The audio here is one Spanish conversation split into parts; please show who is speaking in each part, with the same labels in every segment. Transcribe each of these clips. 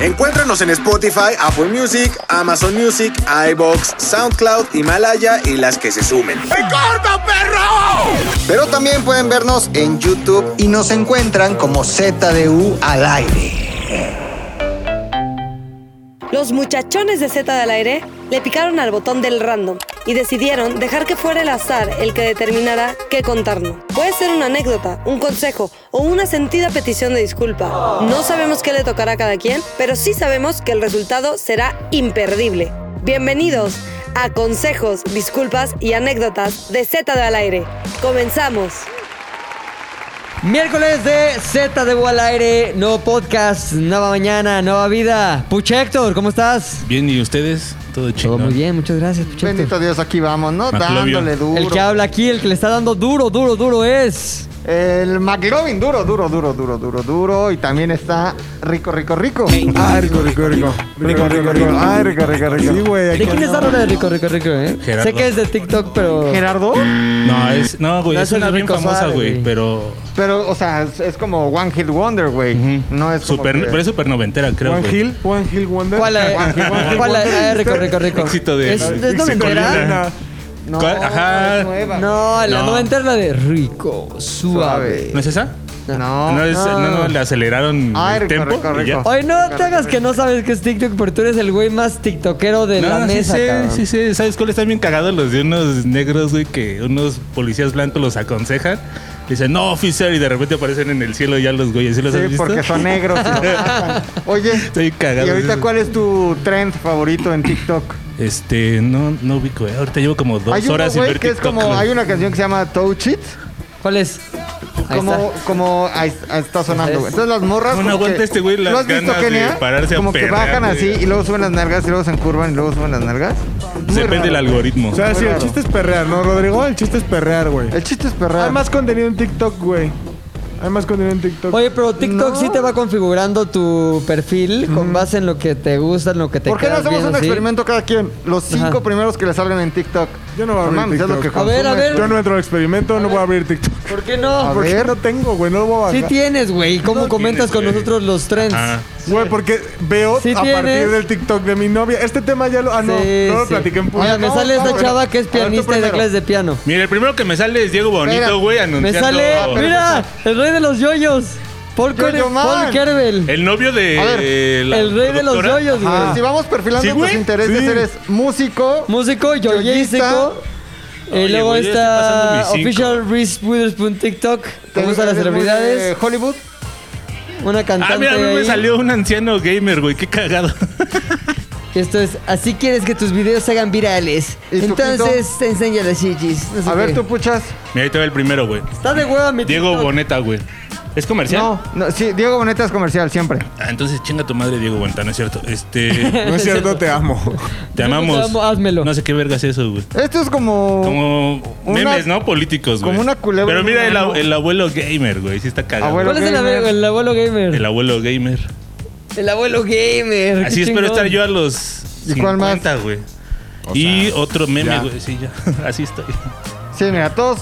Speaker 1: Encuéntranos en Spotify, Apple Music, Amazon Music, iBox, SoundCloud, Himalaya y las que se sumen.
Speaker 2: Pero también pueden vernos en YouTube.
Speaker 3: y nos encuentran como ZDU al aire.
Speaker 4: Los muchachones de Z del aire le picaron al botón del random y decidieron dejar que fuera el azar el que determinara qué contarnos. Puede ser una anécdota, un consejo o una sentida petición de disculpa. No sabemos qué le tocará a cada quien, pero sí sabemos que el resultado será imperdible. Bienvenidos a Consejos, Disculpas y Anécdotas de Z del aire. Comenzamos.
Speaker 5: Miércoles de Z de al aire, nuevo podcast, nueva mañana, nueva vida. Pucha Héctor, ¿cómo estás?
Speaker 6: Bien, ¿y ustedes? Todo chido.
Speaker 5: Todo muy bien, muchas gracias, Pucha
Speaker 2: Bendito
Speaker 5: Héctor.
Speaker 2: Dios, aquí vamos, ¿no?
Speaker 6: McLovin.
Speaker 2: Dándole duro.
Speaker 5: El que habla aquí, el que le está dando duro, duro, duro es.
Speaker 2: El McLovin, duro, duro, duro, duro, duro, duro. Y también está rico, rico, rico.
Speaker 7: Ah, rico, rico, rico. Rico, rico, rico. Ah, rico, rico, rico. Sí, güey.
Speaker 5: ¿De quién es la rola de Rico, Rico, Rico, eh?
Speaker 6: Gerardo.
Speaker 5: Sé que es de TikTok, pero.
Speaker 2: Gerardo,
Speaker 6: No, es, no, güey,
Speaker 5: No,
Speaker 6: es
Speaker 5: eso es
Speaker 6: una bien
Speaker 5: Rico
Speaker 6: famosa,
Speaker 5: Suárez,
Speaker 6: güey,
Speaker 5: güey.
Speaker 6: pero
Speaker 2: pero, o sea, es, es como One Hit Wonder, güey. No es como
Speaker 6: super,
Speaker 2: que- eh?
Speaker 6: pero es super noventera, creo,
Speaker 7: One
Speaker 6: güey.
Speaker 7: Hill, One Hill Wonder.
Speaker 5: ¿Cuál es?
Speaker 7: One Hill, One Hill
Speaker 5: ¿Cuál es?
Speaker 7: Wonder.
Speaker 5: Ah, Rico, Rico, Rico.
Speaker 6: Éxito de-
Speaker 5: ¿Es, es
Speaker 6: Ay,
Speaker 5: noventera?
Speaker 7: Colina.
Speaker 2: No,
Speaker 6: ¿Cuál? Ajá.
Speaker 2: es nueva.
Speaker 5: No, la
Speaker 6: No.
Speaker 5: noventera es la de Rico, suave.
Speaker 2: Suave.
Speaker 6: ¿No es esa?
Speaker 2: No.
Speaker 6: No, es, no, no, le aceleraron
Speaker 2: Ay,
Speaker 6: el
Speaker 2: rico,
Speaker 6: tempo.
Speaker 2: rico,
Speaker 6: y ya.
Speaker 2: rico.
Speaker 5: Oye, no te hagas que no sabes que es TikTok, pero tú eres el güey más TikTokero de la
Speaker 6: No, sí
Speaker 5: mesa,
Speaker 6: sé,
Speaker 5: cabrón.
Speaker 6: sí sé. ¿Sabes cuál están bien cagados? Los de unos negros, güey, que unos policías blancos los aconsejan. Dicen, no, oficial, y de repente aparecen en el cielo ya los güeyes. ¿Sí los has
Speaker 2: Sí,
Speaker 6: visto?
Speaker 2: porque son negros. y lo matan. Oye,
Speaker 6: Estoy cagado.
Speaker 2: ¿y ahorita cuál es tu trend favorito en TikTok?
Speaker 6: Este, no, no ubico, güey. Ahorita llevo como dos
Speaker 2: hay uno,
Speaker 6: horas sin
Speaker 2: güey,
Speaker 6: ver
Speaker 2: que es
Speaker 6: TikTok,
Speaker 2: como,
Speaker 6: güey.
Speaker 2: hay una canción que se llama Touch It.
Speaker 5: ¿Cuál es? Ahí
Speaker 2: Como, como, ahí, ahí está sonando, güey. Entonces las morras.
Speaker 6: No, no
Speaker 2: como
Speaker 6: aguanta
Speaker 2: que-
Speaker 6: este güey las
Speaker 2: ¿Lo has visto,
Speaker 6: ganas de
Speaker 2: Kenia?
Speaker 6: pararse a
Speaker 2: Como que
Speaker 6: perrear,
Speaker 2: bajan
Speaker 6: güey.
Speaker 2: así y luego suben las nalgas y luego se encurvan y luego suben las nalgas. Muy
Speaker 6: Depende del
Speaker 2: raro.
Speaker 6: algoritmo.
Speaker 7: O sea, sí, el
Speaker 2: raro.
Speaker 7: chiste es perrear, ¿no, Rodrigo? El chiste es perrear, güey.
Speaker 2: El chiste es perrar.
Speaker 7: Hay más contenido en TikTok, güey. Hay más contenido en TikTok.
Speaker 5: Oye, pero TikTok sí te va configurando tu perfil con base en lo que te gusta, en lo que te
Speaker 2: ¿Por qué no
Speaker 5: quedas
Speaker 2: hacemos
Speaker 5: viendo,
Speaker 2: un
Speaker 5: ¿sí?
Speaker 2: experimento cada quien? Los cinco
Speaker 5: Ajá.
Speaker 2: primeros que le salgan en TikTok.
Speaker 7: Yo no voy a
Speaker 2: No
Speaker 7: abrir
Speaker 2: mames, es lo
Speaker 7: TikTok.
Speaker 2: que
Speaker 5: A ver, a
Speaker 2: consumes,
Speaker 5: ver.
Speaker 7: Yo no entro al experimento, no voy a abrir TikTok.
Speaker 5: ¿Por qué no?
Speaker 2: A
Speaker 7: Porque
Speaker 2: ver.
Speaker 7: no tengo, güey, no lo voy a
Speaker 5: Sí
Speaker 7: bajar.
Speaker 5: tienes, güey. ¿Cómo
Speaker 6: tienes,
Speaker 5: comentas con
Speaker 6: güey. Ah.
Speaker 5: nosotros los trends?
Speaker 6: Ajá.
Speaker 7: Güey, porque veo
Speaker 5: Sí
Speaker 7: a
Speaker 5: tienes.
Speaker 7: partir del TikTok de mi novia. Este tema ya lo. Ah, no,
Speaker 5: Sí,
Speaker 7: no lo
Speaker 5: sí.
Speaker 7: platiqué en público.
Speaker 5: Oye, me
Speaker 2: No,
Speaker 5: sale esta
Speaker 2: vamos,
Speaker 5: chava
Speaker 2: pero-
Speaker 5: que es
Speaker 2: a ver, tú
Speaker 5: pianista y da
Speaker 2: primero.
Speaker 5: clases de piano.
Speaker 6: Mira, el primero que me sale es Diego
Speaker 2: Espera.
Speaker 6: Bonito, güey,
Speaker 5: Me
Speaker 6: anunciando.
Speaker 5: sale,
Speaker 2: pero-
Speaker 5: mira, el rey de los yoyos. Paul,
Speaker 2: Yo-Yo
Speaker 5: Ker-
Speaker 2: Man.
Speaker 5: Paul Kerbel.
Speaker 6: El novio de.
Speaker 2: A ver,
Speaker 6: la
Speaker 5: El rey de los
Speaker 6: productora.
Speaker 5: yoyos, güey.
Speaker 2: Ah, Si vamos perfilando
Speaker 6: Sí,
Speaker 2: tus
Speaker 6: güey.
Speaker 2: intereses,
Speaker 7: Sí.
Speaker 2: eres músico,
Speaker 5: Músico,
Speaker 2: Yoyista.
Speaker 5: yoyístico. Y
Speaker 6: Oye,
Speaker 5: luego
Speaker 6: güey, ya estoy
Speaker 5: está
Speaker 6: pasando mis cinco.
Speaker 5: Official Reese Witherspoon TikTok. ¿Te
Speaker 2: te
Speaker 5: gustan las
Speaker 2: eres muy de
Speaker 5: celebridades?
Speaker 2: Hollywood.
Speaker 5: Una cantante.
Speaker 6: Ah, mira, a mí me
Speaker 5: ahí.
Speaker 6: salió un anciano gamer, güey, qué cagado.
Speaker 5: Esto es, así quieres que tus videos se hagan virales.
Speaker 2: ¿Y su
Speaker 5: Entonces te enseña las chichis. no sé
Speaker 2: A ver,
Speaker 5: qué.
Speaker 2: tú puchas.
Speaker 6: mira, ahí te va el primero, güey.
Speaker 5: Está de hueva mi
Speaker 6: Diego
Speaker 5: TikTok.
Speaker 6: Boneta, güey. ¿Es comercial?
Speaker 2: No, no, sí, Diego Boneta es comercial siempre.
Speaker 6: Ah, entonces chinga tu madre, Diego Boneta, no es cierto. Este.
Speaker 7: No es cierto, te amo.
Speaker 6: Te
Speaker 5: Yo no
Speaker 6: amamos.
Speaker 5: te amo, házmelo.
Speaker 6: No sé qué vergas es eso, güey.
Speaker 2: Esto es como.
Speaker 6: Como
Speaker 2: Una-
Speaker 6: memes, ¿no? Políticos, güey.
Speaker 2: como una culebra
Speaker 6: Pero
Speaker 2: en
Speaker 6: mira
Speaker 2: una
Speaker 6: el,
Speaker 2: mano.
Speaker 6: ab- el abuelo gamer, güey. Sí está cagado.
Speaker 2: Abuelo.
Speaker 5: ¿Cuál es el,
Speaker 2: Gamer.
Speaker 5: abe- el abuelo gamer?
Speaker 6: El abuelo gamer.
Speaker 5: El abuelo gamer.
Speaker 6: Así
Speaker 5: qué
Speaker 6: espero
Speaker 5: chingón.
Speaker 6: estar yo a los
Speaker 2: ¿Y cuál más?
Speaker 6: 50, güey. y otro meme, güey. Sí, ya. Así estoy.
Speaker 2: Sí, mira, todos.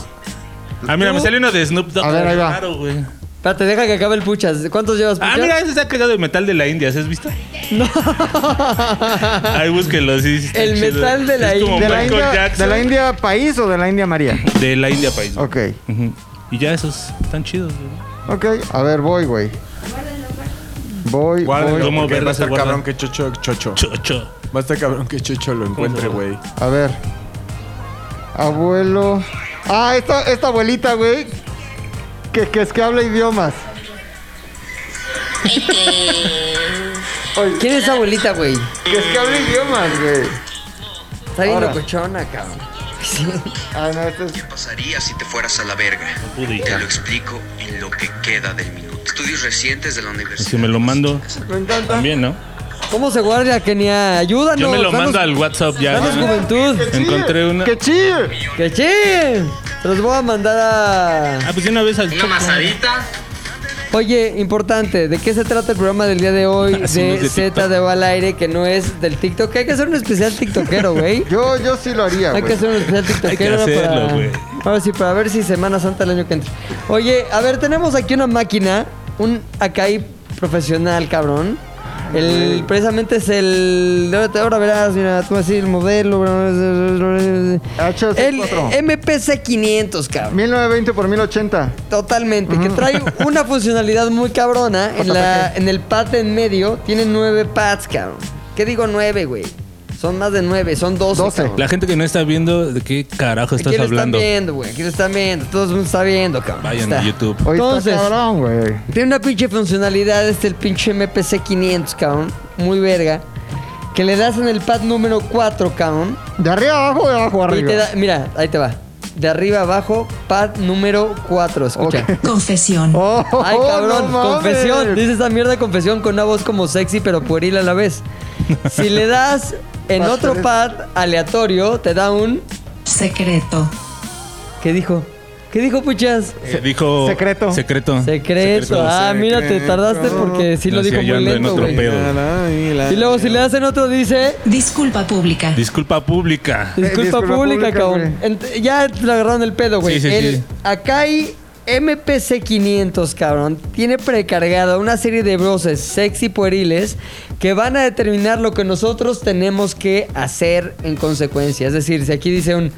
Speaker 6: Ah, mira, me sale uno de Snoop Dogg.
Speaker 2: A ver, ahí va.
Speaker 6: Claro, güey.
Speaker 5: Espérate, deja que acabe el puchas. ¿Cuántos llevas, puchas?
Speaker 6: Ah, mira, ese está cagado de metal de la India. ¿sí ¿Has visto? No. Ahí búsquelo, sí. sí está
Speaker 5: El
Speaker 6: chido.
Speaker 5: metal de la
Speaker 6: Es como
Speaker 2: ¿De la,
Speaker 6: Michael
Speaker 2: India,
Speaker 6: Jackson.
Speaker 2: ¿De la India país o de la India María?
Speaker 6: De la India, país. güey.
Speaker 2: Ok,
Speaker 6: Ujú. Y ya esos están chidos, güey.
Speaker 2: ok. A ver, voy, güey. Voy,
Speaker 7: Guárdenlo,
Speaker 2: voy.
Speaker 6: ¿Cómo
Speaker 7: porque va a
Speaker 6: verga se
Speaker 7: estar
Speaker 6: guarda?
Speaker 7: cabrón que Chocho, Chocho.
Speaker 6: Chocho.
Speaker 7: Va a estar cabrón que Chocho lo encuentre,
Speaker 6: ¿Cómo se
Speaker 7: güey.
Speaker 2: A ver. Abuelo. Ah, esta, esta abuelita, güey. Que, que es que habla idiomas.
Speaker 5: ¿Quién es esa abuelita, güey?
Speaker 2: Que es que habla idiomas, güey.
Speaker 5: Está bien
Speaker 2: Ahora.
Speaker 5: locochona, cabrón.
Speaker 2: Ah, no, esto es.
Speaker 8: pasaría si te fueras a la verga?
Speaker 6: Pude,
Speaker 8: Te
Speaker 6: hija.
Speaker 8: lo explico en lo que queda del minuto. Estudios recientes de la universidad.
Speaker 6: Si me lo mando
Speaker 2: Me encanta.
Speaker 6: también, ¿no?
Speaker 5: ¿Cómo se guarda, Kenia? Ayúdanos.
Speaker 6: Yo me lo
Speaker 5: danos-
Speaker 6: mando al WhatsApp ya.
Speaker 5: Danos
Speaker 6: güey.
Speaker 5: juventud.
Speaker 2: ¡Qué chill!
Speaker 6: Encontré una-
Speaker 2: ¡Qué chill!
Speaker 5: ¡Qué chill! Los voy a mandar a...
Speaker 6: Ah, pues de una vez al
Speaker 8: Una
Speaker 6: Choco.
Speaker 8: masadita.
Speaker 5: Oye, importante, ¿de qué se trata el programa del día de hoy
Speaker 6: Ah, sí, no es
Speaker 5: de
Speaker 6: de
Speaker 5: Z de al aire que no es del TikTok? Hay que hacer un especial TikTokero, güey.
Speaker 2: Yo, yo sí lo haría,
Speaker 5: Hay
Speaker 2: güey.
Speaker 5: que hacer un especial tiktokero
Speaker 6: Hay que hacerlo,
Speaker 5: para...
Speaker 6: güey.
Speaker 5: Ahora sí, para ver si Semana Santa el año que entra. Oye, a ver, tenemos aquí una máquina, un Akai profesional, cabrón. El, precisamente es el... Ahora, ahora verás, mira, tú así el modelo... El
Speaker 2: HC4.
Speaker 5: MPC500, cabrón.
Speaker 2: 1920 por 1080.
Speaker 5: Totalmente, que trae una funcionalidad muy cabrona en, la, en el pad en medio. Tiene nueve pads, cabrón. ¿Qué digo nueve, güey? Son más de nueve, son doce.
Speaker 2: Doce.
Speaker 5: cabrón.
Speaker 6: La gente que no está viendo, ¿de qué carajo estás
Speaker 5: Aquí lo
Speaker 6: hablando?
Speaker 5: están viendo, güey. Aquí lo están viendo. Todo el mundo está viendo, cabrón.
Speaker 6: Vayan
Speaker 5: Está.
Speaker 6: a YouTube.
Speaker 2: Oye,
Speaker 5: Entonces-
Speaker 2: está cabrón, güey.
Speaker 5: Tiene una pinche funcionalidad este, el pinche MPC 500, cabrón. Muy verga. Que le das en el pad número 4, cabrón.
Speaker 2: De arriba abajo, de abajo
Speaker 5: Y te
Speaker 2: arriba.
Speaker 5: da, mira, ahí te va. De arriba abajo, pad número 4. Escucha.
Speaker 9: Confesión.
Speaker 2: Oh,
Speaker 5: Ay, cabrón,
Speaker 2: no mames.
Speaker 5: confesión. Dice esa mierda de confesión con una voz como sexy pero pueril a la vez. Si le das en
Speaker 2: Vas
Speaker 5: otro
Speaker 2: tres.
Speaker 5: pad aleatorio, te da un.
Speaker 9: Secreto.
Speaker 5: ¿Qué dijo? ¿Qué dijo, puchas?
Speaker 6: Eh, dijo.
Speaker 7: Secreto.
Speaker 6: Secreto.
Speaker 5: Secreto. Ah, mira, te
Speaker 7: secreto.
Speaker 5: tardaste porque sí
Speaker 6: No,
Speaker 5: lo
Speaker 6: sí,
Speaker 5: dijo
Speaker 6: yo
Speaker 5: muy
Speaker 6: ando en
Speaker 5: lento,
Speaker 6: otro
Speaker 5: güey.
Speaker 6: pedo.
Speaker 5: Y luego si le das en otro dice...
Speaker 9: Disculpa pública.
Speaker 6: Disculpa pública.
Speaker 5: Disculpa,
Speaker 2: disculpa
Speaker 5: pública,
Speaker 2: pública,
Speaker 5: cabrón. Ent- ya le agarraron el pedo, güey.
Speaker 6: Sí, sí,
Speaker 5: el
Speaker 6: sí.
Speaker 5: Akai MPC 500, cabrón, tiene precargada una serie de voces sexy pueriles que van a determinar lo que nosotros tenemos que hacer en consecuencia. Es decir, si aquí dice un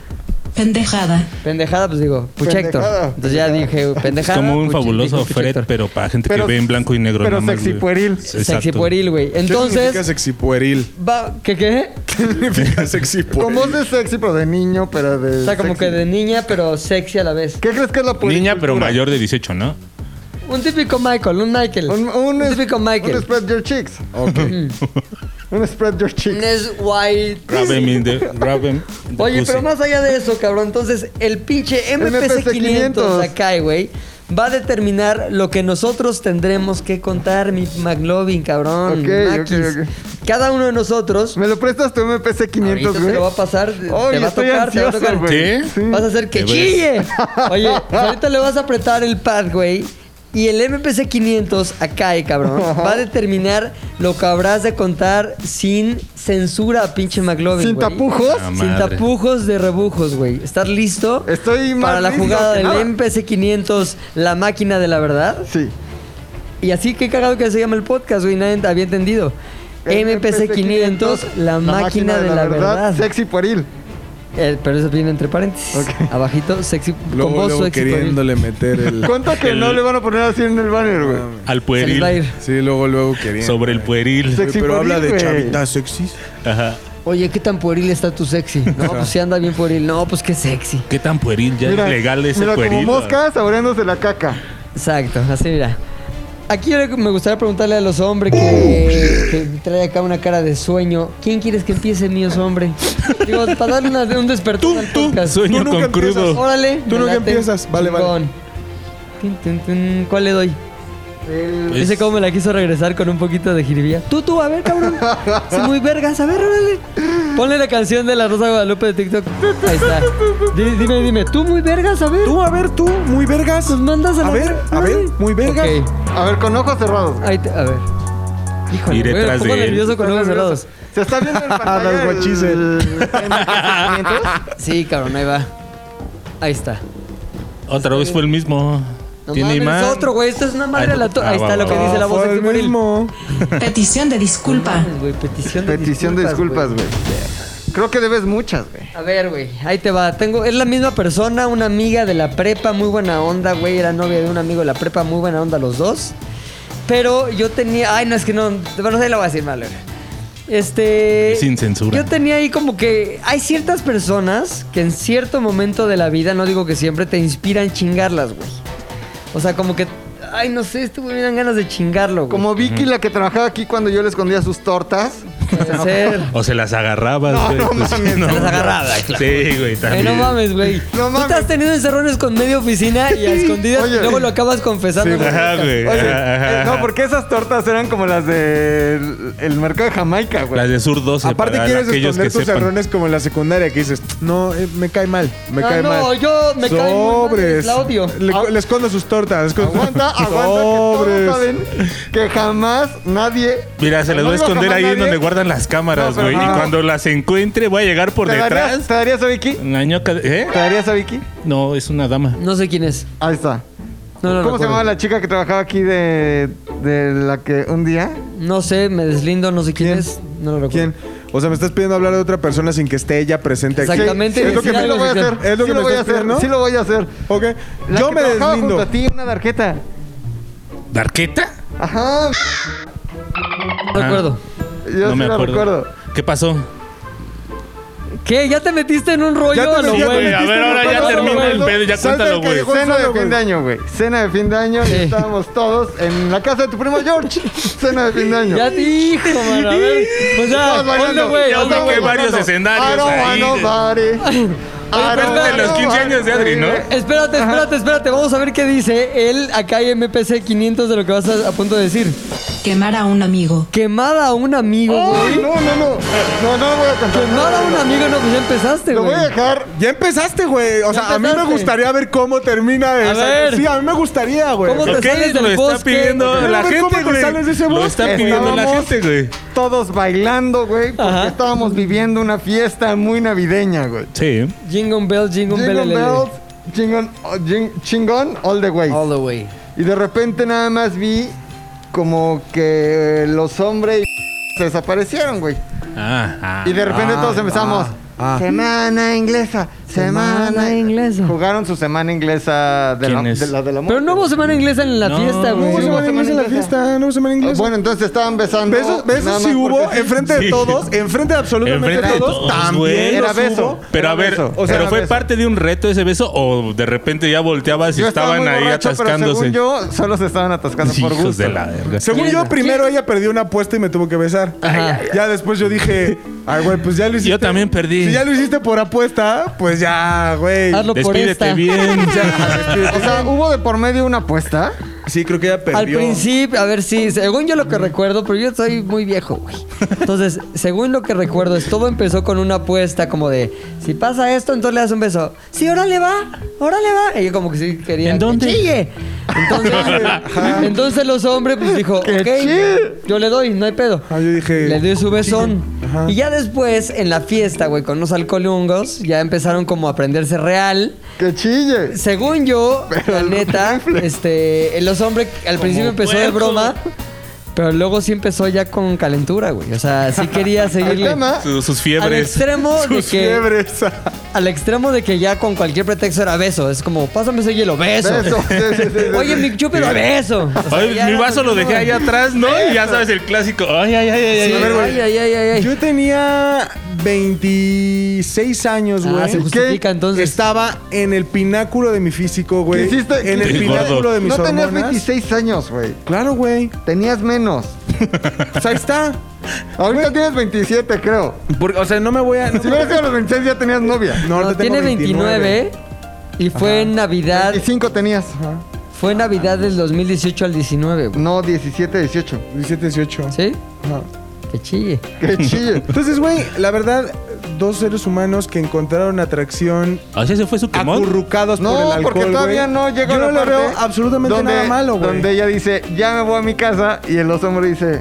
Speaker 9: Pendejada.
Speaker 5: pendejada, pues digo, puchecto.
Speaker 2: Pendejada,
Speaker 5: Entonces ya dije,
Speaker 6: Es
Speaker 5: pendejada.
Speaker 6: como un
Speaker 5: puche-
Speaker 6: fabuloso
Speaker 5: dijo
Speaker 6: Fred,
Speaker 5: puchector.
Speaker 6: pero para gente
Speaker 7: Pero-
Speaker 6: que ve en blanco y negro.
Speaker 7: pero
Speaker 6: nada más,
Speaker 7: sexy
Speaker 6: güey.
Speaker 7: pueril.
Speaker 5: Sexy
Speaker 6: Exacto.
Speaker 5: pueril, güey.
Speaker 7: ¿Qué significa
Speaker 5: Entonces,
Speaker 7: sexy pueril?
Speaker 5: va, ¿qué qué?
Speaker 7: ¿Qué
Speaker 6: Pues,
Speaker 7: significa sexy pueril?
Speaker 2: Con voz de sexy, pero de niño, pero de.
Speaker 5: O sea, como
Speaker 2: sexy.
Speaker 5: que de niña, pero sexy a la vez.
Speaker 2: ¿Qué crees que es la
Speaker 6: Niña,
Speaker 2: puericultura?
Speaker 6: pero mayor de 18, ¿no?
Speaker 5: Un típico Michael, un Michael.
Speaker 2: Un, un,
Speaker 5: típico
Speaker 2: Un
Speaker 5: Michael.
Speaker 2: spread your cheeks. Ok. un spread your
Speaker 5: Un
Speaker 2: cheeks.
Speaker 5: es white.
Speaker 6: Grab him in the- grab him in the
Speaker 5: Oye,
Speaker 6: pussy.
Speaker 5: pero más allá de eso, cabrón, entonces el pinche
Speaker 2: MPC
Speaker 5: MPC500 acá, güey, va a determinar lo que nosotros tendremos que contar, mi McLovin, cabrón.
Speaker 2: Ok,
Speaker 5: Maquis.
Speaker 2: ok, ok.
Speaker 5: Cada uno de nosotros,
Speaker 2: ¿Me lo prestas tu MPC 500,
Speaker 5: ahorita
Speaker 2: güey?
Speaker 5: se lo va a pasar, te
Speaker 2: Ay,
Speaker 5: va a
Speaker 2: estoy
Speaker 5: tocar, te va a
Speaker 2: ansioso,
Speaker 5: tocar.
Speaker 2: güey.
Speaker 6: ¿Qué?
Speaker 2: Sí.
Speaker 5: Vas a hacer
Speaker 6: Te
Speaker 5: que
Speaker 6: ves.
Speaker 5: chille. Oye, ahorita le vas a apretar el pad, güey. Y el MPC 500 acá, eh, cabrón, va a determinar lo que habrás de contar sin censura, pinche McLovin.
Speaker 2: ¿Sin
Speaker 5: güey.
Speaker 2: tapujos?
Speaker 6: Ah,
Speaker 5: Sin
Speaker 6: madre.
Speaker 5: tapujos de rebujos, güey. ¿Estás listo?
Speaker 2: Estoy más
Speaker 5: Para la
Speaker 2: listo
Speaker 5: jugada
Speaker 2: que
Speaker 5: del
Speaker 2: nada.
Speaker 5: MPC 500, la máquina de la verdad.
Speaker 2: Sí.
Speaker 5: Y así que cagado que se llama el podcast, güey. Nadie había entendido. MPC 500, la, máquina, de, la, verdad.
Speaker 2: Sexy pueril.
Speaker 5: Eh, pero eso viene entre paréntesis. Abajito, sexy. con
Speaker 7: Luego,
Speaker 5: voz
Speaker 7: luego
Speaker 5: sexy.
Speaker 7: queriéndole meter el...
Speaker 2: ¿Cuánto que no le van a poner así en el banner, güey?
Speaker 6: Al
Speaker 5: Se les va a
Speaker 6: pueril.
Speaker 5: ir.
Speaker 7: Sí, luego, luego queriendo.
Speaker 6: Sobre el pueril.
Speaker 2: Sexy
Speaker 7: Pero habla
Speaker 2: pueril,
Speaker 7: de
Speaker 2: güey.
Speaker 7: chavitas sexys.
Speaker 6: Ajá.
Speaker 5: Oye, ¿qué tan pueril está tu sexy? No, pues si anda bien pueril. No, pues qué sexy.
Speaker 6: ¿Qué tan pueril? Ya
Speaker 2: Mira,
Speaker 6: es legal ese
Speaker 2: mira,
Speaker 6: pueril.
Speaker 2: como mosca saboreándose la caca.
Speaker 5: Exacto, así mira. Aquí ahora me gustaría preguntarle a los hombres que, que trae acá una cara de sueño. ¿Quién quieres que empiece, míos hombre? Digo, para darle una- un despertar al podcast.
Speaker 6: Sueño
Speaker 7: Tú nunca
Speaker 6: con crudo.
Speaker 5: Órale.
Speaker 7: Tú
Speaker 5: me
Speaker 7: no que
Speaker 5: late.
Speaker 7: empiezas. Vale, vale.
Speaker 5: Chingón. Tin, tin, tin. ¿Cuál le doy?
Speaker 6: Pues,
Speaker 5: Dice cómo me la quiso regresar con un poquito de jiribilla. Tú, tú, a ver, cabrón. Es muy vergas, a ver, órale. Ponle la canción de la Rosa de Guadalupe de TikTok. Ahí está. Di- Dime, dime, tú muy vergas, a ver.
Speaker 7: Tú, a ver, tú, muy vergas.
Speaker 5: Nos mandas a,
Speaker 7: A
Speaker 5: la
Speaker 7: ver,
Speaker 5: verga,
Speaker 7: a ver,
Speaker 5: órale.
Speaker 7: muy vergas.
Speaker 5: Ok,
Speaker 2: A ver, con ojos cerrados, güey.
Speaker 5: ahí te- a ver. Híjole,
Speaker 6: Iré
Speaker 5: güey, me
Speaker 6: tras
Speaker 5: pongo
Speaker 6: de él.
Speaker 5: nervioso con ojos cerrados.
Speaker 2: Se está viendo en pantalla
Speaker 7: Los guachises.
Speaker 2: el- el-
Speaker 5: Sí, cabrón, ahí va. Ahí está.
Speaker 6: Otra vez fue el mismo.
Speaker 5: No
Speaker 6: Tiene
Speaker 5: mames,
Speaker 6: imán.
Speaker 5: es otro, güey. Esto es una madre
Speaker 6: Ay,
Speaker 5: aleatoria.
Speaker 6: ah,
Speaker 5: Ahí está
Speaker 6: va,
Speaker 5: lo
Speaker 6: va,
Speaker 5: que
Speaker 6: va.
Speaker 5: dice la voz
Speaker 7: Fue
Speaker 5: de este
Speaker 7: el
Speaker 5: Timoril.
Speaker 7: mismo.
Speaker 9: Petición de disculpa.
Speaker 5: Güey, petición de
Speaker 2: Petición de disculpas,
Speaker 5: güey.
Speaker 2: güey. Creo que debes muchas, güey.
Speaker 5: A ver, güey, ahí te va. Tengo, es la misma persona, una amiga de la prepa, muy buena onda, güey. Era novia de un amigo de la prepa, muy buena onda los dos. Pero yo tenía. Ay, no, es que no. Bueno, ahí la voy a decir mal, güey. Este.
Speaker 6: Sin censura.
Speaker 5: Yo tenía ahí como que. Hay ciertas personas que en cierto momento de la vida, no digo que siempre, te inspiran chingarlas, güey. O sea, como que ay, no sé, esto güey, me dan ganas de chingarlo, güey.
Speaker 2: Como Vicky, la que trabajaba aquí cuando yo le escondía sus tortas.
Speaker 5: puede ser?
Speaker 6: O se las agarrabas,
Speaker 2: No,
Speaker 6: güey.
Speaker 2: no
Speaker 6: Pues,
Speaker 2: mames, se
Speaker 5: las agarraba,
Speaker 6: Sí, güey,
Speaker 5: Eh,
Speaker 6: también.
Speaker 5: no mames, güey.
Speaker 2: No
Speaker 5: Tú
Speaker 2: mames.
Speaker 5: te has tenido encerrones con media oficina y a escondidas
Speaker 2: Oye.
Speaker 5: y luego lo acabas confesando. güey.
Speaker 6: Ajá, güey.
Speaker 10: Oye,
Speaker 6: ajá,
Speaker 10: eh,
Speaker 6: ajá.
Speaker 10: no, porque esas tortas eran como las del el mercado de Jamaica, güey.
Speaker 6: Las de Sur 12.
Speaker 10: Aparte
Speaker 6: para
Speaker 10: quieres
Speaker 6: aquellos
Speaker 10: esconder
Speaker 6: que
Speaker 10: tus
Speaker 6: sepan.
Speaker 10: errores como en la secundaria que dices, no, eh, me cae mal, me
Speaker 5: Ah,
Speaker 10: cae
Speaker 5: no,
Speaker 10: mal.
Speaker 5: yo me cae muy mal,
Speaker 10: Sobres.
Speaker 5: la odio.
Speaker 10: Le, le escondo sus tortas. le escondo-
Speaker 2: Ah. Aguanta, aguanta, que
Speaker 10: Sobres.
Speaker 2: todos saben que jamás nadie.
Speaker 6: Mira, se las
Speaker 2: No
Speaker 6: voy a
Speaker 2: digo
Speaker 6: esconder
Speaker 2: jamás
Speaker 6: ahí en
Speaker 2: nadie.
Speaker 6: donde guardan las cámaras,
Speaker 2: No, pero
Speaker 6: güey.
Speaker 2: no.
Speaker 6: Y cuando las encuentre, voy a llegar por
Speaker 2: ¿Te
Speaker 6: detrás.
Speaker 2: darías, ¿Te darías a Vicky?
Speaker 6: La ñoca de- ¿Eh?
Speaker 2: ¿Te darías a Vicky?
Speaker 6: No, es una dama.
Speaker 5: No sé quién es.
Speaker 2: Ahí está.
Speaker 5: No,
Speaker 2: ¿Cómo se
Speaker 5: no recuerdo.
Speaker 2: llamaba la chica que trabajaba aquí de, de la que un día?
Speaker 5: No sé, me deslindo, no sé quién,
Speaker 10: ¿Quién?
Speaker 5: es. No lo recuerdo.
Speaker 10: ¿Quién? O sea, me estás pidiendo hablar de otra persona sin que esté ella presente aquí.
Speaker 5: Exactamente,
Speaker 10: Sí, es lo
Speaker 5: decir
Speaker 10: que me-
Speaker 2: sí lo voy a
Speaker 5: algo,
Speaker 2: hacer.
Speaker 10: es lo
Speaker 2: sí
Speaker 10: que
Speaker 2: lo
Speaker 10: me
Speaker 2: voy a
Speaker 10: estás
Speaker 2: hacer,
Speaker 10: pidiendo.
Speaker 2: sí lo voy a hacer.
Speaker 10: Ok.
Speaker 2: La
Speaker 10: Yo
Speaker 2: que
Speaker 10: me
Speaker 2: trabajaba junto
Speaker 10: deslindo.
Speaker 2: a ti una tarjeta.
Speaker 6: ¿Darqueta?
Speaker 2: Ajá.
Speaker 5: No recuerdo.
Speaker 10: Ah.
Speaker 2: Yo sí la recuerdo.
Speaker 6: ¿Qué pasó?
Speaker 5: ¿Qué? ¿Ya te metiste en un rollo?
Speaker 10: Ya te
Speaker 5: a lo
Speaker 10: metiste,
Speaker 5: güey?
Speaker 10: güey, a ver, ahora ya
Speaker 6: termina el pedo, ya
Speaker 10: Salte
Speaker 6: cuéntalo,
Speaker 10: del
Speaker 6: güey.
Speaker 10: callejón
Speaker 2: Cena de
Speaker 10: solo,
Speaker 2: fin de
Speaker 10: güey.
Speaker 2: año, güey. Cena de fin de año y
Speaker 5: Sí.
Speaker 2: estábamos todos en la casa de tu primo George. Cena de fin de año.
Speaker 5: Ya te dijo, mano. A ver. Pues ya,
Speaker 2: Estabas
Speaker 5: ponle,
Speaker 2: bailando.
Speaker 5: güey.
Speaker 6: Ya
Speaker 5: ponle,
Speaker 6: ubiqué
Speaker 5: güey.
Speaker 6: varios escenarios
Speaker 2: I don't
Speaker 6: ahí.
Speaker 2: want nobody. I don't
Speaker 5: pero es de
Speaker 2: want
Speaker 5: los
Speaker 6: 15
Speaker 2: nobody.
Speaker 6: años de Adri, ¿no?
Speaker 5: Espérate, espérate, espérate. Vamos a ver qué dice él acá en MPC 500 de lo que vas a, a punto de decir.
Speaker 4: Quemar a un amigo.
Speaker 5: Quemada a un amigo,
Speaker 2: Ay,
Speaker 5: güey.
Speaker 2: No, no, no. No, no lo voy a contar.
Speaker 5: Quemada a un amigo, no, pues ya empezaste,
Speaker 2: Lo
Speaker 5: güey.
Speaker 2: voy a dejar.
Speaker 10: Ya empezaste, güey. O sea, a mí me
Speaker 5: empezaste.
Speaker 10: gustaría ver cómo termina
Speaker 5: A
Speaker 10: esa-
Speaker 5: ver.
Speaker 10: Sí, a mí me gustaría, güey.
Speaker 5: ¿Cómo te
Speaker 6: Ok,
Speaker 5: sales del
Speaker 6: lo está
Speaker 5: bosque?
Speaker 6: pidiendo
Speaker 10: Pero
Speaker 6: la
Speaker 10: a ver, ¿cómo
Speaker 6: gente,
Speaker 10: te
Speaker 6: güey.
Speaker 10: sales de ese
Speaker 6: Lo
Speaker 10: bosque?
Speaker 6: está pidiendo la
Speaker 2: Estábamos-
Speaker 6: gente, güey.
Speaker 2: Todos bailando, güey, porque
Speaker 5: Ajá.
Speaker 2: estábamos viviendo una fiesta muy navideña, güey.
Speaker 6: Sí.
Speaker 5: Jingle bell, jingle,
Speaker 2: Jingle
Speaker 5: bell, lele.
Speaker 2: bells, chingón, oh, jing- chingón, all the way.
Speaker 5: All the way.
Speaker 2: Y de repente nada más vi como que los hombres se desaparecieron, güey.
Speaker 6: Ah, ah.
Speaker 2: Y de repente todos empezamos.
Speaker 10: ah.
Speaker 2: Semana inglesa, semana,
Speaker 5: Semana inglesa.
Speaker 2: Jugaron su semana inglesa de, la,
Speaker 6: ¿Quién es?
Speaker 2: de la de la
Speaker 5: Pero no hubo semana inglesa en la
Speaker 6: No,
Speaker 5: fiesta,
Speaker 10: No
Speaker 5: güey.
Speaker 10: hubo
Speaker 2: Sí,
Speaker 10: semana
Speaker 2: hubo
Speaker 10: inglesa en la
Speaker 2: semana inglesa.
Speaker 10: fiesta, no hubo semana
Speaker 2: Ah,
Speaker 10: inglesa.
Speaker 2: Bueno, entonces estaban besando.
Speaker 10: Besos,
Speaker 2: nada
Speaker 10: besos
Speaker 2: más
Speaker 10: sí hubo, eh,
Speaker 2: porque sí.
Speaker 10: enfrente de
Speaker 6: Sí.
Speaker 10: todos, enfrente de absolutamente
Speaker 6: Enfrente de
Speaker 10: todos,
Speaker 6: todos, güey.
Speaker 10: también
Speaker 2: Era
Speaker 10: los
Speaker 2: beso.
Speaker 10: hubo.
Speaker 6: Pero
Speaker 2: Era
Speaker 6: a ver,
Speaker 2: beso. O sea,
Speaker 6: ¿pero
Speaker 2: era
Speaker 6: fue
Speaker 2: beso.
Speaker 6: parte de un reto ese beso o de repente ya volteabas y
Speaker 2: Yo estaba
Speaker 6: estaban
Speaker 2: muy
Speaker 6: ahí
Speaker 2: borracho, Pero
Speaker 6: atascándose?
Speaker 2: según yo, solo se estaban atascando por
Speaker 6: Hijos
Speaker 2: gusto.
Speaker 6: de la verga.
Speaker 10: Según
Speaker 5: ¿Quién?
Speaker 10: yo, primero ella perdió una apuesta y me tuvo que besar.
Speaker 5: Ajá.
Speaker 10: Ya después yo dije, ay, güey, pues ya lo hiciste.
Speaker 6: Yo también perdí.
Speaker 10: Si ya lo hiciste por apuesta, pues ya, güey.
Speaker 5: Hazlo por
Speaker 6: Despídete
Speaker 5: esta.
Speaker 6: bien.
Speaker 2: O sea, hubo de por medio una apuesta.
Speaker 10: Sí, creo que ella perdió.
Speaker 5: Al principio, a ver si, según yo lo que recuerdo, pero yo soy muy viejo, güey. Entonces, según lo que recuerdo, es todo empezó con una apuesta como de, si pasa esto, entonces le das un beso. Sí, órale va, órale va. Y yo como que sí quería.
Speaker 6: ¿En
Speaker 5: que
Speaker 6: dónde?
Speaker 5: chille. Entonces, entonces los hombres pues dijo,
Speaker 2: chille.
Speaker 5: ok, yo le doy, no hay pedo.
Speaker 10: Ah, yo dije,
Speaker 5: Le doy su besón.
Speaker 10: Ajá.
Speaker 5: Y ya después, en la fiesta, güey, con unos alcoholungos, ya empezaron como a aprenderse real.
Speaker 2: Que chille.
Speaker 5: Según yo, la neta, este, los hombres al principio empezó de
Speaker 6: puerco.
Speaker 5: broma, pero luego sí empezó ya con calentura, güey. O sea, sí quería
Speaker 2: El
Speaker 5: seguirle.
Speaker 2: tema,
Speaker 6: Su- sus
Speaker 5: Al
Speaker 6: fiebres.
Speaker 5: extremo de
Speaker 10: Sus
Speaker 5: que,
Speaker 10: fiebres.
Speaker 5: al extremo de que ya con cualquier pretexto era beso, es como pásame ese hielo, beso.
Speaker 2: Beso, sí, sí, sí, sí,
Speaker 5: Oye,
Speaker 2: sí.
Speaker 5: mi chupe era beso. O sea,
Speaker 6: Ay,
Speaker 5: ya
Speaker 6: mi
Speaker 5: era
Speaker 6: vaso lo
Speaker 5: como-
Speaker 6: dejé allá atrás, ¿no? Y ya sabes el clásico. Ay, ay, ay, ay,
Speaker 5: Sí,
Speaker 6: ay.
Speaker 5: ay, ay, ay, ay, ay.
Speaker 10: Yo tenía 26 años,
Speaker 5: Ah,
Speaker 10: güey.
Speaker 5: se
Speaker 10: que
Speaker 5: justifica, entonces.
Speaker 10: Estaba en el pináculo de mi físico, güey.
Speaker 2: ¿Qué hiciste?
Speaker 10: En el
Speaker 6: Sí, gordo.
Speaker 10: pináculo de mis
Speaker 2: no tenías
Speaker 10: hormonas.
Speaker 2: 26 años, güey.
Speaker 10: Claro, güey.
Speaker 2: Tenías menos.
Speaker 10: Pues ahí está.
Speaker 2: Ahorita tienes 27, creo.
Speaker 10: Porque, o sea, no me voy a.
Speaker 2: Si hubieras sido a los 26 ya tenías novia.
Speaker 10: No,
Speaker 5: No,
Speaker 10: ahorita tengo
Speaker 5: tiene ¿eh? 29 y fue en Navidad,
Speaker 2: 25 tenías.
Speaker 5: fue en Navidad del 2018 al 19, güey.
Speaker 2: No, 17, 18.
Speaker 10: 17, 18.
Speaker 5: ¿Sí?
Speaker 10: Ajá.
Speaker 5: Que chille.
Speaker 2: Que chille.
Speaker 10: Entonces, güey, la verdad, dos seres humanos que encontraron atracción
Speaker 6: O sea, ese fue su quemón.
Speaker 10: acurrucados
Speaker 2: No,
Speaker 10: por el alcohol,
Speaker 2: porque todavía
Speaker 10: güey.
Speaker 2: no llega
Speaker 10: Yo no
Speaker 2: la
Speaker 10: le veo
Speaker 2: parte
Speaker 10: absolutamente
Speaker 2: donde-
Speaker 10: nada malo, güey.
Speaker 2: Donde ella dice, ya me voy a mi casa. Y el oso hombre dice,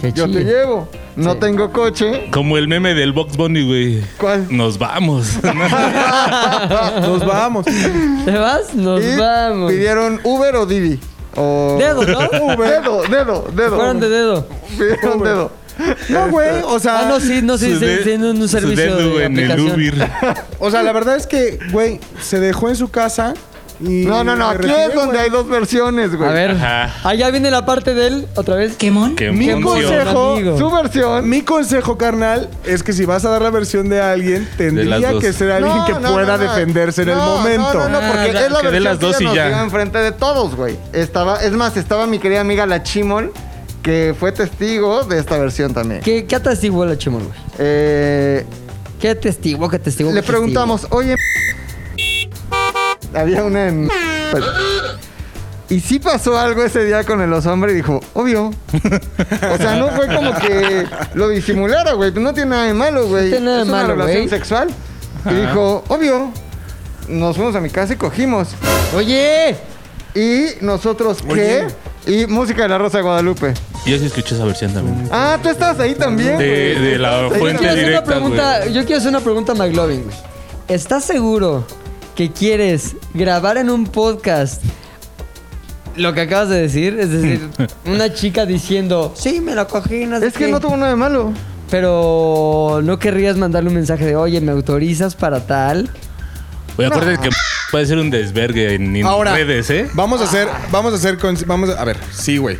Speaker 5: Que
Speaker 2: yo te
Speaker 5: chille.
Speaker 2: llevo. No
Speaker 5: Sí.
Speaker 2: tengo coche.
Speaker 6: Como el meme del Box Bunny, güey.
Speaker 2: ¿Cuál?
Speaker 6: Nos vamos.
Speaker 10: Nos vamos.
Speaker 5: ¿Te vas? Nos
Speaker 2: Y
Speaker 5: vamos.
Speaker 2: pidieron Uber o Didi. O...
Speaker 5: Dedo, ¿no?
Speaker 2: Dedo, dedo, dedo.
Speaker 5: Fueron de dedo.
Speaker 2: Pidieron dedo.
Speaker 10: No, güey, o sea,
Speaker 5: Ah, no, sí, no, sí,
Speaker 6: Su
Speaker 5: sí,
Speaker 6: de-
Speaker 5: sí, en un,
Speaker 6: su
Speaker 5: un servicio
Speaker 6: dedo
Speaker 5: de
Speaker 6: en el
Speaker 5: aplicación.
Speaker 6: Uber.
Speaker 10: o sea, la verdad es que, güey, se dejó en su casa y
Speaker 2: No, no, no.
Speaker 10: me
Speaker 2: Aquí
Speaker 10: retiré,
Speaker 2: es donde
Speaker 10: güey.
Speaker 2: hay dos versiones, güey.
Speaker 5: A ver.
Speaker 6: Ajá.
Speaker 5: Allá viene la parte de él, otra vez.
Speaker 11: ¿Quemón?
Speaker 6: Que
Speaker 10: Mi
Speaker 6: función.
Speaker 10: consejo,
Speaker 5: Amigo.
Speaker 2: Su versión.
Speaker 10: Mi consejo, carnal, es que si vas a dar la versión de alguien,
Speaker 6: las
Speaker 10: tendría
Speaker 6: dos.
Speaker 10: que ser alguien
Speaker 2: No,
Speaker 10: que
Speaker 2: no, no,
Speaker 10: pueda
Speaker 2: no.
Speaker 10: defenderse en el
Speaker 2: No,
Speaker 10: momento.
Speaker 2: No, no, no, porque
Speaker 6: Ah,
Speaker 2: es la
Speaker 6: que dé
Speaker 2: versión
Speaker 6: las
Speaker 2: que
Speaker 6: dos
Speaker 2: ella
Speaker 6: y
Speaker 2: nos
Speaker 6: ya.
Speaker 2: dio enfrente de todos, güey. Estaba, es más, estaba mi querida amiga la Chimol, que fue testigo de esta versión también.
Speaker 5: ¿Qué, qué atestiguó la chimón, güey?
Speaker 2: Eh,
Speaker 5: ¿Qué testigo? ¿Qué testigo?
Speaker 2: le
Speaker 5: qué
Speaker 2: preguntamos, oye, había una en... pues, y sí pasó algo ese día con el oso hombre y dijo, obvio. O sea, no fue como que lo disimulara, güey. No tiene nada de malo, güey.
Speaker 5: tiene nada de
Speaker 2: es una
Speaker 5: malo,
Speaker 2: relación
Speaker 5: güey.
Speaker 2: sexual. Y dijo, obvio. Nos fuimos a mi casa y cogimos.
Speaker 5: testigo? Oye,
Speaker 2: Y nosotros, ¿qué? Y música de la Rosa de Guadalupe.
Speaker 6: Yo sí escuché esa versión también.
Speaker 2: Ah, tú estabas ahí también.
Speaker 6: De,
Speaker 2: güey.
Speaker 6: de la
Speaker 2: Yo
Speaker 5: yo quiero
Speaker 6: fuente
Speaker 5: hacer una
Speaker 6: directa, güey.
Speaker 5: pregunta. Yo quiero hacer una pregunta a McLovin, güey. ¿Estás seguro que quieres grabar en un podcast lo que acabas de decir? Es decir, una chica diciendo, sí, me lo cogí, no sé
Speaker 2: Es que
Speaker 5: qué".
Speaker 2: no tuvo nada de malo.
Speaker 5: Pero no querrías mandarle un mensaje de, oye, ¿me autorizas para tal?
Speaker 6: Oye, acuérdate que puede ser un desvergue en, en
Speaker 10: Ahora,
Speaker 6: redes, ¿eh?
Speaker 10: vamos a hacer, vamos a hacer, con- vamos a, a ver, sí, güey.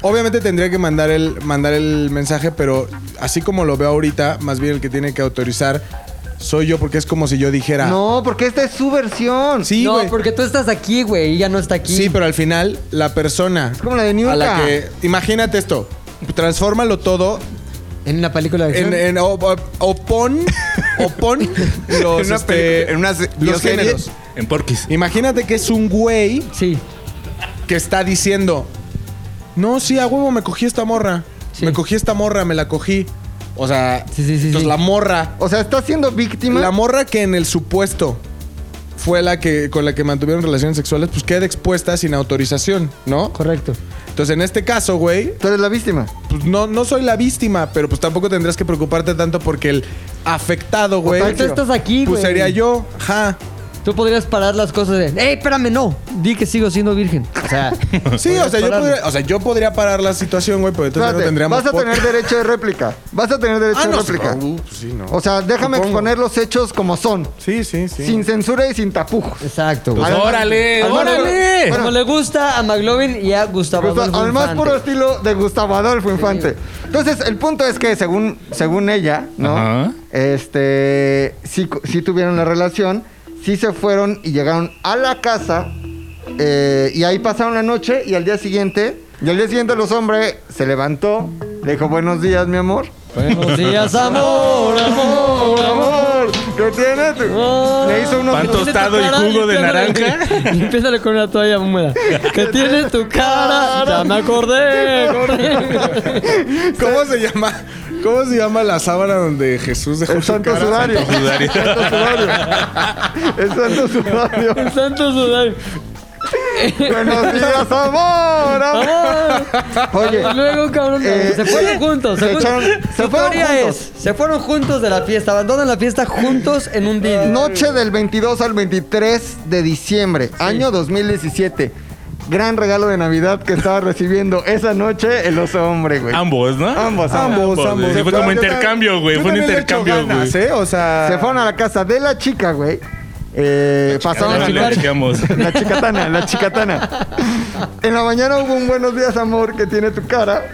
Speaker 10: Obviamente tendría que mandar el, mandar el mensaje, pero así como lo veo ahorita, más bien el que tiene que autorizar soy yo, porque es como si yo dijera.
Speaker 2: No, porque esta es su versión.
Speaker 10: sí,
Speaker 5: no,
Speaker 10: güey.
Speaker 5: porque tú estás aquí, güey, y ella no está aquí.
Speaker 10: Sí, pero al final, la persona
Speaker 2: como la de Niurka.
Speaker 10: a la que. Imagínate esto. Transfórmalo todo
Speaker 5: En una película de
Speaker 10: en,
Speaker 5: acción.
Speaker 10: en- o, o- o pon, o pon los,
Speaker 2: En una
Speaker 10: este,
Speaker 2: película, en una se-
Speaker 10: los
Speaker 2: bioserie.
Speaker 10: géneros.
Speaker 6: En Porquis.
Speaker 10: Imagínate que es un güey
Speaker 5: Sí.
Speaker 10: que está diciendo, no, sí, a huevo me cogí esta morra.
Speaker 5: Sí.
Speaker 10: Me cogí esta morra, me la cogí. O sea,
Speaker 5: Sí, sí, sí,
Speaker 10: entonces
Speaker 5: sí.
Speaker 10: la morra,
Speaker 2: O sea, está siendo víctima.
Speaker 10: la morra que en el supuesto fue la que con la que mantuvieron relaciones sexuales, pues queda expuesta sin autorización, ¿no?
Speaker 5: Correcto.
Speaker 10: Entonces en este caso, güey,
Speaker 2: Tú eres la víctima.
Speaker 10: pues no, no soy la víctima, pero pues tampoco tendrías que preocuparte tanto porque el afectado, güey,
Speaker 2: Total,
Speaker 5: tú estás aquí,
Speaker 10: pues
Speaker 5: güey.
Speaker 10: sería yo, ja.
Speaker 5: Tú podrías parar las cosas de, ¡Ey, espérame, no! Di que sigo siendo virgen. O sea,
Speaker 10: Sí, o sea, yo
Speaker 5: pararlo.
Speaker 10: podría, o sea, yo podría parar la situación, güey, pero entonces no
Speaker 2: Espérate,
Speaker 10: tendríamos
Speaker 2: vas a tener
Speaker 10: podcast.
Speaker 2: derecho de réplica. Vas a tener derecho
Speaker 10: Ah,
Speaker 2: de
Speaker 10: no,
Speaker 2: réplica.
Speaker 10: sí, no, sí, no.
Speaker 2: O sea, déjame
Speaker 10: Supongo.
Speaker 2: exponer los hechos como son.
Speaker 10: Sí, sí, sí.
Speaker 2: Sin censura y sin tapujos.
Speaker 5: exacto. güey.
Speaker 6: Pues
Speaker 2: Adelante.
Speaker 6: órale,
Speaker 2: Adelante.
Speaker 6: órale.
Speaker 2: Bueno,
Speaker 5: Como le gusta a McLovin y a Gustavo
Speaker 2: Gusta-
Speaker 5: Adolfo
Speaker 2: al más
Speaker 5: Infante.
Speaker 2: puro estilo de Gustavo Adolfo Infante. Entonces, el punto es que según, según ella, ¿no?
Speaker 6: Ajá.
Speaker 2: Este, sí, cu- sí tuvieron la relación, sí se fueron y llegaron a la casa eh, y ahí pasaron la noche y al día siguiente, y al día siguiente los hombres se levantó, le dijo buenos días, mi amor.
Speaker 5: Buenos días, amor, amor, amor.
Speaker 2: amor, ¿qué tienes? Le hizo unos
Speaker 6: Pan tostado y jugo de naranja.
Speaker 5: Empieza con una toalla húmeda. Que tiene tu cara. Ya me acordé. acordé.
Speaker 10: ¿Cómo se llama? ¿Cómo se llama la sábana donde Jesús dejó
Speaker 2: el
Speaker 10: su
Speaker 2: santo
Speaker 10: cara?
Speaker 2: sudario.
Speaker 6: Santo sudario.
Speaker 2: El santo sudario. El santo sudario.
Speaker 5: El santo sudario.
Speaker 2: Buenos días, amor. amor.
Speaker 5: Amor.
Speaker 2: Oye,
Speaker 5: Y luego, cabrón,
Speaker 2: Eh,
Speaker 5: se fueron juntos.
Speaker 2: se
Speaker 5: Se, fueron,
Speaker 2: echaron-
Speaker 5: su
Speaker 2: se fueron
Speaker 5: teoría
Speaker 2: juntos.
Speaker 5: es, se fueron juntos de la fiesta, abandonan la fiesta juntos en un día.
Speaker 2: Noche del 22 al 23 de diciembre, año 2017. Gran regalo de Navidad que estaba recibiendo esa noche el oso hombre, güey.
Speaker 6: Ambos, ¿no?
Speaker 2: Ambos, Ah.
Speaker 10: Ambos, ambos.
Speaker 6: Sí, fue como
Speaker 10: Yo ta-
Speaker 6: intercambio, güey.
Speaker 10: yo
Speaker 6: Fue un
Speaker 10: también le echo
Speaker 6: intercambio,
Speaker 10: ganas,
Speaker 6: güey.
Speaker 10: ¿eh? O sea,
Speaker 2: Se fueron a la casa de la chica, güey. Eh, pasaron
Speaker 6: Ahora
Speaker 2: la
Speaker 6: sí lo
Speaker 2: noche.
Speaker 6: chequeamos.
Speaker 2: La chicatana, la chicatana. En la mañana hubo un buenos días, amor, que tiene tu cara.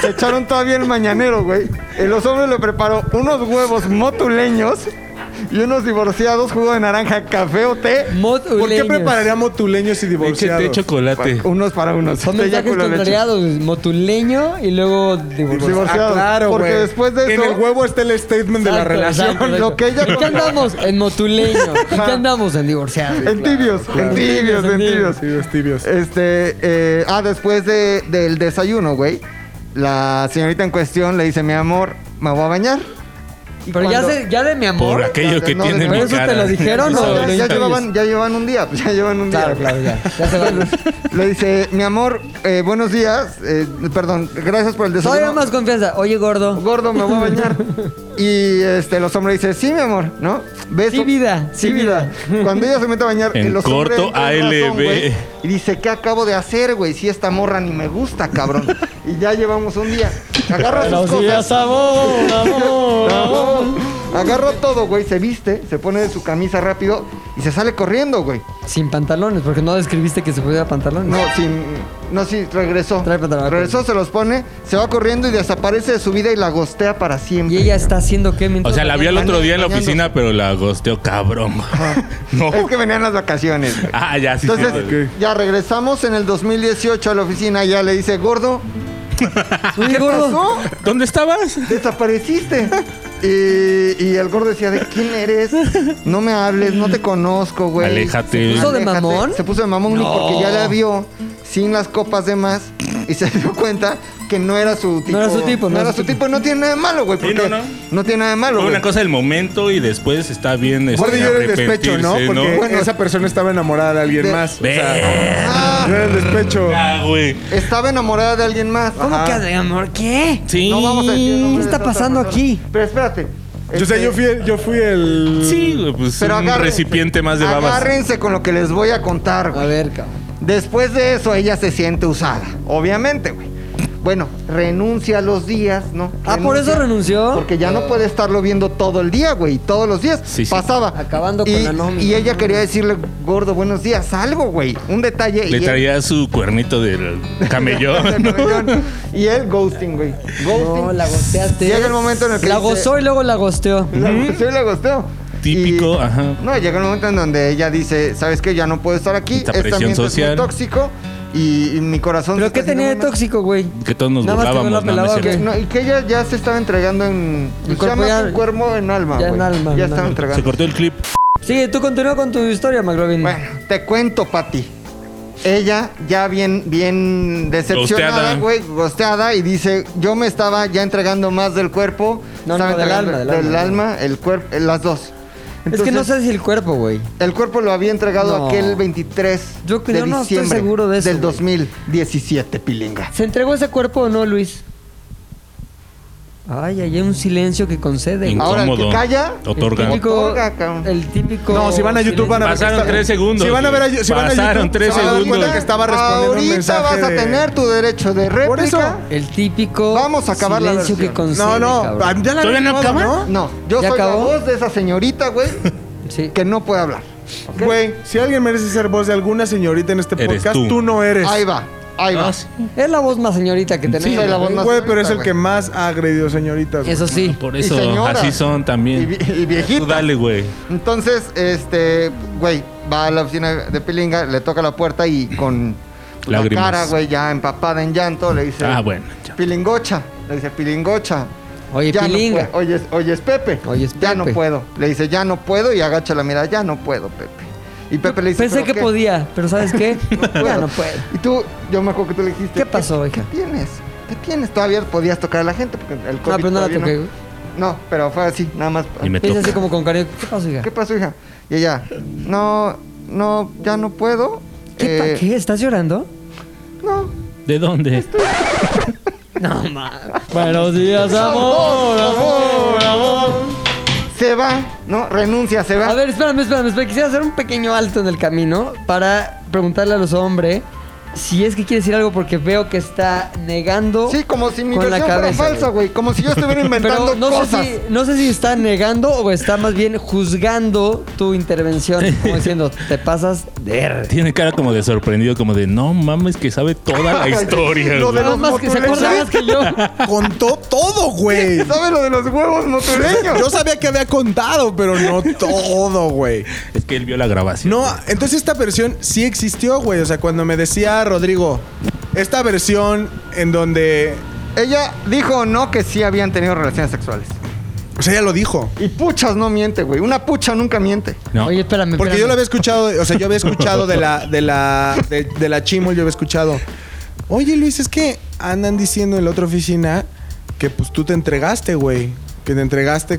Speaker 2: Se echaron todavía el mañanero, güey. El oso hombre le preparó unos huevos motuleños y unos divorciados, jugo de naranja, café o té.
Speaker 5: Mod
Speaker 10: ¿por qué
Speaker 5: uleños.
Speaker 10: prepararía motuleños y divorciados?
Speaker 6: Échate chocolate.
Speaker 2: Unos para unos.
Speaker 5: Son
Speaker 2: Te
Speaker 5: mensajes
Speaker 2: eyaculo leche.
Speaker 5: contrariados, güey. motuleño y luego divorciado.
Speaker 2: Divorciado.
Speaker 10: Ah, claro,
Speaker 2: Porque
Speaker 10: güey.
Speaker 2: después de
Speaker 10: En
Speaker 2: eso-
Speaker 10: el huevo está el statement de la
Speaker 5: Exacto,
Speaker 10: relación.
Speaker 5: exacto, exacto.
Speaker 2: lo que ella-
Speaker 5: ¿En qué andamos? En motuleño. ¿En qué andamos? En divorciado.
Speaker 2: En tibios, en tibios, en tibios.
Speaker 10: Tibios, tibios.
Speaker 2: Este, eh, ah, después de- del desayuno, güey, la señorita en cuestión le dice, mi amor, me voy a bañar. Y
Speaker 5: Pero ya,
Speaker 2: cuando-
Speaker 5: se, ya de mi amor.
Speaker 6: Por aquello que
Speaker 2: No,
Speaker 6: tiene
Speaker 2: no,
Speaker 6: mi
Speaker 5: ¿Pero eso
Speaker 6: cara.
Speaker 5: te lo dijeron o
Speaker 2: No,
Speaker 5: lo
Speaker 2: ya, ya
Speaker 5: intuyes?
Speaker 2: llevaban, ya llevaban un día, pues, ya llevan un día.
Speaker 5: Claro, claro, ya. Ya se van.
Speaker 2: Le dice, mi amor, eh, buenos días, eh, perdón, gracias por el desayuno.
Speaker 5: Todavía más confianza. Oye, gordo.
Speaker 2: Gordo, me voy a bañar. Y este, los hombres dicen, sí, mi amor, ¿no? Beso.
Speaker 5: Sí, vida,
Speaker 2: Sí,
Speaker 5: sí,
Speaker 2: vida. Cuando ella se mete a bañar,
Speaker 6: En
Speaker 2: los
Speaker 6: corto,
Speaker 2: hombres tienen razón,
Speaker 6: ALB.
Speaker 2: güey, y dice, ¿qué acabo de hacer, güey? Si esta morra ni me gusta, cabrón. y ya llevamos un día. Agarra sus cosas.
Speaker 5: amor, amor,
Speaker 2: No. Agarra todo, güey, se viste, se pone su camisa rápido y se sale corriendo, güey.
Speaker 5: Sin pantalones, porque no describiste que se pudiera pantalones.
Speaker 2: No, sin. No, sí, regresó.
Speaker 5: Trae pantalón.
Speaker 2: Regresó, se los pone, se va corriendo y desaparece de su vida y la gostea para siempre.
Speaker 5: Y ella está haciendo qué
Speaker 6: O
Speaker 5: mientras.
Speaker 6: sea, la vi al otro día en la
Speaker 2: Bañándose.
Speaker 6: oficina, pero la gosteó cabrón. No.
Speaker 2: Es que venían las vacaciones, güey.
Speaker 6: Ah, ya sí.
Speaker 2: Entonces,
Speaker 6: sí, sí.
Speaker 2: ya regresamos en el 2018 a la oficina y ya le dice, gordo,
Speaker 5: Oye, gordo.
Speaker 2: ¿no?
Speaker 6: ¿Dónde estabas?
Speaker 2: Desapareciste. Y, y el gordo decía, ¿de quién eres? No me hables, no te conozco, güey.
Speaker 6: Aléjate.
Speaker 2: Se
Speaker 5: ¿Se puso de
Speaker 2: aléjate.
Speaker 5: mamón?
Speaker 2: Se puso de mamón
Speaker 5: No.
Speaker 2: porque ya la vio sin las copas de más y se dio cuenta que no era su tipo.
Speaker 5: era su tipo,
Speaker 2: No, era su tipo. No tiene nada de malo, güey.
Speaker 6: Sí,
Speaker 2: porque
Speaker 6: no, no.
Speaker 2: no tiene nada de malo,
Speaker 6: Fue
Speaker 2: güey.
Speaker 6: una cosa del momento y después está bien. este,
Speaker 10: Aparte yo era el despecho, ¿no?
Speaker 6: arrepentirse,
Speaker 10: Porque
Speaker 2: Bueno.
Speaker 10: esa persona estaba enamorada de alguien
Speaker 2: De-
Speaker 10: más. O sea,
Speaker 6: Verga,
Speaker 10: yo era el despecho.
Speaker 6: güey.
Speaker 2: Ah, Estaba enamorada de alguien más.
Speaker 5: ¿Cómo que de amor? ¿Qué?
Speaker 6: Sí.
Speaker 2: No vamos a decir el nombre
Speaker 5: ¿Qué
Speaker 2: de esa
Speaker 5: está
Speaker 2: otra
Speaker 5: pasando
Speaker 2: persona.
Speaker 5: aquí?
Speaker 2: Pero espérate.
Speaker 10: Yo sé,
Speaker 2: Este,
Speaker 10: yo fui el, yo fui el
Speaker 6: Sí, güey, pues
Speaker 2: pero
Speaker 6: un
Speaker 2: agárrense.
Speaker 6: recipiente más de babas.
Speaker 2: Agárrense con lo que les voy a contar, güey.
Speaker 5: A ver, cabrón.
Speaker 2: Después de eso, ella se siente usada. Obviamente, güey. Bueno, renuncia a los días, ¿no?
Speaker 5: Ah, ¿por eso renunció?
Speaker 2: Porque ya no puede estarlo viendo todo el día, güey. Todos los días.
Speaker 6: Sí, sí.
Speaker 2: Pasaba.
Speaker 5: Acabando con
Speaker 2: y,
Speaker 5: la nómina.
Speaker 2: Y ella quería decirle, gordo, buenos días, algo, güey. Un detalle.
Speaker 6: Le
Speaker 2: y él-
Speaker 6: traía su cuernito del camellón. ¿no?
Speaker 2: Perdón. y él ghosting, güey. Ghosting.
Speaker 5: No, la gosteaste.
Speaker 2: Llega el momento en el que
Speaker 5: La
Speaker 2: dice-
Speaker 5: gozó y luego la gosteó.
Speaker 2: La gustó y la gustó.
Speaker 6: Típico,
Speaker 2: Y-
Speaker 6: ajá.
Speaker 2: No, llega el momento en donde ella dice, ¿sabes qué? Ya no puedo estar aquí.
Speaker 6: Esta
Speaker 2: este
Speaker 6: presión
Speaker 2: ambiente
Speaker 6: social.
Speaker 2: es muy tóxico y, y mi corazón...
Speaker 5: ¿Pero
Speaker 2: se
Speaker 5: qué
Speaker 2: está
Speaker 5: tenía de
Speaker 2: haciendo muy mal".
Speaker 5: tóxico, güey?
Speaker 6: Que todos nos
Speaker 5: Nada más que no la
Speaker 6: burlábamos, no, no es
Speaker 5: pelaba,
Speaker 6: cierto.
Speaker 5: ¿o qué?
Speaker 2: No, y que ella ya se estaba entregando en...
Speaker 5: El
Speaker 2: Se
Speaker 5: cuerpo
Speaker 2: llama
Speaker 5: ya-
Speaker 2: un cuerpo en alma,
Speaker 5: ya en
Speaker 2: güey.
Speaker 5: alma,
Speaker 2: Ya
Speaker 5: en
Speaker 2: estaba
Speaker 5: alma.
Speaker 6: Se
Speaker 2: entregando.
Speaker 6: cortó el clip.
Speaker 5: Sigue, tú continúa con tu historia, McLovin.
Speaker 2: Bueno, te cuento, Pati. Ella ya bien, bien
Speaker 6: Gosteada.
Speaker 2: decepcionada, güey, gosteada, y dice, yo me estaba ya entregando más del cuerpo.
Speaker 5: No,
Speaker 2: estaba
Speaker 5: no, del
Speaker 2: entregando
Speaker 5: alma, del
Speaker 2: del
Speaker 5: alma.
Speaker 2: alma, el cuerpo, las dos.
Speaker 5: es que no
Speaker 2: Entonces,
Speaker 5: sé si el cuerpo, güey.
Speaker 2: El cuerpo lo había entregado
Speaker 5: No.
Speaker 2: aquel 23
Speaker 5: Yo-
Speaker 2: de
Speaker 5: yo no estoy
Speaker 2: diciembre
Speaker 5: seguro de eso,
Speaker 2: del
Speaker 5: güey.
Speaker 2: 2017, Pilinga.
Speaker 5: ¿Se entregó ese cuerpo o no, Luis? Ay, ahí hay un silencio que concede.
Speaker 2: Ah, Ahora, el que
Speaker 6: Incómodo.
Speaker 2: calla,
Speaker 5: El
Speaker 6: Otorga.
Speaker 5: típico-
Speaker 2: Otorga, cabrón.
Speaker 5: el típico.
Speaker 10: No, si van a YouTube van a ver.
Speaker 6: Pasaron
Speaker 10: que está-
Speaker 6: tres segundos,
Speaker 10: Si van a ver a,
Speaker 6: güey.
Speaker 10: si van a YouTube.
Speaker 6: Pasaron tres
Speaker 10: se van a dar
Speaker 6: segundos.
Speaker 10: cuenta que estaba respondiendo un
Speaker 2: Ahorita
Speaker 10: mensaje
Speaker 2: vas a
Speaker 10: de-
Speaker 2: tener tu derecho de réplica.
Speaker 10: Por eso.
Speaker 5: El típico.
Speaker 2: Vamos a acabar la
Speaker 5: silencio
Speaker 2: versión.
Speaker 5: que concede.
Speaker 10: No, no,
Speaker 5: cabrón.
Speaker 10: ya la
Speaker 6: ¿Todavía no
Speaker 10: habían
Speaker 6: acaba?
Speaker 10: grabado,
Speaker 2: No, yo soy
Speaker 5: ¿Ya acabó?
Speaker 2: la voz de esa señorita, güey,
Speaker 5: Sí.
Speaker 2: que no puede hablar.
Speaker 10: ¿no? Güey, si alguien merece ser voz de alguna señorita en este
Speaker 6: Eres
Speaker 10: podcast, tú.
Speaker 6: tú.
Speaker 10: no eres.
Speaker 2: Ahí va, ahí
Speaker 5: Ah,
Speaker 6: Ah,
Speaker 2: va.
Speaker 5: Es la voz más señorita que tenemos.
Speaker 2: soy la voz más
Speaker 10: Güey, pero es
Speaker 2: señorita,
Speaker 10: el
Speaker 2: güey.
Speaker 10: que más ha agredido señoritas. güey.
Speaker 5: Eso sí.
Speaker 6: Por
Speaker 2: Y
Speaker 6: eso,
Speaker 2: señora.
Speaker 6: así son
Speaker 2: Y,
Speaker 6: también.
Speaker 2: vi- y
Speaker 6: Tú
Speaker 2: viejita.
Speaker 6: dale, güey.
Speaker 2: Entonces, este, güey, va a la oficina de Pilinga, le toca la puerta y con
Speaker 6: Lágrimas.
Speaker 2: la cara, güey, ya empapada en llanto, le dice...
Speaker 6: Ah, bueno, ya.
Speaker 2: Pilingocha, le dice, Pilingocha.
Speaker 5: Oye,
Speaker 2: ya no
Speaker 5: pilinga.
Speaker 2: puedo. oye, oye, es Pepe.
Speaker 5: Oye, es
Speaker 2: Ya no
Speaker 5: Pepe.
Speaker 2: puedo. Le dice, ya no puedo y agacha la mirada, ya no puedo, Pepe. Y Pepe le dice,
Speaker 5: Pensé
Speaker 2: "¿Pero
Speaker 5: que
Speaker 2: qué?
Speaker 5: podía, pero ¿sabes qué?
Speaker 2: puedo".
Speaker 5: ya no puedo.
Speaker 2: Y tú, yo me acuerdo que tú le dijiste,
Speaker 5: ¿Qué pasó, hija?
Speaker 2: ¿Qué tienes? ¿Qué tienes? Todavía podías tocar a la gente porque el COVID
Speaker 5: No, pero no la
Speaker 2: todavía
Speaker 5: toqué, güey.
Speaker 2: No, pero fue así, nada más.
Speaker 6: Y me
Speaker 5: Me Dice así
Speaker 6: toca.
Speaker 5: como con cariño. ¿Qué pasó, hija?
Speaker 2: ¿Qué pasó, hija? Y ella, no, no, ya no puedo.
Speaker 5: ¿Qué, pa-
Speaker 2: Eh,
Speaker 5: ¿Qué? ¿Estás llorando?
Speaker 2: No.
Speaker 6: ¿De dónde?
Speaker 5: No, ma. Buenos días, amor,
Speaker 2: amor, Se va, ¿no? Renuncia, se va.
Speaker 5: A ver, espérame, espérame, espérame. Quisiera hacer un pequeño alto en el camino para preguntarle a los hombres si es que quiere decir algo porque veo que está negando.
Speaker 2: Sí, como si mi
Speaker 5: con la
Speaker 2: versión fuera
Speaker 5: cabeza,
Speaker 2: falsa, güey. Como si yo estuviera inventando
Speaker 5: Pero no
Speaker 2: cosas.
Speaker 5: sé, si, no sé si está negando o está más bien juzgando tu intervención, como diciendo, te pasas de R.
Speaker 6: Tiene cara como de sorprendido, como de no mames, que sabe toda la historia.
Speaker 2: Lo de
Speaker 6: güey.
Speaker 5: Nada
Speaker 2: los
Speaker 5: más que se
Speaker 2: motuleños.
Speaker 5: acuerda más que yo.
Speaker 10: Contó todo, güey.
Speaker 2: ¿Sabes lo de los huevos motuleños?
Speaker 10: Yo sabía que había contado, pero no todo, güey.
Speaker 6: Es que él vio la grabación.
Speaker 10: No, entonces esta versión sí existió, güey. O sea, cuando me decía Rodrigo, esta versión en donde.
Speaker 2: Ella dijo no que sí habían tenido relaciones sexuales.
Speaker 10: O sea, ella lo dijo.
Speaker 2: Y puchas no miente, güey. Una pucha nunca miente.
Speaker 6: No.
Speaker 5: Oye, espérame.
Speaker 10: Porque yo lo
Speaker 5: espérame.
Speaker 10: había escuchado, o sea, yo había escuchado de la, de la, de, de la Chimol, yo había escuchado. Oye, Luis, es que andan diciendo en la otra oficina que pues tú te entregaste, güey. Que te entregaste.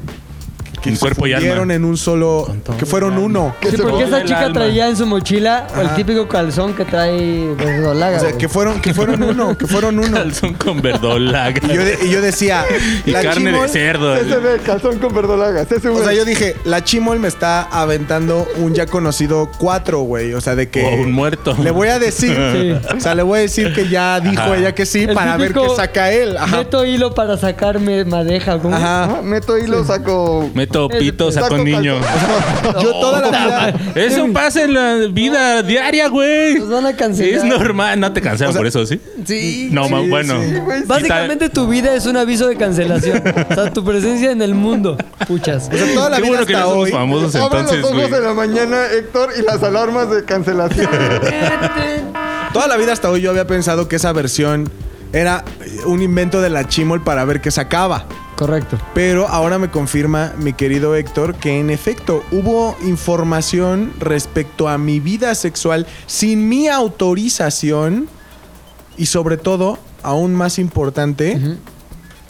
Speaker 10: Que
Speaker 6: En
Speaker 10: se
Speaker 6: cuerpo y alma.
Speaker 10: fundieron en un solo.
Speaker 6: todo
Speaker 10: Que fueron uno.
Speaker 5: Sí, porque esa
Speaker 6: el
Speaker 5: chica
Speaker 6: alma.
Speaker 5: traía en su mochila el típico calzón que trae pues, Dolaga,
Speaker 10: O sea,
Speaker 5: güey.
Speaker 10: que fueron, que fueron uno, que fueron uno.
Speaker 6: Calzón con verdolaga.
Speaker 10: Y yo, de- y yo decía.
Speaker 6: Y
Speaker 10: la
Speaker 6: carne de
Speaker 10: Chimol-
Speaker 6: cerdo.
Speaker 2: Ese ve calzón con verdolagas. Ese
Speaker 10: O
Speaker 2: güey.
Speaker 10: sea, yo dije, la Chimol me está aventando un ya conocido cuatro, güey. O sea, de que.
Speaker 6: O un muerto.
Speaker 10: Le voy a decir.
Speaker 5: Sí.
Speaker 10: O sea, le voy a decir que ya dijo
Speaker 6: Ajá.
Speaker 10: ella que sí
Speaker 5: El
Speaker 10: para ver
Speaker 5: típico,
Speaker 10: qué saca él. Ajá.
Speaker 5: Meto hilo para sacarme madeja. ¿cómo?
Speaker 10: Ajá.
Speaker 2: Ah, meto hilo, saco.
Speaker 6: Meto pito, pito, sacó
Speaker 2: Taco
Speaker 6: niño.
Speaker 2: calzón. Yo toda la vida.
Speaker 6: Eso pasa en la vida diaria, güey.
Speaker 5: Nos van a cancelar.
Speaker 6: Es normal. No te cancelan por eso, ¿sí?
Speaker 5: Sí.
Speaker 6: No, ma-
Speaker 2: sí,
Speaker 6: bueno.
Speaker 2: sí, güey.
Speaker 6: Quita-
Speaker 5: Básicamente tu vida es un aviso de cancelación. O sea, tu presencia en el mundo. Puchas.
Speaker 10: O sea, toda la
Speaker 6: Qué
Speaker 10: vida
Speaker 6: bueno que no
Speaker 10: hasta
Speaker 6: somos
Speaker 10: hoy.
Speaker 6: famosos eh.
Speaker 2: Abran
Speaker 6: entonces,
Speaker 2: los ojos
Speaker 6: güey.
Speaker 2: en la mañana, Héctor, y las alarmas de cancelación.
Speaker 10: Toda la vida hasta hoy yo había pensado que esa versión era un invento de la Chimol para ver qué sacaba.
Speaker 5: Correcto.
Speaker 10: Pero ahora me confirma mi querido Héctor que en efecto hubo información respecto a mi vida sexual sin mi autorización y sobre todo, aún más importante,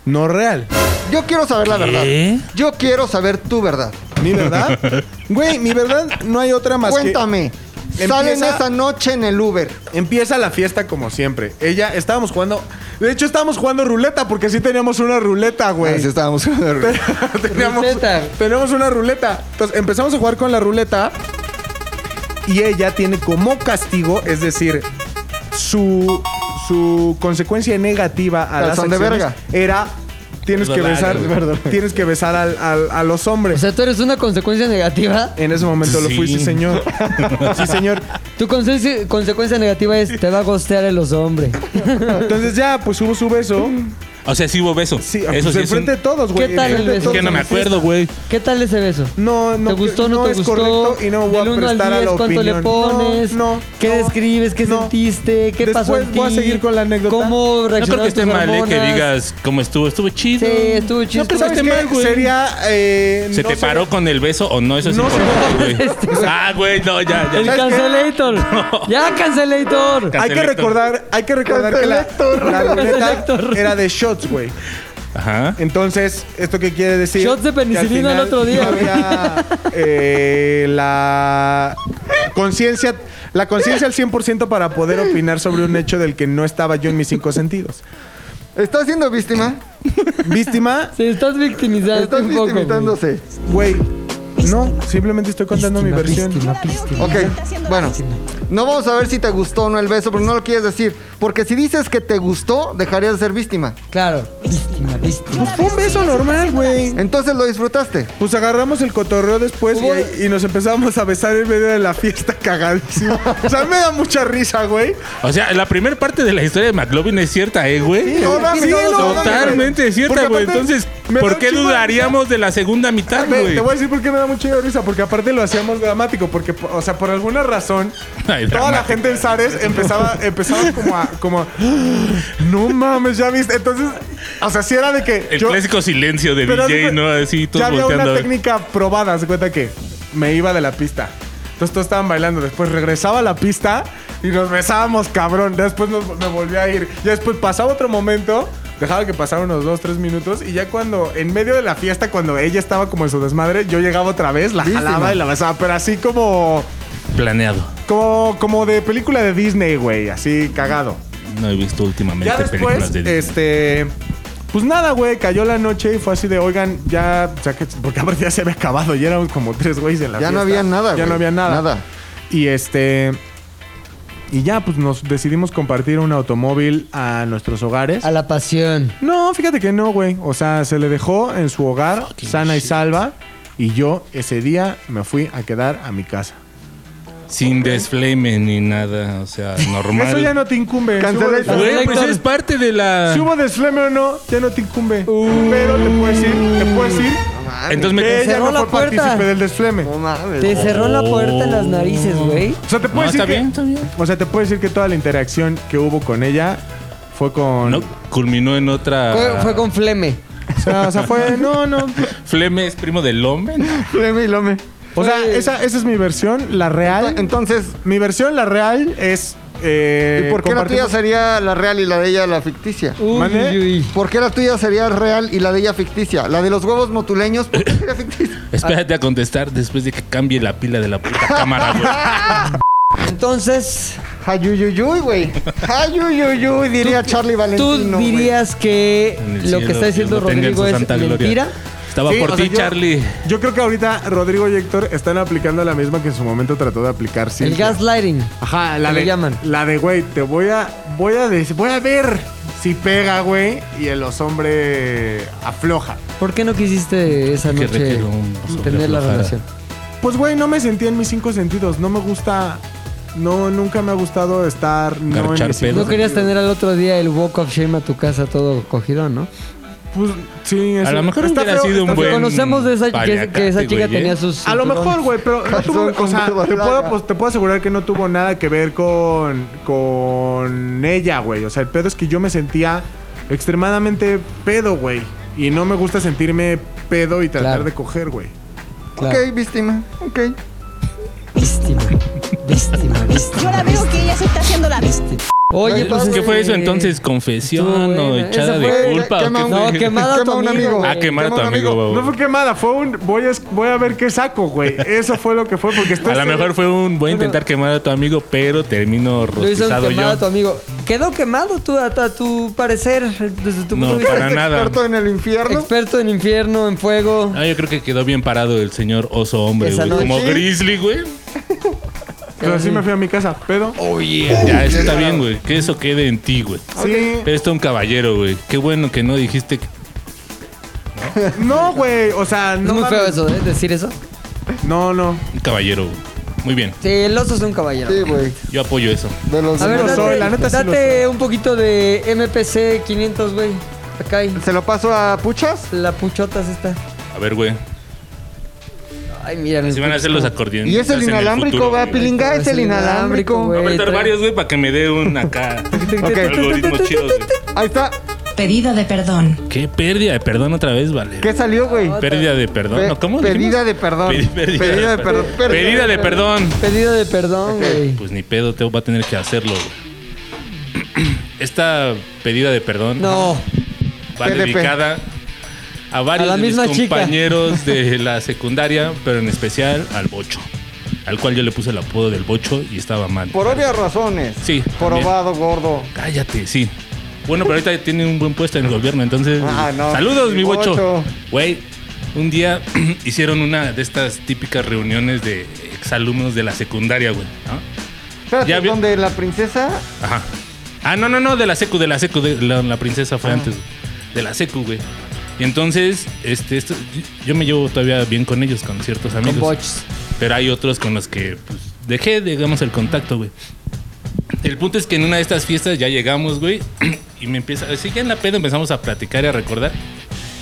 Speaker 10: no real.
Speaker 2: Yo quiero saber la verdad.
Speaker 6: ¿Qué?
Speaker 2: Yo quiero saber tu verdad.
Speaker 10: ¿Mi verdad? Güey, mi verdad no hay otra más que-
Speaker 2: Cuéntame. Salen
Speaker 10: Empieza-
Speaker 2: esa noche en el Uber.
Speaker 10: Empieza la fiesta como siempre. Ella, estábamos jugando. De hecho, estábamos jugando ruleta porque sí teníamos una ruleta, güey.
Speaker 2: Así Ah, estábamos. en el Uber.
Speaker 10: teníamos,
Speaker 5: Ruleta.
Speaker 10: teníamos una ruleta. Entonces empezamos a jugar con la ruleta. Y ella tiene como castigo, es decir, su, su consecuencia negativa a
Speaker 2: Calzón de
Speaker 10: las acciones
Speaker 2: verga.
Speaker 10: era. Tienes que
Speaker 6: Algo
Speaker 10: besar.
Speaker 6: largo,
Speaker 2: perdón.
Speaker 10: Tienes que besar al- al- a los
Speaker 5: O
Speaker 10: hombres.
Speaker 5: sea, tú eres una consecuencia negativa.
Speaker 10: en ese momento lo fui,
Speaker 6: Sí.
Speaker 10: sí, señor. sí, señor.
Speaker 5: Tu conse- consecuencia negativa es te va a gostear el oso hombre.
Speaker 10: Entonces ya, pues hubo su beso.
Speaker 6: O sea, sí hubo beso.
Speaker 10: Sí,
Speaker 6: eso
Speaker 10: pues
Speaker 6: sí es un-
Speaker 10: enfrente de todos, güey.
Speaker 5: ¿Qué tal el
Speaker 10: Enfrente de
Speaker 5: beso?
Speaker 6: Es
Speaker 10: todos
Speaker 6: que no
Speaker 10: en
Speaker 6: me
Speaker 10: la fiesta.
Speaker 6: acuerdo, güey.
Speaker 5: ¿Qué tal ese beso?
Speaker 10: No, no.
Speaker 5: ¿Te gustó, no,
Speaker 10: no
Speaker 5: te
Speaker 10: es
Speaker 5: gustó?
Speaker 10: correcto y no voy
Speaker 5: Del
Speaker 10: a
Speaker 5: uno al
Speaker 10: prestar a la
Speaker 5: 10, ¿Cuánto le
Speaker 10: opinión.
Speaker 5: pones?
Speaker 10: No, no,
Speaker 5: ¿Qué
Speaker 10: no,
Speaker 5: describes? ¿Qué
Speaker 10: no.
Speaker 5: sentiste? ¿Qué
Speaker 10: Después
Speaker 5: pasó en ti?
Speaker 10: voy a seguir con la anécdota.
Speaker 5: ¿Cómo
Speaker 6: No creo
Speaker 5: reaccionaste
Speaker 6: que esté mal, eh, que digas cómo estuvo. Estuvo
Speaker 5: Sí,
Speaker 6: chido.
Speaker 5: estuvo chido.
Speaker 10: No, pero ¿sabes
Speaker 6: esté
Speaker 5: este
Speaker 10: qué?
Speaker 6: mal, güey.
Speaker 10: Sería... eh,
Speaker 6: ¿Se
Speaker 10: no
Speaker 6: te
Speaker 10: sé.
Speaker 6: paró con el beso o no? Eso es
Speaker 10: No sé.
Speaker 6: importante, güey. Ah, güey, no, ya,
Speaker 5: Este, el
Speaker 6: ya.
Speaker 10: ¿Sabes qué?
Speaker 5: cancelator. Ya, cancelator.
Speaker 10: Hay que
Speaker 6: Cancelator.
Speaker 10: recordar, hay que recordar que la, la ruleta era de shots, güey.
Speaker 6: Ajá.
Speaker 10: Entonces, ¿esto qué quiere decir?
Speaker 5: Shots de
Speaker 10: Que al
Speaker 5: penicilina
Speaker 10: final
Speaker 5: al otro día,
Speaker 10: no
Speaker 5: güey.
Speaker 10: había, eh, la conciencia, la conciencia al 100% para poder opinar sobre un hecho del que no estaba yo en mis cinco sentidos.
Speaker 2: ¿Estás siendo víctima?
Speaker 10: Víctima,
Speaker 5: Se estás victimizando
Speaker 2: Estás
Speaker 5: un poco. güey.
Speaker 2: victimizándose.
Speaker 10: güey. No, simplemente estoy contando mi versión.
Speaker 5: víctima, víctima.
Speaker 2: Ok, bueno, no vamos a ver si te gustó o no el beso, pero no lo quieres decir. Porque si dices que te gustó, dejarías de ser víctima.
Speaker 5: Claro. Víctima, víctima.
Speaker 10: Pues Fue un beso normal, güey.
Speaker 2: Entonces lo disfrutaste.
Speaker 10: Pues agarramos el cotorreo después y,
Speaker 5: Hubo-
Speaker 10: ahí- y nos empezamos a besar en medio de la fiesta cagadísimo. o sea, me da mucha risa, güey.
Speaker 6: O sea, la primera parte de la historia de McLovin es cierta, ¿eh, güey?
Speaker 10: Toda-
Speaker 2: sí,
Speaker 10: toda-
Speaker 2: no,
Speaker 6: Totalmente cierta,
Speaker 10: Porque
Speaker 6: güey.
Speaker 10: aparte,
Speaker 6: Entonces,
Speaker 10: me da
Speaker 6: ¿por
Speaker 10: un
Speaker 6: qué
Speaker 10: chingo de-
Speaker 6: dudaríamos de la segunda mitad,
Speaker 10: Ve,
Speaker 6: güey?
Speaker 10: te voy a decir por qué me da mucha risa, porque aparte lo hacíamos dramático, porque, o sea, por alguna razón,
Speaker 6: Ay,
Speaker 10: toda la
Speaker 6: dramático.
Speaker 10: gente en Sares empezaba, empezaba como a, como, a, no mames, ya viste. Entonces, o sea, si era de que
Speaker 6: El clásico silencio de
Speaker 10: Pero
Speaker 6: DJ,
Speaker 10: así fue-
Speaker 6: ¿no? Así, todos
Speaker 10: ya había
Speaker 6: volteando.
Speaker 10: una
Speaker 6: a ver.
Speaker 10: técnica probada, se cuenta que me iba de la pista. Entonces todos estaban bailando, después regresaba a la pista y nos besábamos, cabrón. Después nos- me volví a ir. Ya después pasaba otro momento, dejaba que pasaran unos dos, tres minutos y ya cuando, en medio de la fiesta, cuando ella estaba como en su desmadre, yo llegaba otra vez, la jalaba y la besaba, pero así como,
Speaker 6: Planeado.
Speaker 10: como, como de película de Disney, güey, así cagado.
Speaker 6: No he visto últimamente
Speaker 10: Ya después,
Speaker 6: películas de Disney.
Speaker 10: este. Pues nada, güey, cayó la noche y fue así de, oigan, ya, ya que, porque aparte ya se había acabado, ya éramos como tres güeyes en la
Speaker 2: Ya no
Speaker 10: fiesta.
Speaker 2: había nada,
Speaker 10: Ya
Speaker 2: güey.
Speaker 10: no había nada.
Speaker 2: Nada.
Speaker 10: Y este. Y ya, pues nos decidimos compartir un automóvil a nuestros hogares.
Speaker 5: A la pasión.
Speaker 10: No, fíjate que no, güey. O sea, se le dejó en su hogar, sana y salva. Y yo ese día me fui a quedar a mi casa.
Speaker 6: Sin desflame ni nada, o sea, normal.
Speaker 10: Eso ya no te incumbe.
Speaker 2: Cancela
Speaker 10: Subo
Speaker 2: el
Speaker 10: de-
Speaker 2: plan.
Speaker 6: Güey, pues
Speaker 5: Héctor.
Speaker 6: es parte de la... Uh.
Speaker 10: Si hubo desfleme o no, ya no te incumbe. Pero te puedes ir, te puedes ir.
Speaker 6: Entonces me...
Speaker 10: Que ella
Speaker 5: cerró
Speaker 10: no
Speaker 5: la
Speaker 10: fue
Speaker 5: puerta.
Speaker 10: partícipe del desfleme.
Speaker 2: No
Speaker 10: O
Speaker 2: mames.
Speaker 5: Te cerró la puerta en las narices, güey.
Speaker 10: sea, te
Speaker 6: No,
Speaker 10: puedo decir
Speaker 6: está
Speaker 10: que,
Speaker 6: bien, está bien.
Speaker 10: O sea, te puedo decir que toda la interacción que hubo con ella fue con.
Speaker 6: No, culminó en otra...
Speaker 2: Ah.
Speaker 5: Fue, fue con fleme.
Speaker 10: O, sea, o sea, fue. No, no.
Speaker 6: Fleme es primo del hombre.
Speaker 2: Leme y lome.
Speaker 10: O sea, esa, esa es mi versión, la real.
Speaker 2: Entonces,
Speaker 10: mi versión, la real, es. eh,
Speaker 2: ¿y por qué la tuya
Speaker 10: compartimos-
Speaker 2: sería la real y la de ella la ficticia?
Speaker 5: Uy,
Speaker 10: ¿Mande?
Speaker 5: uy, uy.
Speaker 2: ¿Por qué la tuya sería real y la de ella ficticia? La de los huevos motuleños, ¿por qué sería ficticia?
Speaker 6: Espérate a contestar después de que cambie la pila de la puta cámara, güey.
Speaker 5: Entonces,
Speaker 2: Jayuyuyuy, güey. Jayuyuyuy, diría Charlie
Speaker 5: ¿tú
Speaker 2: Valentino. güey.
Speaker 5: dirías que
Speaker 6: En el
Speaker 5: lo
Speaker 6: cielo,
Speaker 5: que está diciendo
Speaker 6: Dios lo tenga en
Speaker 5: Rodrigo
Speaker 6: su
Speaker 5: es
Speaker 6: santa gloria.
Speaker 5: mentira?
Speaker 6: Estaba
Speaker 10: Sí,
Speaker 6: por
Speaker 10: o sea,
Speaker 6: ti,
Speaker 10: yo-
Speaker 6: Charlie.
Speaker 10: Yo creo que ahorita Rodrigo y Héctor están aplicando la misma que en su momento trató de aplicar.
Speaker 5: El
Speaker 10: Cintia.
Speaker 5: gaslighting.
Speaker 10: Ajá, la
Speaker 5: que
Speaker 10: de.
Speaker 5: le llaman.
Speaker 10: La de, güey, te voy a. Voy a. des- voy a ver sí pega, güey, y el osombre afloja.
Speaker 5: ¿Por qué no quisiste esa
Speaker 6: Que
Speaker 5: noche
Speaker 6: requiere un sobre
Speaker 5: tener la
Speaker 6: aflojada.
Speaker 5: relación?
Speaker 10: Pues, güey, no me sentí en mis cinco sentidos. No me gusta. No, nunca me ha gustado estar. No, en
Speaker 6: Garchar
Speaker 10: mis cinco
Speaker 6: pedos.
Speaker 5: No querías
Speaker 10: sentidos.
Speaker 5: tener al otro día el walk of shame a tu casa todo cogido, ¿no?
Speaker 10: Pues, sí,
Speaker 6: A
Speaker 10: eso-
Speaker 6: lo mejor
Speaker 10: está
Speaker 6: hubiera
Speaker 10: feo,
Speaker 6: sido un
Speaker 10: está
Speaker 5: Porque
Speaker 6: buen.
Speaker 5: conocemos de esa, que,
Speaker 6: paliacate,
Speaker 5: que esa chica
Speaker 6: güey, ¿eh?
Speaker 5: tenía sus...
Speaker 10: A lo
Speaker 5: cinturones.
Speaker 10: mejor, güey, pero no
Speaker 2: Calzón
Speaker 10: tuvo- o
Speaker 2: con
Speaker 10: sea,
Speaker 2: barba
Speaker 10: te puedo,
Speaker 2: larga.
Speaker 10: apos- te puedo asegurar que no tuvo nada que ver con, con ella, güey. O sea, el pedo es que yo me sentía extremadamente pedo, güey. Y no me gusta sentirme pedo y tratar
Speaker 5: Claro.
Speaker 10: de coger, güey.
Speaker 5: Claro.
Speaker 2: Ok, víctima. Ok.
Speaker 5: Víctima, víctima, víctima.
Speaker 12: Yo la veo que ella se está haciendo la vista.
Speaker 5: Oye, pues...
Speaker 6: ¿Qué
Speaker 5: este-
Speaker 6: fue eso entonces? ¿Confesión
Speaker 5: Estuvo
Speaker 6: o
Speaker 5: buena.
Speaker 6: echada
Speaker 5: Esa
Speaker 6: de
Speaker 5: fue-
Speaker 6: culpa? o
Speaker 2: quema
Speaker 6: qué
Speaker 2: un-
Speaker 6: fue?
Speaker 5: No, quemada a tu
Speaker 2: Quema un
Speaker 5: amigo.
Speaker 2: amigo.
Speaker 5: güey.
Speaker 6: Ah, quemar a tu
Speaker 2: Quema un
Speaker 6: amigo,
Speaker 2: amigo.
Speaker 6: babo.
Speaker 10: No fue quemada, fue un. Voy a, voy a ver qué saco, güey. Eso fue lo que fue, porque estoy.
Speaker 6: A lo mejor fue un voy a intentar quemar a tu amigo, pero termino
Speaker 5: Lo hizo
Speaker 6: rostizado
Speaker 5: quemado a tu
Speaker 6: yo.
Speaker 5: amigo. Quedó quemado tú, a, a tu parecer, desde tu punto
Speaker 6: No,
Speaker 5: de vista.
Speaker 6: para nada.
Speaker 2: Experto en el infierno.
Speaker 5: Experto en infierno, en fuego.
Speaker 6: No, yo creo que quedó bien parado el señor oso hombre,
Speaker 5: Esa
Speaker 6: güey.
Speaker 5: noche.
Speaker 6: Como grizzly, güey.
Speaker 10: Pero sí me fui a mi casa, pedo.
Speaker 6: Ya está bien, güey. Que eso quede en ti, güey.
Speaker 10: Sí.
Speaker 6: Pero está un caballero, güey. Qué bueno que no dijiste. que-
Speaker 10: No, güey. O sea,
Speaker 5: es
Speaker 10: no.
Speaker 5: muy feo
Speaker 10: mames.
Speaker 5: eso, ¿eh? Decir eso.
Speaker 10: No, no.
Speaker 6: Un caballero, güey. Muy bien.
Speaker 5: Sí, el oso es un caballero.
Speaker 2: Sí, güey.
Speaker 6: Yo apoyo eso.
Speaker 2: De los
Speaker 5: A ver,
Speaker 10: lo
Speaker 5: date,
Speaker 10: soy, la neta sí lo
Speaker 5: date un poquito de MPC 500, güey. Acá hay.
Speaker 2: ¿Se lo paso a Puchas?
Speaker 5: La puchota es esta.
Speaker 6: A ver, güey.
Speaker 5: Ay, mira. mis
Speaker 6: Si van a hacer los acordeones.
Speaker 2: Y es el
Speaker 6: en
Speaker 2: inalámbrico,
Speaker 6: futuro,
Speaker 2: va, Eh,
Speaker 6: güey.
Speaker 2: Pilinga, es el inalámbrico.
Speaker 6: Voy a
Speaker 5: Güey,
Speaker 6: meter
Speaker 5: trae-
Speaker 6: varios, güey, para que me dé un acá.
Speaker 2: Ok.
Speaker 6: algoritmo chido, güey.
Speaker 2: Ahí está.
Speaker 9: Pedida de perdón.
Speaker 6: Qué pérdida de perdón otra vez, vale.
Speaker 2: ¿Qué salió, güey?
Speaker 6: Pérdida de perdón.
Speaker 2: Pe-
Speaker 6: ¿no? ¿Cómo
Speaker 2: Pedida
Speaker 6: dijimos?
Speaker 2: de perdón.
Speaker 6: Pedi-
Speaker 2: Pedida de perdón.
Speaker 6: Pedida de perdón.
Speaker 5: Pedido de perdón, güey.
Speaker 6: Pues ni pedo, te va a tener que hacerlo. güey. Esta pedida de perdón
Speaker 5: No.
Speaker 6: va
Speaker 2: PDP.
Speaker 6: dedicada a varios
Speaker 5: A la
Speaker 6: de mis
Speaker 5: misma chica.
Speaker 6: compañeros de la secundaria, pero en especial al Bocho, al cual yo le puse el apodo del Bocho y estaba mal.
Speaker 2: Por obvias razones.
Speaker 6: Sí,
Speaker 2: Probado, gordo.
Speaker 6: Cállate, sí. Bueno, pero ahorita tiene un buen puesto en el gobierno, entonces.
Speaker 2: Ah, no.
Speaker 6: Saludos, mi
Speaker 2: Mi
Speaker 6: bocho.
Speaker 2: bocho.
Speaker 6: Güey, un día hicieron una de estas típicas reuniones de exalumnos de la secundaria, güey. ¿no?
Speaker 2: Espérate,
Speaker 6: Ya vi-
Speaker 2: donde la princesa
Speaker 6: Ajá. Ah, no, no, no, de la secu, de la secu, de la, la princesa
Speaker 5: Ah.
Speaker 6: fue antes, güey. de la secu, güey. Y entonces, este, esto- yo me llevo todavía bien con ellos, con ciertos amigos.
Speaker 5: Con bots.
Speaker 6: Pero hay otros con los que pues, dejé, digamos, el contacto, güey. El punto es que en una de estas fiestas ya llegamos, güey, y me empieza, así ya en la peda empezamos a platicar y a recordar.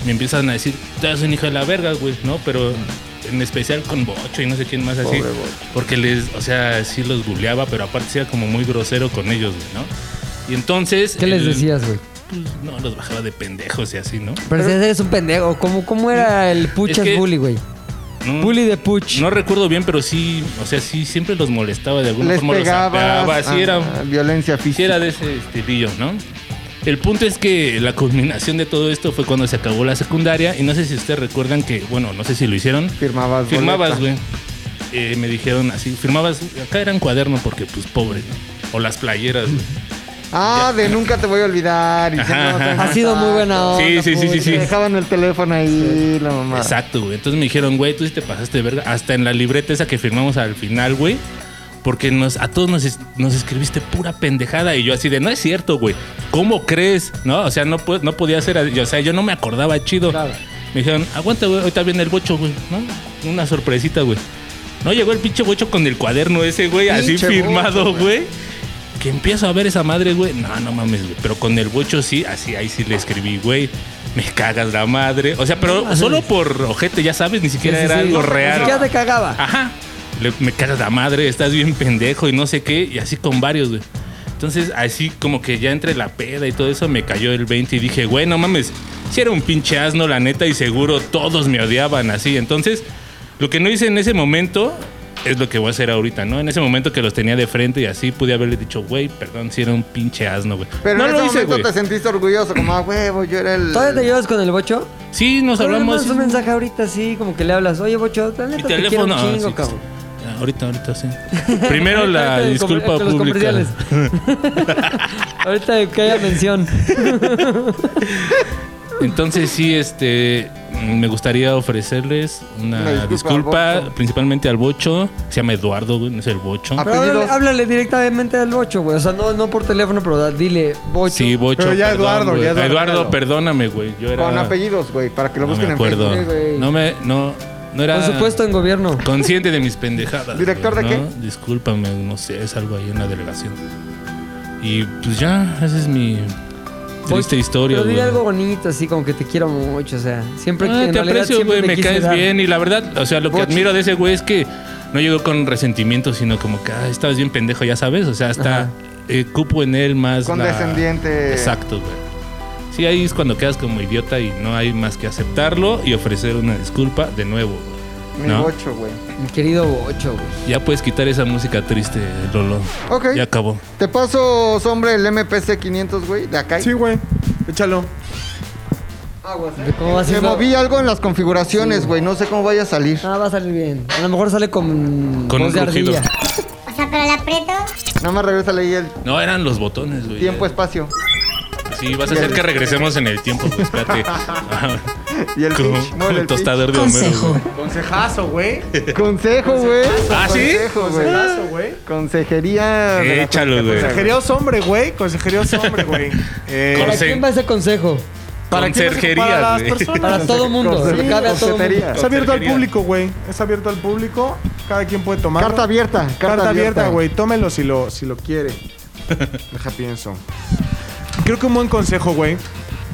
Speaker 6: Me empiezan a decir, tú eres un hijo de la verga, güey, ¿no? Pero en especial con Bocho y no sé quién más así. Porque les, o sea, sí los buleaba, pero aparte era como muy grosero con ellos, güey, ¿no? Y entonces...
Speaker 5: ¿Qué les
Speaker 6: el-
Speaker 5: decías, güey?
Speaker 6: Pues, no, los bajaba de pendejos y así, ¿no?
Speaker 5: Pero si eres un pendejo. ¿Cómo, cómo era el puchas
Speaker 6: que-
Speaker 5: bully, güey?
Speaker 6: No,
Speaker 5: Bully de puch.
Speaker 6: no recuerdo bien, pero sí, o sea, sí, siempre los molestaba de alguna
Speaker 2: les
Speaker 6: forma,
Speaker 2: pegaba.
Speaker 6: los apeaba, así
Speaker 2: ah,
Speaker 6: era...
Speaker 2: Violencia
Speaker 6: Sí,
Speaker 2: física.
Speaker 6: era de ese estilillo, ¿no? El punto es que la culminación de todo esto fue cuando se acabó la secundaria y no sé si ustedes recuerdan que, bueno, no sé si lo hicieron.
Speaker 2: Firmabas
Speaker 6: Firmabas,
Speaker 2: boleta.
Speaker 6: güey. Eh, me dijeron así, firmabas, acá eran cuaderno porque pues pobre, ¿no? o las playeras, güey.
Speaker 2: Ah, de nunca te voy a olvidar. y que
Speaker 6: Ajá,
Speaker 2: no te
Speaker 6: ajá.
Speaker 5: Ha sido muy buena onda.
Speaker 6: Sí, sí, sí, sí,
Speaker 5: puch.
Speaker 6: sí.
Speaker 2: Te Dejaban el teléfono ahí, la mamá.
Speaker 6: Exacto, güey. Entonces me dijeron, güey, tú sí te pasaste de verga. Hasta en la libreta esa que firmamos al final, güey. Porque nos, a todos nos, es- nos escribiste pura pendejada. Y yo así de, no es cierto, güey. ¿Cmo crees? No, o sea, no, pu- no podía ser. así. O sea, yo no me acordaba chido. Me dijeron, aguanta, güey. Ahorita viene el bocho, güey. ¿No? Una sorpresita, güey. No llegó el pinche bocho con el cuaderno ese, güey. Así
Speaker 2: Pinche
Speaker 6: firmado, güey. Que empiezo a ver esa madre, güey. No, no mames, güey. Pero con el bocho sí, así, ahí sí le escribí, güey. Me cagas la madre. O sea, pero solo por ojete, ya sabes, ni siquiera
Speaker 5: Sí, sí,
Speaker 6: era
Speaker 5: sí.
Speaker 6: algo
Speaker 5: Ni
Speaker 6: real.
Speaker 5: siquiera te cagaba.
Speaker 6: Ajá. Le- me cagas la madre, estás bien pendejo y no sé qué. Y así con varios, güey. Entonces, así como que ya entre la peda y todo eso, me cayó el 20 y dije, güey, no mames, si era un pinche asno, la neta, y seguro todos me odiaban así. Entonces, lo que no hice en ese momento es lo que voy a hacer ahorita, ¿no? En ese momento que los tenía de frente y así, pude haberle dicho, güey, perdón, si era un pinche asno, güey.
Speaker 2: Pero
Speaker 6: no
Speaker 2: en
Speaker 6: lo
Speaker 2: ese
Speaker 6: hice,
Speaker 2: momento
Speaker 6: güey.
Speaker 2: te sentiste orgulloso, como, ah, huevo, yo era el.
Speaker 5: ¿Todavía te llevas con el bocho?
Speaker 6: Sí, nos
Speaker 5: Pero le
Speaker 6: hablamos.
Speaker 5: mandas un mensaje ahorita así, como que le hablas, oye, bocho, la
Speaker 6: Mi
Speaker 5: neta te quiero un
Speaker 6: teléfono. ah,
Speaker 5: chingo,
Speaker 6: sí,
Speaker 5: cabrón.
Speaker 6: sí. Ahorita, ahorita, sí. Primero la
Speaker 5: Ahorita de com-
Speaker 6: disculpa
Speaker 5: con los
Speaker 6: pública.
Speaker 5: comerciales. ahorita que haya mención.
Speaker 6: Entonces sí, este, me gustaría ofrecerles una,
Speaker 5: Una disculpa
Speaker 6: disculpa,
Speaker 5: al
Speaker 6: principalmente al Bocho. Se llama Eduardo, güey, no es el Bocho.
Speaker 5: Pero háblale, háblale directamente al bocho, güey. O sea, no, no por teléfono, pero da- dile bocho.
Speaker 6: Sí, Bocho.
Speaker 5: Pero ya
Speaker 6: perdón,
Speaker 5: Eduardo,
Speaker 6: güey.
Speaker 5: ya Eduardo.
Speaker 6: perdóname, güey. Yo era.
Speaker 2: Con apellidos, güey, para que lo
Speaker 6: no
Speaker 2: busquen
Speaker 6: me
Speaker 2: en
Speaker 6: acuerdo.
Speaker 2: Facebook.
Speaker 6: No me. No, no era.
Speaker 5: Por supuesto, en gobierno.
Speaker 6: Consciente de mis pendejadas.
Speaker 5: ¿Director
Speaker 6: güey,
Speaker 5: de
Speaker 6: ¿no? Discúlpame, no sé, es algo ahí en la delegación. Y pues ya, esa es mi triste historia,
Speaker 5: Pues,
Speaker 6: güey.
Speaker 5: Pero dile algo bonito, así como que te quiero mucho, o sea. Siempre
Speaker 6: Ah,
Speaker 5: que en
Speaker 6: te
Speaker 5: realidad
Speaker 6: aprecio,
Speaker 5: siempre
Speaker 6: güey, me
Speaker 5: quise
Speaker 6: caes
Speaker 5: dar.
Speaker 6: bien. Y la verdad, o sea, lo que
Speaker 5: Bocho.
Speaker 6: admiro de ese güey es que no llegó con resentimiento, sino como que "Ay, estabas bien pendejo, ya sabes. O sea, hasta eh, cupo en él más. la-
Speaker 2: Condescendiente.
Speaker 6: Exacto, güey. Sí, ahí es cuando quedas como idiota y no hay más que aceptarlo y ofrecer una disculpa de nuevo.
Speaker 2: Mi
Speaker 6: ¿no?
Speaker 2: bocho, güey.
Speaker 5: Mi querido bocho, güey.
Speaker 6: Ya puedes quitar esa música triste, Lolo.
Speaker 2: Ok.
Speaker 6: Ya acabó.
Speaker 2: ¿Te paso, hombre, el MPC 500, güey? De acá. Sí,
Speaker 10: güey. Échalo.
Speaker 5: ¿Cómo va
Speaker 2: Me
Speaker 5: haciendo?
Speaker 2: moví algo en las configuraciones, güey. No sé cómo vaya a salir.
Speaker 5: Ah, va a salir bien. A lo mejor sale con.
Speaker 6: Con un rugido.
Speaker 2: O sea, pero la aprieto. Nada más regresa ahí el
Speaker 6: No, eran los botones, güey.
Speaker 2: tiempo, espacio.
Speaker 6: Sí, vas a hacer que regresemos en el tiempo, güey. Espérate.
Speaker 2: y el
Speaker 6: como,
Speaker 2: pitch,
Speaker 6: como
Speaker 2: mueve
Speaker 6: el
Speaker 2: el
Speaker 6: tostador
Speaker 2: pitch.
Speaker 6: de Homero.
Speaker 2: Consejo.
Speaker 6: güey.
Speaker 10: Consejazo, güey.
Speaker 2: Consejo, güey.
Speaker 10: ¿Ah, sí?
Speaker 2: Consejo, güey.
Speaker 10: Consejazo, güey.
Speaker 2: Consejería. de la
Speaker 6: Échalo, güey.
Speaker 10: Consejeríos hombre, güey. Consejeríos hombre, güey. Eh,
Speaker 5: ¿Para quién va ese consejo?
Speaker 10: ¿Para quién? Para las personas.
Speaker 5: Para todo mundo.
Speaker 10: Conserje-
Speaker 5: le cabe a todo mundo.
Speaker 10: Es abierto al público, güey. Es abierto al público. Cada quien puede tomar.
Speaker 2: Carta abierta, carta abierta.
Speaker 10: abierta, güey. Tómelo si lo, si lo quiere. Deja pienso. Creo que un buen consejo, güey.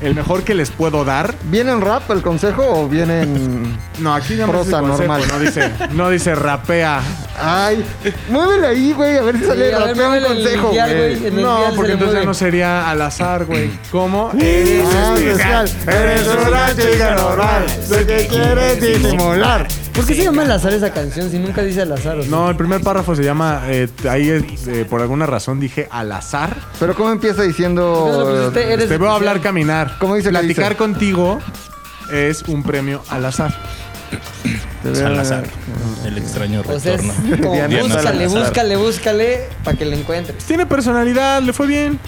Speaker 10: El mejor que les puedo dar.
Speaker 2: ¿Viene en rap el consejo o viene en.?
Speaker 10: No, aquí ya
Speaker 2: Prosa normal.
Speaker 10: No dice, no dice rapea.
Speaker 2: Ay, muévele ahí, güey, a ver si
Speaker 10: Sí,
Speaker 2: sale
Speaker 10: a ver,
Speaker 2: rapea un
Speaker 10: muévele el
Speaker 2: consejo.
Speaker 10: dial, güey,
Speaker 2: güey.
Speaker 10: en el No, dial porque se le entonces mueve. ya no sería al azar, güey. ¿Cómo?
Speaker 2: Eres
Speaker 10: Ah,
Speaker 2: especial, eres una chica normal, lo que quieres disimular.
Speaker 5: ¿Por qué se llama el azar esa canción si nunca dice al azar? o sea?
Speaker 10: No, el primer párrafo se llama. eh, ahí es, eh, por alguna razón dije al azar.
Speaker 2: Pero ¿cómo empieza
Speaker 5: Entonces lo
Speaker 2: diciendo?
Speaker 5: pusiste, pues, eres
Speaker 10: Te veo
Speaker 5: especial.
Speaker 10: hablar, caminar.
Speaker 2: ¿Cómo dice que
Speaker 10: Platicar
Speaker 2: dice?
Speaker 10: contigo es un premio al azar.
Speaker 6: Salazar. El extraño
Speaker 10: Pues
Speaker 5: O sea, Pues es
Speaker 6: retorno.
Speaker 5: como
Speaker 6: Diana
Speaker 5: búscale,
Speaker 6: Salazar.
Speaker 5: búscale, búscale para que le encuentres.
Speaker 10: Tiene personalidad, le fue bien.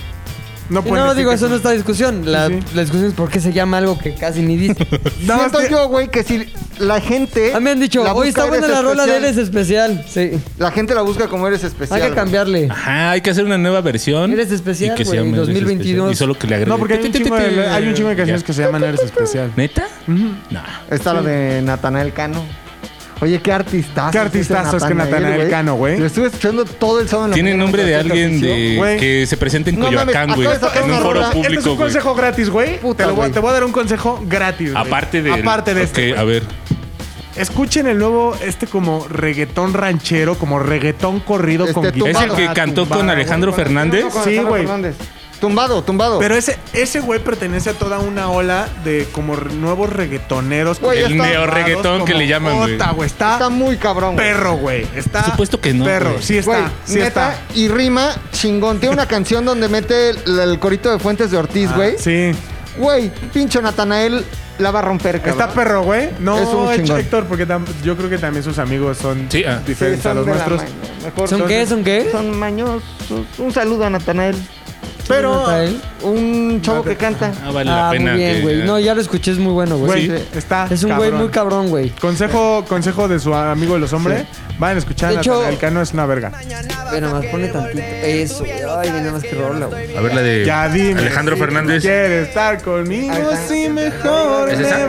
Speaker 10: No
Speaker 5: Sí,
Speaker 10: pueden
Speaker 5: no,
Speaker 10: decir
Speaker 5: digo,
Speaker 10: que
Speaker 5: eso
Speaker 10: sí.
Speaker 5: no está discusión. La, la discusión es por qué se llama algo que casi ni dice.
Speaker 2: Siento yo, güey, que si la gente.
Speaker 5: Ah, me han dicho,
Speaker 2: la
Speaker 5: hoy
Speaker 2: busca
Speaker 5: está buena
Speaker 2: Eres
Speaker 5: la rola
Speaker 2: Especial",
Speaker 5: de Eres Especial. Sí.
Speaker 2: La gente la busca como eres especial.
Speaker 5: Hay que
Speaker 2: güey.
Speaker 5: cambiarle.
Speaker 6: Ajá, hay que hacer una nueva versión.
Speaker 5: Eres especial,
Speaker 6: y que se
Speaker 5: güey,
Speaker 6: llame Eres
Speaker 5: 2022.
Speaker 6: Especial. Y solo que le agregue.
Speaker 10: No, porque hay un chingo de, hay un chingo de canciones
Speaker 6: Ya.
Speaker 10: que se llaman Eres Especial.
Speaker 6: ¿Neta?
Speaker 10: Ujú.
Speaker 6: Nah.
Speaker 2: Está la de Natanael Cano. Oye, qué artistazo.
Speaker 10: Qué
Speaker 2: es ese
Speaker 10: artistazo es que Natanael Cano, güey.
Speaker 2: Lo estuve escuchando todo el sábado en la
Speaker 6: Tiene
Speaker 2: mañana
Speaker 6: nombre de
Speaker 2: mientras hacía
Speaker 6: alguien de
Speaker 2: ejercicio. Güey.
Speaker 6: que se presente en
Speaker 2: No mames,
Speaker 6: Coyoacán, güey.
Speaker 2: acabo de sacar
Speaker 6: En un
Speaker 2: una
Speaker 6: foro
Speaker 2: rola. Este
Speaker 10: Este es
Speaker 6: público,
Speaker 10: un
Speaker 6: güey.
Speaker 10: consejo gratis, güey. Te, lo voy a- te voy a dar un consejo gratis. güey.
Speaker 6: Aparte de.
Speaker 10: Aparte de este.
Speaker 6: Ok, a ver.
Speaker 10: Escuchen el nuevo, este como reggaetón ranchero, como reggaetón corrido
Speaker 2: Este,
Speaker 10: con
Speaker 2: tumbado.
Speaker 10: guitarra.
Speaker 6: ¿Es el que cantó con
Speaker 10: tumbada,
Speaker 6: Alejandro
Speaker 10: güey.
Speaker 6: Fernández?
Speaker 2: Con
Speaker 10: Sí,
Speaker 2: Alejandro
Speaker 10: güey.
Speaker 2: Fernández. Tumbado, tumbado.
Speaker 10: Pero ese, ese güey pertenece a toda una ola de como re- nuevos reggaetoneros.
Speaker 2: Güey,
Speaker 6: El
Speaker 2: está-
Speaker 6: neoreggaetón que le llaman, güey.
Speaker 10: Jota, güey. Está,
Speaker 2: Está muy cabrón. güey.
Speaker 10: perro, güey. Está
Speaker 6: Supuesto que no.
Speaker 10: perro.
Speaker 6: güey.
Speaker 10: Sí está,
Speaker 2: Güey,
Speaker 10: sí
Speaker 2: neta,
Speaker 10: está.
Speaker 2: y rima chingón. Tiene una canción donde mete el, el corito de Fuentes de Ortiz, güey.
Speaker 10: Ah, Sí.
Speaker 2: Güey, pincho Natanael la va a romper, cabrón.
Speaker 10: Está perro, güey. No,
Speaker 2: Es un
Speaker 10: es
Speaker 2: chingón.
Speaker 10: Héctor, porque tam- yo creo que también sus amigos son
Speaker 6: Sí, ah.
Speaker 10: diferentes
Speaker 2: Sí, son
Speaker 10: a los
Speaker 2: de la
Speaker 10: nuestros.
Speaker 2: maña- mejor
Speaker 5: ¿Son qué?
Speaker 2: entonces,
Speaker 5: ¿Son qué?
Speaker 2: Son mañosos. Un saludo a Natanael. Pero
Speaker 5: Natanael.
Speaker 2: un chavo que canta.
Speaker 6: Ah, vale
Speaker 5: Ah,
Speaker 6: la
Speaker 5: muy
Speaker 6: pena.
Speaker 5: bien,
Speaker 6: que-
Speaker 5: güey. No, ya lo escuché, es muy bueno,
Speaker 10: Güey,
Speaker 5: güey. Sí.
Speaker 10: está.
Speaker 5: Es un güey muy cabrón, güey.
Speaker 10: Consejo, consejo de su amigo de los hombres. Vayan a escuchar
Speaker 5: De
Speaker 10: a
Speaker 5: hecho-
Speaker 10: Natanael Cano, es una verga.
Speaker 5: Ve nomás, pone tantito. Eso, güey. Ay, ve nomás que rola, güey.
Speaker 6: A ver la de
Speaker 10: Ya dime.
Speaker 6: Eh, Alejandro
Speaker 10: si
Speaker 6: Fernández.
Speaker 10: Quiere estar conmigo, sí, mejor
Speaker 6: ¿Es esa?
Speaker 10: me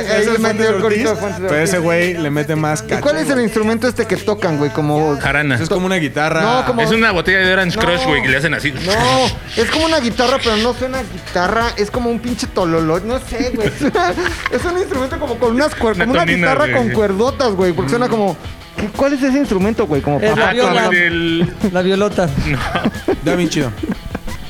Speaker 2: Ahí
Speaker 10: Ese es
Speaker 2: le
Speaker 10: Fuentes
Speaker 2: metió el
Speaker 10: Ortiz,
Speaker 2: corito de Fuentes de
Speaker 10: Pero ese
Speaker 2: Ortiz.
Speaker 10: güey le mete más
Speaker 2: ¿Y
Speaker 10: cacho.
Speaker 2: cuál es el instrumento este que tocan, güey? Como.
Speaker 6: Jarana.
Speaker 10: Es como una guitarra.
Speaker 2: No, como-
Speaker 6: Es una botella de Orange
Speaker 2: No.
Speaker 6: Crush, güey, que le hacen así.
Speaker 2: No, es como una guitarra, pero no suena a guitarra. Es como un pinche tololo. No sé, güey. Es, una- es un instrumento como con unas
Speaker 6: Una
Speaker 2: cuerdas. Como una
Speaker 6: tonina,
Speaker 2: guitarra
Speaker 6: güey.
Speaker 2: con cuerdotas, güey. Porque suena como. ¿qué- ¿Cuál es ese instrumento, güey? Como
Speaker 5: Es
Speaker 6: Ah,
Speaker 5: la
Speaker 6: como
Speaker 5: viola.
Speaker 6: el del.
Speaker 5: La violota.
Speaker 10: Da bien chido.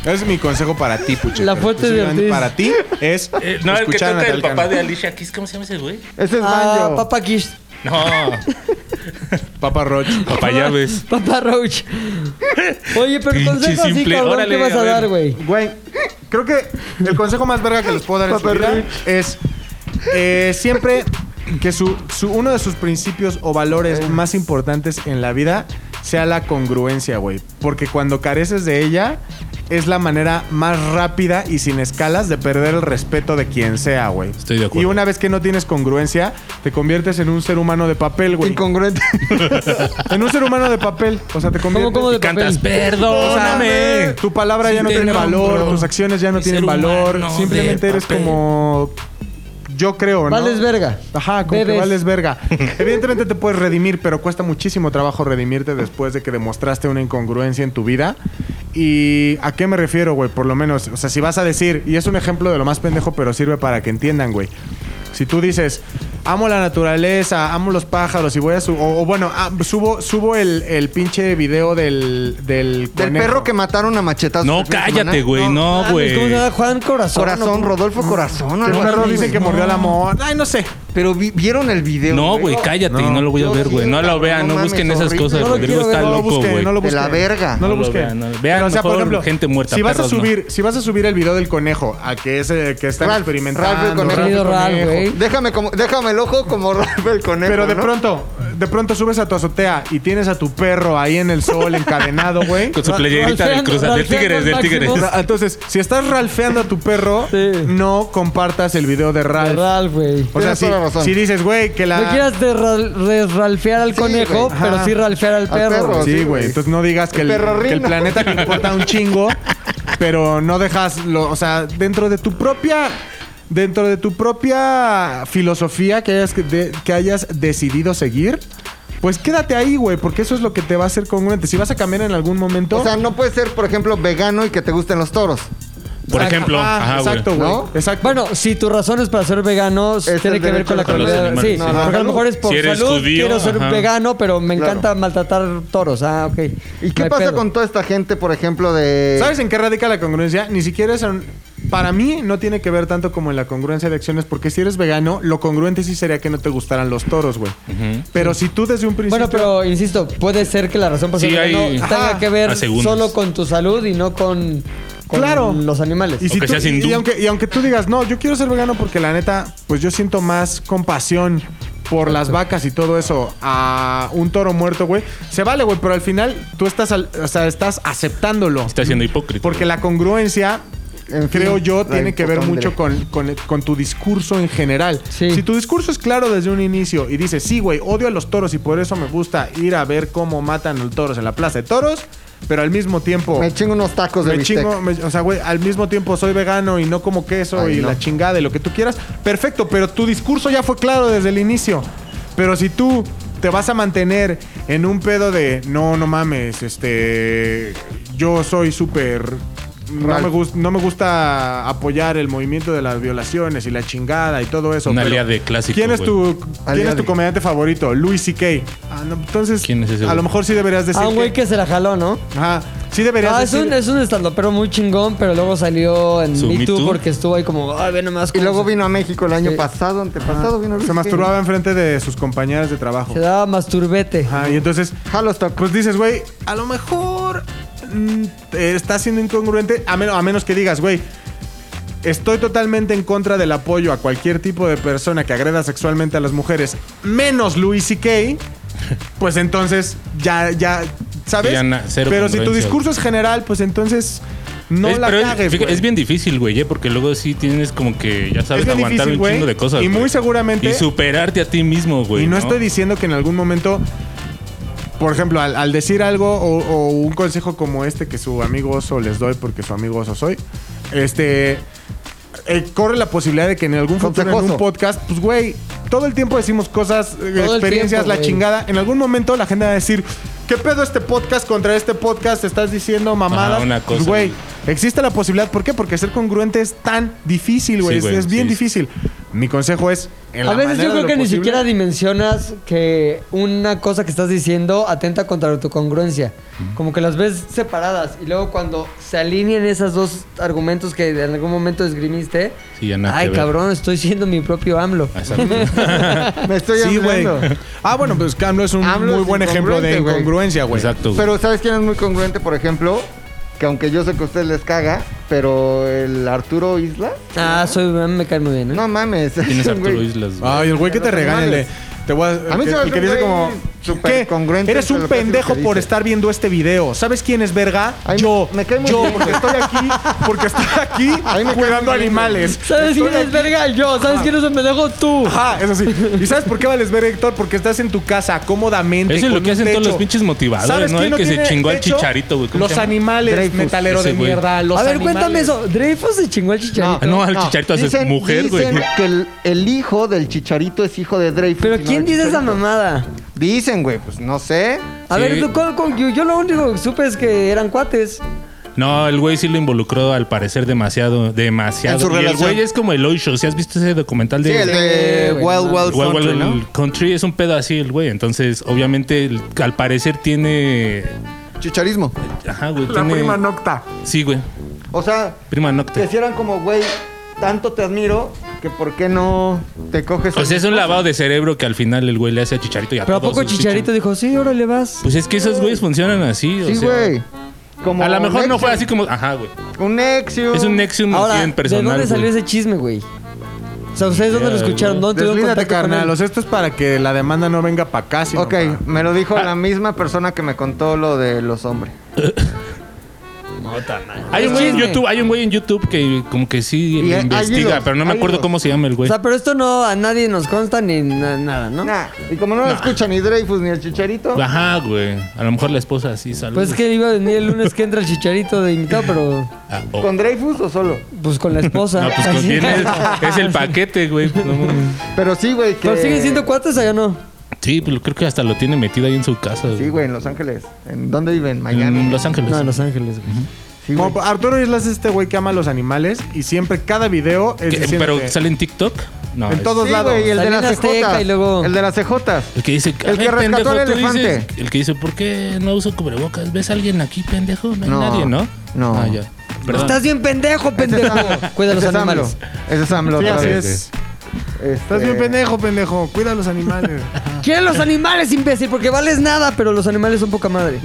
Speaker 10: Ese es mi consejo para ti, Pucho.
Speaker 5: La fuente de Ortiz.
Speaker 10: Para ti es
Speaker 6: eh, no, el que
Speaker 10: escuchar a
Speaker 6: toca el
Speaker 10: Natanael
Speaker 6: papá
Speaker 10: Cano.
Speaker 6: de Alicia Keys. ¿Cómo se llama ese güey?
Speaker 2: Ese es
Speaker 5: Ah,
Speaker 2: banjo.
Speaker 5: Papa Kish.
Speaker 6: No,
Speaker 10: Papa Roach.
Speaker 6: papá Llaves.
Speaker 5: Papa Roach. Oye, pero
Speaker 6: Pinche
Speaker 5: consejo así,
Speaker 6: simple.
Speaker 5: cabrón,
Speaker 6: Órale,
Speaker 5: ¿qué vas
Speaker 6: a
Speaker 5: a
Speaker 6: ver.
Speaker 5: dar, güey?
Speaker 10: Güey, creo que el consejo más verga que les puedo dar en su vida es eh, siempre que su, su- uno de sus principios o valores más importantes en la vida sea la congruencia, güey. Porque cuando careces de ella, es la manera más rápida y sin escalas de perder el respeto de quien sea, güey. Estoy de acuerdo. Y una vez que no tienes congruencia, te conviertes en un ser humano de papel, güey. Incongruente. en un ser humano de papel. O sea, te conviertes...
Speaker 6: cómo de Y cantas, papel? "Perdóname".
Speaker 10: O sea, tu palabra
Speaker 6: Sí
Speaker 10: ya no
Speaker 6: te
Speaker 10: tiene valor,
Speaker 6: nombro.
Speaker 10: tus acciones ya no
Speaker 6: Mi
Speaker 10: tienen
Speaker 6: ser
Speaker 10: valor.
Speaker 6: humano de
Speaker 10: Simplemente eres
Speaker 6: papel.
Speaker 10: como... Yo creo, ¿no?
Speaker 5: Vales verga.
Speaker 10: Ajá, como
Speaker 5: Bebes.
Speaker 10: que vales verga. Evidentemente te puedes redimir, pero cuesta muchísimo trabajo redimirte después de que demostraste una incongruencia en tu vida. ¿Y a qué me refiero, güey? Por lo menos, o sea, si vas a decir, y es un ejemplo de lo más pendejo, pero sirve para que entiendan, güey. Si tú dices, amo la naturaleza, amo los pájaros y voy a su o, o bueno, ah, subo, subo el, el pinche video del del,
Speaker 2: Del perro que mataron a machetazos.
Speaker 6: No,
Speaker 2: el fin de semana.
Speaker 6: cállate, güey. No,
Speaker 5: mames,
Speaker 6: güey.
Speaker 5: ¿Cómo se llama? Juan Corazón.
Speaker 2: Corazón, Rodolfo Corazón.
Speaker 10: El
Speaker 2: algo
Speaker 10: perro
Speaker 2: así,
Speaker 10: dicen
Speaker 2: güey.
Speaker 10: que mordió al amor. Ay, no sé.
Speaker 2: Pero vi- vieron el video.
Speaker 6: No, güey, cállate, no, lo voy a
Speaker 2: Yo
Speaker 6: ver,
Speaker 2: sí,
Speaker 6: güey. No lo
Speaker 2: cabrón,
Speaker 6: vean, no,
Speaker 2: mames,
Speaker 6: busquen esas
Speaker 2: horrible.
Speaker 6: cosas.
Speaker 2: No lo
Speaker 6: Rodrigo
Speaker 2: quiero
Speaker 6: está
Speaker 2: ver, no lo
Speaker 6: loco,
Speaker 10: busquen,
Speaker 6: güey.
Speaker 10: no lo
Speaker 2: De la
Speaker 10: busquen.
Speaker 2: verga.
Speaker 10: No lo
Speaker 6: No lo
Speaker 10: busquen.
Speaker 6: vean, no. Vean,
Speaker 10: Pero,
Speaker 6: mejor, gente muerta,
Speaker 10: Si vas a
Speaker 6: perros,
Speaker 10: subir, si vas a subir el video del conejo, a que es eh, que está
Speaker 2: Ralph,
Speaker 10: experimentando.
Speaker 2: Ralph el conejo.
Speaker 10: el
Speaker 5: Querido Ralph, güey.
Speaker 2: Déjame, como, déjame el ojo como Ralph el conejo.
Speaker 10: Pero de
Speaker 2: ¿no?
Speaker 10: pronto, de pronto subes a tu azotea y tienes a tu perro ahí en el sol encadenado, güey.
Speaker 6: Con su playerita del Cruz del Tigres, del Tigres.
Speaker 10: Ra- Entonces, si estás ralfeando a tu perro,
Speaker 5: Sí.
Speaker 10: no compartas el video de Ralph.
Speaker 5: Ralph, güey.
Speaker 10: O sea,
Speaker 2: Tienes toda la
Speaker 10: si,
Speaker 2: razón.
Speaker 10: si dices, güey, que la.
Speaker 5: No quieras derral- resralfear al
Speaker 2: Sí,
Speaker 5: conejo,
Speaker 2: güey.
Speaker 5: pero
Speaker 10: Ah. Ajá.
Speaker 5: sí ralfear al
Speaker 2: Al
Speaker 5: perro.
Speaker 2: perro.
Speaker 5: güey.
Speaker 10: Sí,
Speaker 2: Sí,
Speaker 10: güey.
Speaker 2: güey.
Speaker 10: Entonces no digas que el,
Speaker 2: El perro
Speaker 10: que el
Speaker 2: rino.
Speaker 10: planeta te importa un chingo, pero no dejas, lo- o sea, dentro de tu propia, dentro de tu propia filosofía que hayas, que de- que hayas decidido seguir, pues quédate ahí, güey, porque eso es lo que te va a hacer congruente. Si vas a cambiar en algún momento, pues
Speaker 2: O sea, no puedes ser, por ejemplo, vegano y que te gusten los toros.
Speaker 6: Por ejemplo,
Speaker 10: Ajá,
Speaker 6: ajá,
Speaker 10: ah, exacto,
Speaker 6: güey.
Speaker 10: güey,
Speaker 2: ¿No?
Speaker 10: exacto.
Speaker 5: Bueno, si tu razón es para ser vegano,
Speaker 2: Este Es
Speaker 5: tiene
Speaker 2: el
Speaker 5: que ver con la
Speaker 2: derecho de los
Speaker 5: comida. Sí,
Speaker 6: animales, sí.
Speaker 5: porque a lo
Speaker 2: Ajá.
Speaker 5: mejor es por
Speaker 6: Si eres
Speaker 5: salud,
Speaker 6: judío,
Speaker 5: quiero ser
Speaker 6: ajá.
Speaker 5: vegano, pero me
Speaker 2: Claro.
Speaker 5: encanta maltratar toros. Ah, ok.
Speaker 2: ¿Y
Speaker 5: No
Speaker 2: qué
Speaker 5: hay
Speaker 2: pasa
Speaker 5: pedo.
Speaker 2: con toda esta gente, por ejemplo,
Speaker 5: Eh,
Speaker 2: de.
Speaker 10: ¿Sabes en qué radica la congruencia? Ni siquiera es... en- Para mí no tiene que ver tanto como en la congruencia de acciones, porque si eres vegano, lo congruente sí sería que no te gustaran los toros, güey. Pero si tú desde un principio...
Speaker 5: Bueno, pero insisto, puede ser que la razón para
Speaker 6: Sí,
Speaker 5: ser vegano
Speaker 6: hay-
Speaker 5: tenga
Speaker 10: Ajá.
Speaker 5: que ver
Speaker 6: A segundos.
Speaker 5: solo con tu salud y no con, con
Speaker 10: Claro.
Speaker 5: los animales.
Speaker 10: Y, si
Speaker 6: que
Speaker 10: tú-
Speaker 6: seas hindú.
Speaker 10: y aunque, y aunque tú digas, no, yo quiero ser vegano porque la neta, pues yo siento más compasión por las vacas y todo eso a un toro muerto, güey. Se vale, güey, pero al final tú estás, al- o sea, estás aceptándolo.
Speaker 6: Está siendo hipócrita.
Speaker 10: Porque
Speaker 6: güey.
Speaker 10: la congruencia,
Speaker 2: En fin,
Speaker 10: creo yo,
Speaker 2: la
Speaker 10: tiene que ver
Speaker 2: hipocondria.
Speaker 10: mucho con, con- con tu discurso en general.
Speaker 5: Sí.
Speaker 10: Si tu discurso es claro desde un inicio y dices, sí, güey, odio a los toros y por eso me gusta ir a ver cómo matan los toros en la plaza de toros, pero al mismo tiempo
Speaker 2: Me chingo unos tacos de
Speaker 10: me
Speaker 2: bistec.
Speaker 10: chingo, me- o sea, güey, al mismo tiempo soy vegano y no como queso
Speaker 2: Ay,
Speaker 10: y
Speaker 2: no.
Speaker 10: la chingada y lo que tú quieras. Perfecto, pero tu discurso ya fue claro desde el inicio. Pero si tú te vas a mantener en un pedo de no, no mames, este. Yo soy súper. No
Speaker 2: Ralph.
Speaker 10: me, gus- no me gusta apoyar el movimiento de las violaciones y la chingada y todo eso.
Speaker 6: Una
Speaker 10: pero
Speaker 6: aliada de clásico,
Speaker 10: ¿Quién es,
Speaker 6: güey.
Speaker 10: tu, ¿quién
Speaker 2: Aliada
Speaker 10: es tu
Speaker 2: de-
Speaker 10: comediante favorito? Luis C.K. Ah, no, entonces,
Speaker 6: ¿Quién es ese
Speaker 10: a
Speaker 6: güey?
Speaker 10: lo mejor sí deberías decir.
Speaker 5: Ah, un güey que se la jaló, ¿no?
Speaker 10: Ajá. Sí deberías
Speaker 5: Ah, es
Speaker 10: decir.
Speaker 5: un, es un estandopero muy chingón, pero luego salió en
Speaker 6: Su
Speaker 5: Me
Speaker 6: Me
Speaker 5: Too
Speaker 6: Too.
Speaker 5: porque estuvo ahí como, ay, ve nomás.
Speaker 2: Y
Speaker 5: cómo
Speaker 2: luego
Speaker 5: se-
Speaker 2: vino a México el año
Speaker 5: Sí.
Speaker 2: pasado, antepasado vino Luis
Speaker 10: Se
Speaker 2: Gil.
Speaker 10: masturbaba enfrente de sus compañeras de trabajo.
Speaker 5: Se daba masturbete.
Speaker 10: Ajá, y entonces,
Speaker 2: Halostock.
Speaker 10: pues dices, güey, a lo mejor mm, eh, está siendo incongruente, a, menos a menos que digas, güey, estoy totalmente en contra del apoyo a cualquier tipo de persona que agreda sexualmente a las mujeres, menos Louis C.K., pues entonces ya, ya, ¿sabes?
Speaker 6: Ya na- cero
Speaker 10: Pero si tu
Speaker 6: congruencia.
Speaker 10: discurso es general, pues entonces no
Speaker 6: es,
Speaker 10: la
Speaker 6: pero es-
Speaker 10: cagues,
Speaker 6: fíjate,
Speaker 10: güey.
Speaker 6: es bien difícil, güey, ¿eh? porque luego sí tienes como que, ya sabes,
Speaker 10: Es bien
Speaker 6: aguantar
Speaker 10: difícil,
Speaker 6: un
Speaker 10: güey,
Speaker 6: chingo de cosas.
Speaker 10: y muy
Speaker 6: güey.
Speaker 10: seguramente-
Speaker 6: Y superarte a ti mismo, güey.
Speaker 10: y no,
Speaker 6: ¿no?
Speaker 10: estoy diciendo que en algún momento, por ejemplo, al, al decir algo o, o un consejo como este que su amigo oso les doy porque su amigo oso soy, este, eh, corre la posibilidad de que en algún futuro, en
Speaker 2: Consejoso.
Speaker 10: un podcast, pues güey, todo el tiempo decimos cosas, eh,
Speaker 5: el
Speaker 10: experiencias,
Speaker 5: tiempo,
Speaker 10: la
Speaker 5: güey.
Speaker 10: chingada. En algún momento la gente va a decir, ¿qué pedo este podcast contra este podcast? Estás diciendo mamadas.
Speaker 6: Ajá, una
Speaker 10: Pues,
Speaker 6: cosa,
Speaker 10: güey,
Speaker 6: güey.
Speaker 10: Existe la posibilidad, ¿por qué? Porque ser congruente es tan difícil, güey.
Speaker 6: Sí,
Speaker 10: es-
Speaker 6: güey,
Speaker 10: es, bien
Speaker 6: sí.
Speaker 10: difícil. Mi consejo es... en la
Speaker 5: A veces
Speaker 10: manera
Speaker 5: yo
Speaker 10: de
Speaker 5: creo
Speaker 10: lo
Speaker 5: que ni
Speaker 10: posible,
Speaker 5: siquiera dimensionas que una cosa que estás diciendo atenta contra tu congruencia. Como que las ves separadas y luego cuando se alinean esos dos argumentos que en algún momento esgrimiste,
Speaker 6: Sí, ya nada que
Speaker 5: ay
Speaker 6: ver.
Speaker 5: cabrón, estoy siendo mi propio AMLO.
Speaker 6: Exacto.
Speaker 2: Me estoy
Speaker 10: sí, güey.
Speaker 2: hablando.
Speaker 10: Ah, bueno, pues AMLO es un
Speaker 2: AMLO
Speaker 10: muy
Speaker 2: es
Speaker 10: buen ejemplo de
Speaker 2: incongruente, güey.
Speaker 10: incongruencia, güey.
Speaker 6: Exacto. güey.
Speaker 2: Pero ¿sabes quién es muy congruente, por ejemplo? Que aunque yo sé que a ustedes les caga, pero el Arturo Isla.
Speaker 5: Ah, soy a mí me cae muy bien, ¿eh?
Speaker 2: No mames.
Speaker 6: Tienes
Speaker 2: es un
Speaker 6: Arturo
Speaker 2: güey.
Speaker 10: Ah,
Speaker 6: Islas, güey.
Speaker 10: Ay, el güey que te
Speaker 2: No te
Speaker 10: regaña,
Speaker 2: mames.
Speaker 10: le- te voy a,
Speaker 2: A mí
Speaker 10: que,
Speaker 2: se me
Speaker 10: el
Speaker 2: hace
Speaker 10: que
Speaker 2: un
Speaker 10: dice
Speaker 2: güey
Speaker 10: como
Speaker 2: súper
Speaker 10: ¿Qué?
Speaker 2: congruente
Speaker 10: Eres
Speaker 2: entre
Speaker 10: un
Speaker 2: lo que haces y lo
Speaker 10: pendejo
Speaker 2: que
Speaker 10: por
Speaker 2: dices.
Speaker 10: estar viendo este video. ¿Sabes quién es verga? yo. Me cae
Speaker 2: muy
Speaker 10: yo,
Speaker 2: bien,
Speaker 10: porque
Speaker 2: güey.
Speaker 10: estoy aquí, porque estoy aquí cuidando animales.
Speaker 5: ¿Sabes quién es verga? Yo. ¿Sabes quién es un pendejo? Tú.
Speaker 10: Ajá, eso sí. ¿Y sabes por qué vales ver, Héctor? Porque estás en tu casa cómodamente.
Speaker 6: Eso es lo
Speaker 10: con
Speaker 6: que
Speaker 10: un
Speaker 6: hacen todos
Speaker 10: techo.
Speaker 6: los pinches motivadores,
Speaker 10: ¿Sabes
Speaker 6: ¿no?
Speaker 10: quién
Speaker 6: El que se
Speaker 10: tiene
Speaker 6: chingó al
Speaker 10: techo?
Speaker 6: Chicharito, güey. ¿Cómo
Speaker 10: Los
Speaker 6: se llama?
Speaker 10: animales,
Speaker 6: Dreyfus,
Speaker 10: metalero de
Speaker 6: ese güey.
Speaker 10: mierda. Los
Speaker 5: a ver,
Speaker 10: animales.
Speaker 5: cuéntame eso. ¿Dreyfus se chingó al chicharito?
Speaker 6: Ah, No, al chicharito haces
Speaker 2: Dicen-
Speaker 6: mujer, güey.
Speaker 2: Dicen que el, el hijo del chicharito es hijo de Dreyfus.
Speaker 5: ¿Pero
Speaker 2: y no
Speaker 5: quién
Speaker 2: del
Speaker 5: dice esa
Speaker 2: Chicharito.
Speaker 5: mamada?
Speaker 2: Dicen, güey, pues no sé.
Speaker 5: A
Speaker 6: Sí.
Speaker 5: ver, ¿tú, cómo- cómo- yo, yo lo único que supe es que eran cuates.
Speaker 6: No, el güey sí lo involucró al parecer demasiado, demasiado.
Speaker 2: En su
Speaker 6: Y el
Speaker 2: relación.
Speaker 6: güey es como el Oisho, si has visto ese documental de
Speaker 2: Sí, el de
Speaker 5: güey,
Speaker 2: Wild
Speaker 5: no.
Speaker 2: Wild
Speaker 6: Wild
Speaker 2: Country,
Speaker 6: Wild
Speaker 2: ¿no?
Speaker 6: Country es un pedo así el güey, entonces obviamente el- al parecer tiene
Speaker 2: Chicharismo.
Speaker 6: ajá, güey, tiene
Speaker 10: nocta.
Speaker 6: Sí, güey.
Speaker 2: O sea,
Speaker 6: Prima
Speaker 2: que
Speaker 6: nocta.
Speaker 2: si eran como, güey, tanto te admiro que por qué no te coges...
Speaker 6: O sea, Pues es un lavado de cerebro que al final el güey le hace a Chicharito y a
Speaker 5: Pero ¿a
Speaker 6: todos
Speaker 5: poco
Speaker 6: sus
Speaker 5: Chicharito dijo, sí, ahora le vas?
Speaker 6: Pues es que esos güeyes funcionan así, o
Speaker 2: Sí,
Speaker 6: sea,
Speaker 2: güey. Como
Speaker 6: A lo mejor no
Speaker 2: Nexium.
Speaker 6: fue así como, ajá, güey.
Speaker 2: Un Nexium.
Speaker 6: Es un Nexium
Speaker 5: Ahora,
Speaker 6: bien personal.
Speaker 5: ¿de dónde salió
Speaker 6: güey.
Speaker 5: ese chisme, güey? O sea, ¿ustedes dónde lo
Speaker 6: Idea,
Speaker 5: escucharon? ¿Dónde tuvieron
Speaker 10: Deslídate,
Speaker 5: contacto con él?
Speaker 10: carnal. O sea, esto es para que la demanda no venga para acá, sino
Speaker 2: Ok,
Speaker 10: pa'-
Speaker 2: me lo dijo la misma persona que me contó lo de los hombres.
Speaker 6: Hay un, güey en
Speaker 5: Chisme.
Speaker 6: YouTube, hay un güey en YouTube que como que sí
Speaker 2: Y hay- hay
Speaker 6: investiga,
Speaker 2: hilos,
Speaker 6: pero no me
Speaker 2: hay
Speaker 6: acuerdo
Speaker 2: hilos.
Speaker 6: cómo se llama el
Speaker 5: O
Speaker 6: güey.
Speaker 5: sea, pero esto no a nadie nos consta ni na- nada, ¿no?
Speaker 2: Nah, y como no lo escucha ni Dreyfus ni el Chicharito,
Speaker 6: Ajá, güey. A lo mejor la esposa sí sale.
Speaker 5: Pues es que iba a venir el lunes que entra el chicharito de invitado, pero
Speaker 2: ¿con Dreyfus o solo?
Speaker 5: pues con la esposa.
Speaker 6: Ah, oh. No, pues
Speaker 5: Así.
Speaker 6: conviene. es el paquete, güey. No mames.
Speaker 2: Pero sí, güey, que...
Speaker 5: ¿Pero siguen siendo cuates o ya no?
Speaker 6: sí, pues creo que hasta lo tiene metido ahí en su casa.
Speaker 2: Sí, güey, en Los Ángeles. ¿En dónde viven? Miami.
Speaker 6: En Los Ángeles.
Speaker 5: No, en Los Ángeles, güey.
Speaker 2: Sí, güey.
Speaker 10: Como Arturo Islas es este güey que ama a los animales y siempre cada video es
Speaker 6: Que-
Speaker 10: diciendo
Speaker 6: pero
Speaker 10: que-
Speaker 6: sale en TikTok. No.
Speaker 10: En
Speaker 6: es-
Speaker 10: todos
Speaker 2: Sí,
Speaker 10: lados.
Speaker 2: güey, el de
Speaker 5: Salinas
Speaker 2: las
Speaker 5: Azteca
Speaker 2: cejotas.
Speaker 5: y luego-
Speaker 2: El de las cejotas.
Speaker 6: El que dice,
Speaker 2: El que
Speaker 6: "Ay,
Speaker 2: rescató al
Speaker 6: tú dices-
Speaker 2: elefante.
Speaker 6: el que dice, ¿por qué no uso cubrebocas? ¿Ves a alguien aquí, pendejo? No hay
Speaker 2: No,
Speaker 6: nadie, ¿no?
Speaker 2: no.
Speaker 6: Ah, ya. Perdón.
Speaker 5: Estás bien pendejo, pendejo. Cuida los
Speaker 2: Ese es AMLO.
Speaker 5: animales.
Speaker 2: Ese es AMLO.
Speaker 10: Sí,
Speaker 2: otra
Speaker 10: así
Speaker 2: vez.
Speaker 10: es.
Speaker 2: Este-
Speaker 10: Estás bien pendejo, pendejo. Cuida a los animales.
Speaker 5: Quieren los animales, imbécil, porque vales nada, pero los animales son poca madre.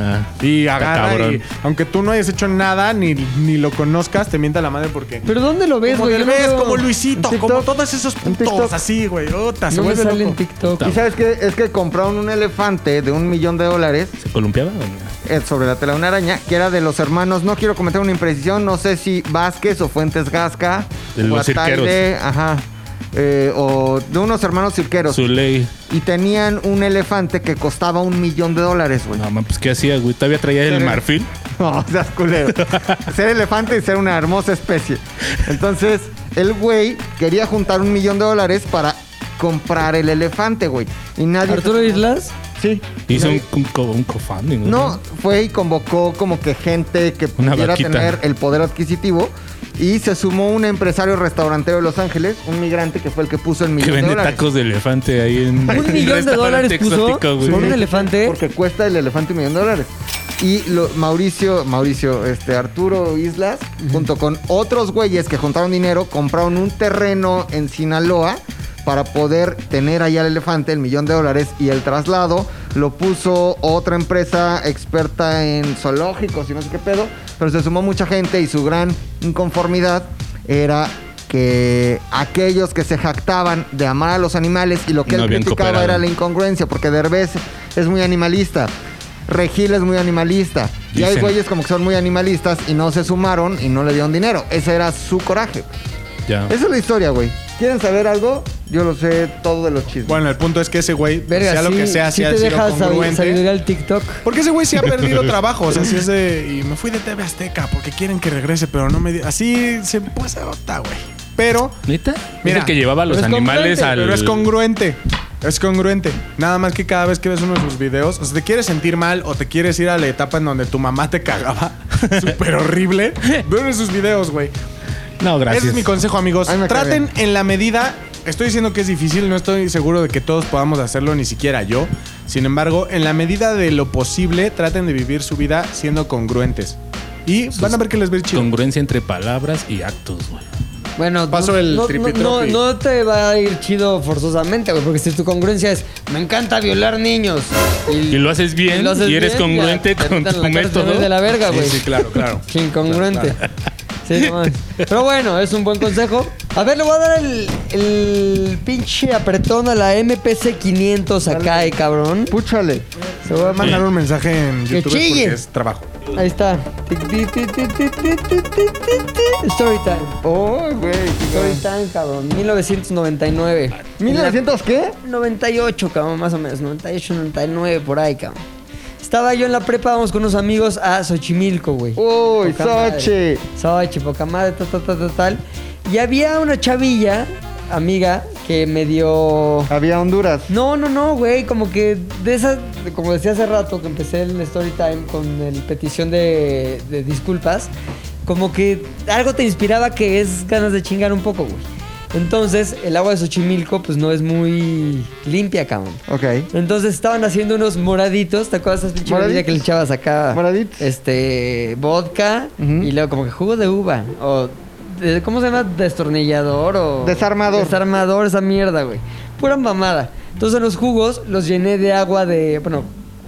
Speaker 6: Ah.
Speaker 10: Y
Speaker 6: Está
Speaker 10: agarra
Speaker 6: cabrón.
Speaker 10: y, aunque tú no hayas hecho nada ni, ni lo conozcas, te mienta la madre porque...
Speaker 5: ¿Pero dónde lo ves,
Speaker 10: Como
Speaker 5: güey? Yo no
Speaker 10: Derbez,
Speaker 5: veo-
Speaker 10: como Luisito,
Speaker 2: en
Speaker 10: como
Speaker 2: TikTok,
Speaker 10: todos esos
Speaker 2: en
Speaker 10: putos
Speaker 2: TikTok.
Speaker 10: así, güey. Ota, se
Speaker 5: No me
Speaker 10: vuelve
Speaker 5: sale en
Speaker 10: loco.
Speaker 5: TikTok.
Speaker 2: ¿Y sabes qué? Es que compraron un elefante de un millón de dólares
Speaker 6: ¿Columpiaba? o no?
Speaker 2: eh, sobre la tela de una araña, que era de los hermanos. No quiero cometer una imprecisión, no sé si Vázquez o Fuentes Gasca.
Speaker 6: De los
Speaker 2: Guataire, Ajá. eh, o de unos hermanos cirqueros.
Speaker 6: Su ley.
Speaker 2: Y tenían un elefante que costaba un millón de dólares, güey.
Speaker 6: No, man, pues ¿qué hacía, güey? Todavía traía el
Speaker 2: Pero-
Speaker 6: marfil.
Speaker 2: No, seas culero. ser elefante y ser una hermosa especie. Entonces, el güey quería juntar un millón de dólares para comprar el elefante, güey. Y nadie.
Speaker 5: ¿Arturo Islas?
Speaker 2: Sí.
Speaker 6: Hizo un, un, co- un cofunding, güey.
Speaker 2: No, fue y convocó como que gente que
Speaker 6: Una
Speaker 2: pudiera
Speaker 6: vaquita.
Speaker 2: tener el poder adquisitivo. Y se sumó un empresario restaurantero de Los Ángeles, un migrante que fue el que puso el millón
Speaker 6: Que
Speaker 2: de
Speaker 6: vende
Speaker 2: dólares.
Speaker 6: tacos de elefante ahí en.
Speaker 5: Un millón de dólares puso por un elefante.
Speaker 2: Porque cuesta el elefante un millón de dólares. Y lo- Mauricio, Mauricio, este Arturo Islas, junto con otros güeyes que juntaron dinero, compraron un terreno en Sinaloa para poder tener allá al elefante, el millón de dólares, y el traslado lo puso otra empresa experta en zoológicos y no sé qué pedo, pero se sumó mucha gente y su gran inconformidad era que aquellos que se jactaban de amar a los animales y lo que
Speaker 6: No
Speaker 2: él
Speaker 6: habían
Speaker 2: criticaba
Speaker 6: cooperado.
Speaker 2: era la incongruencia, porque Derbez es muy animalista. Regil es muy animalista. Y hay
Speaker 6: Dicen.
Speaker 2: güeyes como que son muy animalistas y no se sumaron y no le dieron dinero. Ese era su coraje.
Speaker 6: Ya.
Speaker 2: Esa es la historia, güey. ¿Quieren saber algo? Yo lo sé todo de los chismes.
Speaker 10: Bueno, el punto es que ese güey,
Speaker 5: Verga,
Speaker 10: sea
Speaker 5: sí,
Speaker 10: lo que sea,
Speaker 5: sí
Speaker 10: sea
Speaker 5: te
Speaker 10: sido
Speaker 5: deja sab-
Speaker 10: congruente.
Speaker 5: sabiduría el TikTok.
Speaker 10: Porque ese güey sí ha perdido trabajo. O sea, sí es de. Y me fui de TV Azteca porque quieren que regrese, pero no me. di- Así se pasa otra, güey. Pero.
Speaker 6: ¿Neta?
Speaker 10: Mira,
Speaker 6: es el que llevaba a los
Speaker 10: pero es
Speaker 6: animales
Speaker 10: congruente,
Speaker 6: al.
Speaker 10: Pero es congruente. Es congruente. Nada más que cada vez que ves uno de sus videos, o sea, te quieres sentir mal o te quieres ir a la etapa en donde tu mamá te cagaba. Súper horrible. Ve uno de sus videos, güey.
Speaker 6: No, gracias.
Speaker 10: Ese es mi consejo, amigos.
Speaker 2: Ay, me cae
Speaker 10: Traten en la medida. Estoy diciendo que es difícil, no estoy seguro de que todos podamos hacerlo, ni siquiera yo. Sin embargo, en la medida de lo posible, traten de vivir su vida siendo congruentes. Y van a ver que les ve chido.
Speaker 6: Congruencia entre palabras y actos, güey.
Speaker 5: Bueno,
Speaker 10: Paso
Speaker 5: no,
Speaker 10: el
Speaker 5: no,
Speaker 10: tripi
Speaker 5: no, no,
Speaker 10: tropi.
Speaker 5: no te va a ir chido forzosamente, güey, porque si tu congruencia es me encanta violar niños y,
Speaker 6: Y lo haces bien y,
Speaker 5: lo haces
Speaker 6: eres
Speaker 5: bien,
Speaker 6: congruente
Speaker 5: ya, te
Speaker 6: con
Speaker 5: metan
Speaker 6: tu
Speaker 5: la cárcel
Speaker 6: método.
Speaker 5: de la verga, güey.
Speaker 10: Sí, sí, claro, claro.
Speaker 5: Qué incongruente. Sí, no mames. Pero bueno, es un buen consejo. A ver, le voy a dar el, el pinche apretón a la MPC 500 acá, eh, cabrón. Púchale.
Speaker 10: Se va a mandar un mensaje en
Speaker 5: Que
Speaker 10: YouTube porque
Speaker 5: chille.
Speaker 10: es trabajo.
Speaker 5: Ahí está. Tic, tic, tic, tic, tic, tic, tic, tic, tic. Storytime.
Speaker 2: Oh, güey.
Speaker 5: Storytime, cabrón. 1999.
Speaker 2: ¿1900 qué?
Speaker 5: 98, cabrón, más o menos. 98, 99, por ahí, cabrón. Estaba yo en la prepa, vamos con unos amigos a Xochimilco, güey.
Speaker 2: Uy,
Speaker 5: Poca madre.
Speaker 2: Sochi.
Speaker 5: Sochi, poca madre, tal, tal, tal, tal, tal. Y había una chavilla, amiga, que me dio...
Speaker 2: Había Honduras.
Speaker 5: No, no, no, güey, como que de esas, como decía hace rato que empecé el story time con el petición de, de disculpas, como que algo te inspiraba que es ganas de chingar un poco, güey. Entonces, el agua de Xochimilco, pues no es muy limpia, cabrón.
Speaker 2: Ok.
Speaker 5: Entonces estaban haciendo unos moraditos, ¿te acuerdas de esa pinche
Speaker 2: Moraditos.
Speaker 5: bebida que le echabas
Speaker 2: Ah.
Speaker 5: acá?
Speaker 2: Moraditos.
Speaker 5: Este, vodka y luego como que jugo de uva Ah, o de- ¿cómo se llama? destornillador o
Speaker 2: Desarmador.
Speaker 5: Desarmador esa mierda, güey. Pura mamada. Entonces los jugos los llené de agua de, bueno,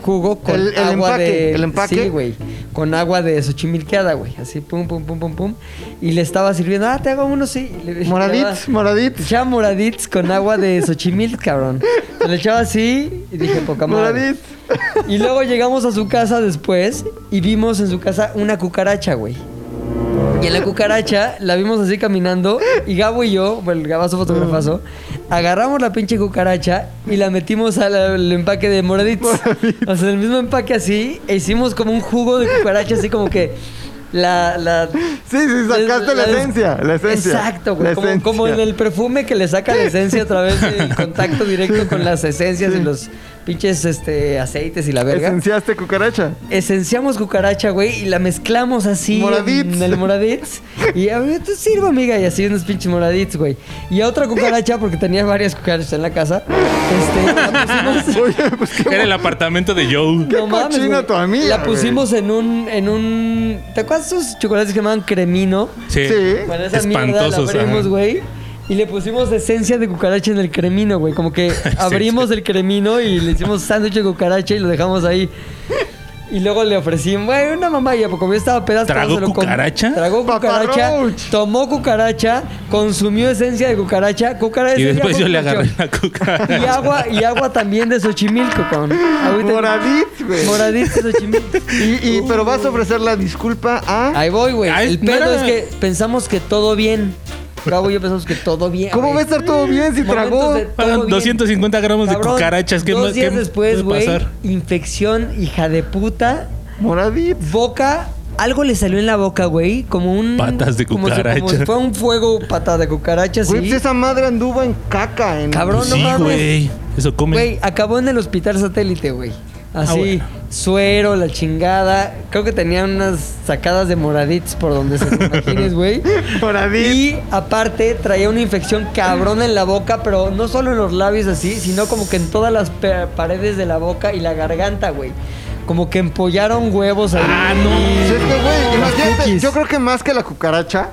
Speaker 5: jugo con
Speaker 2: El- el
Speaker 5: agua
Speaker 2: empaque,
Speaker 5: de
Speaker 2: el empaque.
Speaker 5: Sí, güey. Con agua de xochimilqueada, güey. Así pum pum pum pum pum y le estaba sirviendo, "Ah, te hago uno sí." Y le- "Ah,
Speaker 2: Moradits, moradits.
Speaker 5: ya moradits con agua de Xochimil, cabrón. Me lo echaba así y dije, poca madre.
Speaker 2: Moradits.
Speaker 5: Y luego llegamos a su casa después y vimos en su casa una cucaracha, güey. Y en la cucaracha la vimos así caminando y Gabo y yo, bueno, el gabazo fotografazo, agarramos la pinche cucaracha y la metimos al, al empaque de moradits. O sea, en el mismo empaque así e hicimos como un jugo de cucaracha así como que la... la
Speaker 2: Sí, sí, sacaste la,
Speaker 5: des-
Speaker 2: esencia. La esencia.
Speaker 5: Exacto, güey.
Speaker 2: La
Speaker 5: Como,
Speaker 2: esencia.
Speaker 5: como en el perfume que le saca la esencia a través del contacto directo con las esencias y los pinches este, aceites y la verga.
Speaker 2: Esenciaste cucaracha.
Speaker 5: Esenciamos cucaracha, güey, y la mezclamos así
Speaker 2: Moradits.
Speaker 5: en el moradits. Y a ver, te sirvo, amiga, y así unos pinches moradits, güey. Y a otra cucaracha, porque tenía varias cucarachas en la casa. Este, la pusimos-
Speaker 6: Era el apartamento de Joe.
Speaker 5: no mames,
Speaker 2: pues, cochina
Speaker 5: güey.
Speaker 2: tu amiga,
Speaker 5: La
Speaker 2: güey.
Speaker 5: pusimos en un, en un. ¿Te acuerdas de esos chocolates que se llamaban cremino?
Speaker 6: Sí.
Speaker 2: Sí.
Speaker 5: Bueno, esa mierda la
Speaker 6: Espantosos,
Speaker 5: abrimos,
Speaker 6: ajá.
Speaker 5: güey. Y le pusimos esencia de cucaracha en el cremino, güey. Como que abrimos el cremino y le hicimos sándwich de cucaracha y lo dejamos ahí. Y luego le ofrecimos, güey, una mamá ya, porque como yo estaba pedazo.
Speaker 6: ¿Tragó cucaracha?
Speaker 5: Tragó cucaracha,
Speaker 2: Paparruch.
Speaker 5: tomó cucaracha, consumió esencia de cucaracha, cucaracha.
Speaker 6: Y después yo le agarré
Speaker 5: cucaracha.
Speaker 6: la cucaracha.
Speaker 5: Y agua, y agua también de Xochimilco, cabrón. Ahorita-
Speaker 2: Moradits, güey.
Speaker 5: Moradito de Xochimilco.
Speaker 2: Y, y- pero vas a ofrecer la disculpa a.
Speaker 5: Ahí voy, güey.
Speaker 6: Ay,
Speaker 5: El pedo
Speaker 6: nada.
Speaker 5: es que pensamos que todo bien. Gabo y yo pensamos que todo bien.
Speaker 2: ¿Cómo va a
Speaker 5: güey.
Speaker 2: estar todo bien si
Speaker 5: Momentos
Speaker 2: tragó?
Speaker 5: de todo
Speaker 6: Pagan
Speaker 5: bien.
Speaker 6: 250 gramos de
Speaker 5: Cabrón,
Speaker 6: cucarachas. ¿Qué
Speaker 5: dos
Speaker 6: más- qué
Speaker 5: días
Speaker 6: más puede
Speaker 5: después, güey,
Speaker 6: pasar?
Speaker 5: infección, hija de puta,
Speaker 2: Moradits.
Speaker 5: boca, algo le salió en la boca, güey, como un...
Speaker 6: Patas de
Speaker 5: como si- Como si,
Speaker 6: cucaracha.
Speaker 5: fue un fuego, patas de cucaracha,
Speaker 2: Güey, pues
Speaker 5: sí.
Speaker 2: esa madre anduvo en caca. En...
Speaker 5: Cabrón,
Speaker 6: Pues
Speaker 5: no
Speaker 6: sí,
Speaker 5: mames.
Speaker 6: güey. Eso come.
Speaker 5: Güey, acabó en el hospital satélite, güey. Así,
Speaker 6: Ah, bueno.
Speaker 5: suero, la chingada. Creo que tenía unas sacadas de moradits por donde se te imagines, güey.
Speaker 2: Moradits.
Speaker 5: Y aparte traía una infección cabrón en la boca, pero no solo en los labios así, sino como que en todas las pe- paredes de la boca y la garganta, güey. Como que empollaron huevos ahí. Ah,
Speaker 2: Si
Speaker 5: no.
Speaker 2: es que, güey,
Speaker 5: Las
Speaker 2: imagínate,
Speaker 5: cookies.
Speaker 2: yo creo que más que la cucaracha,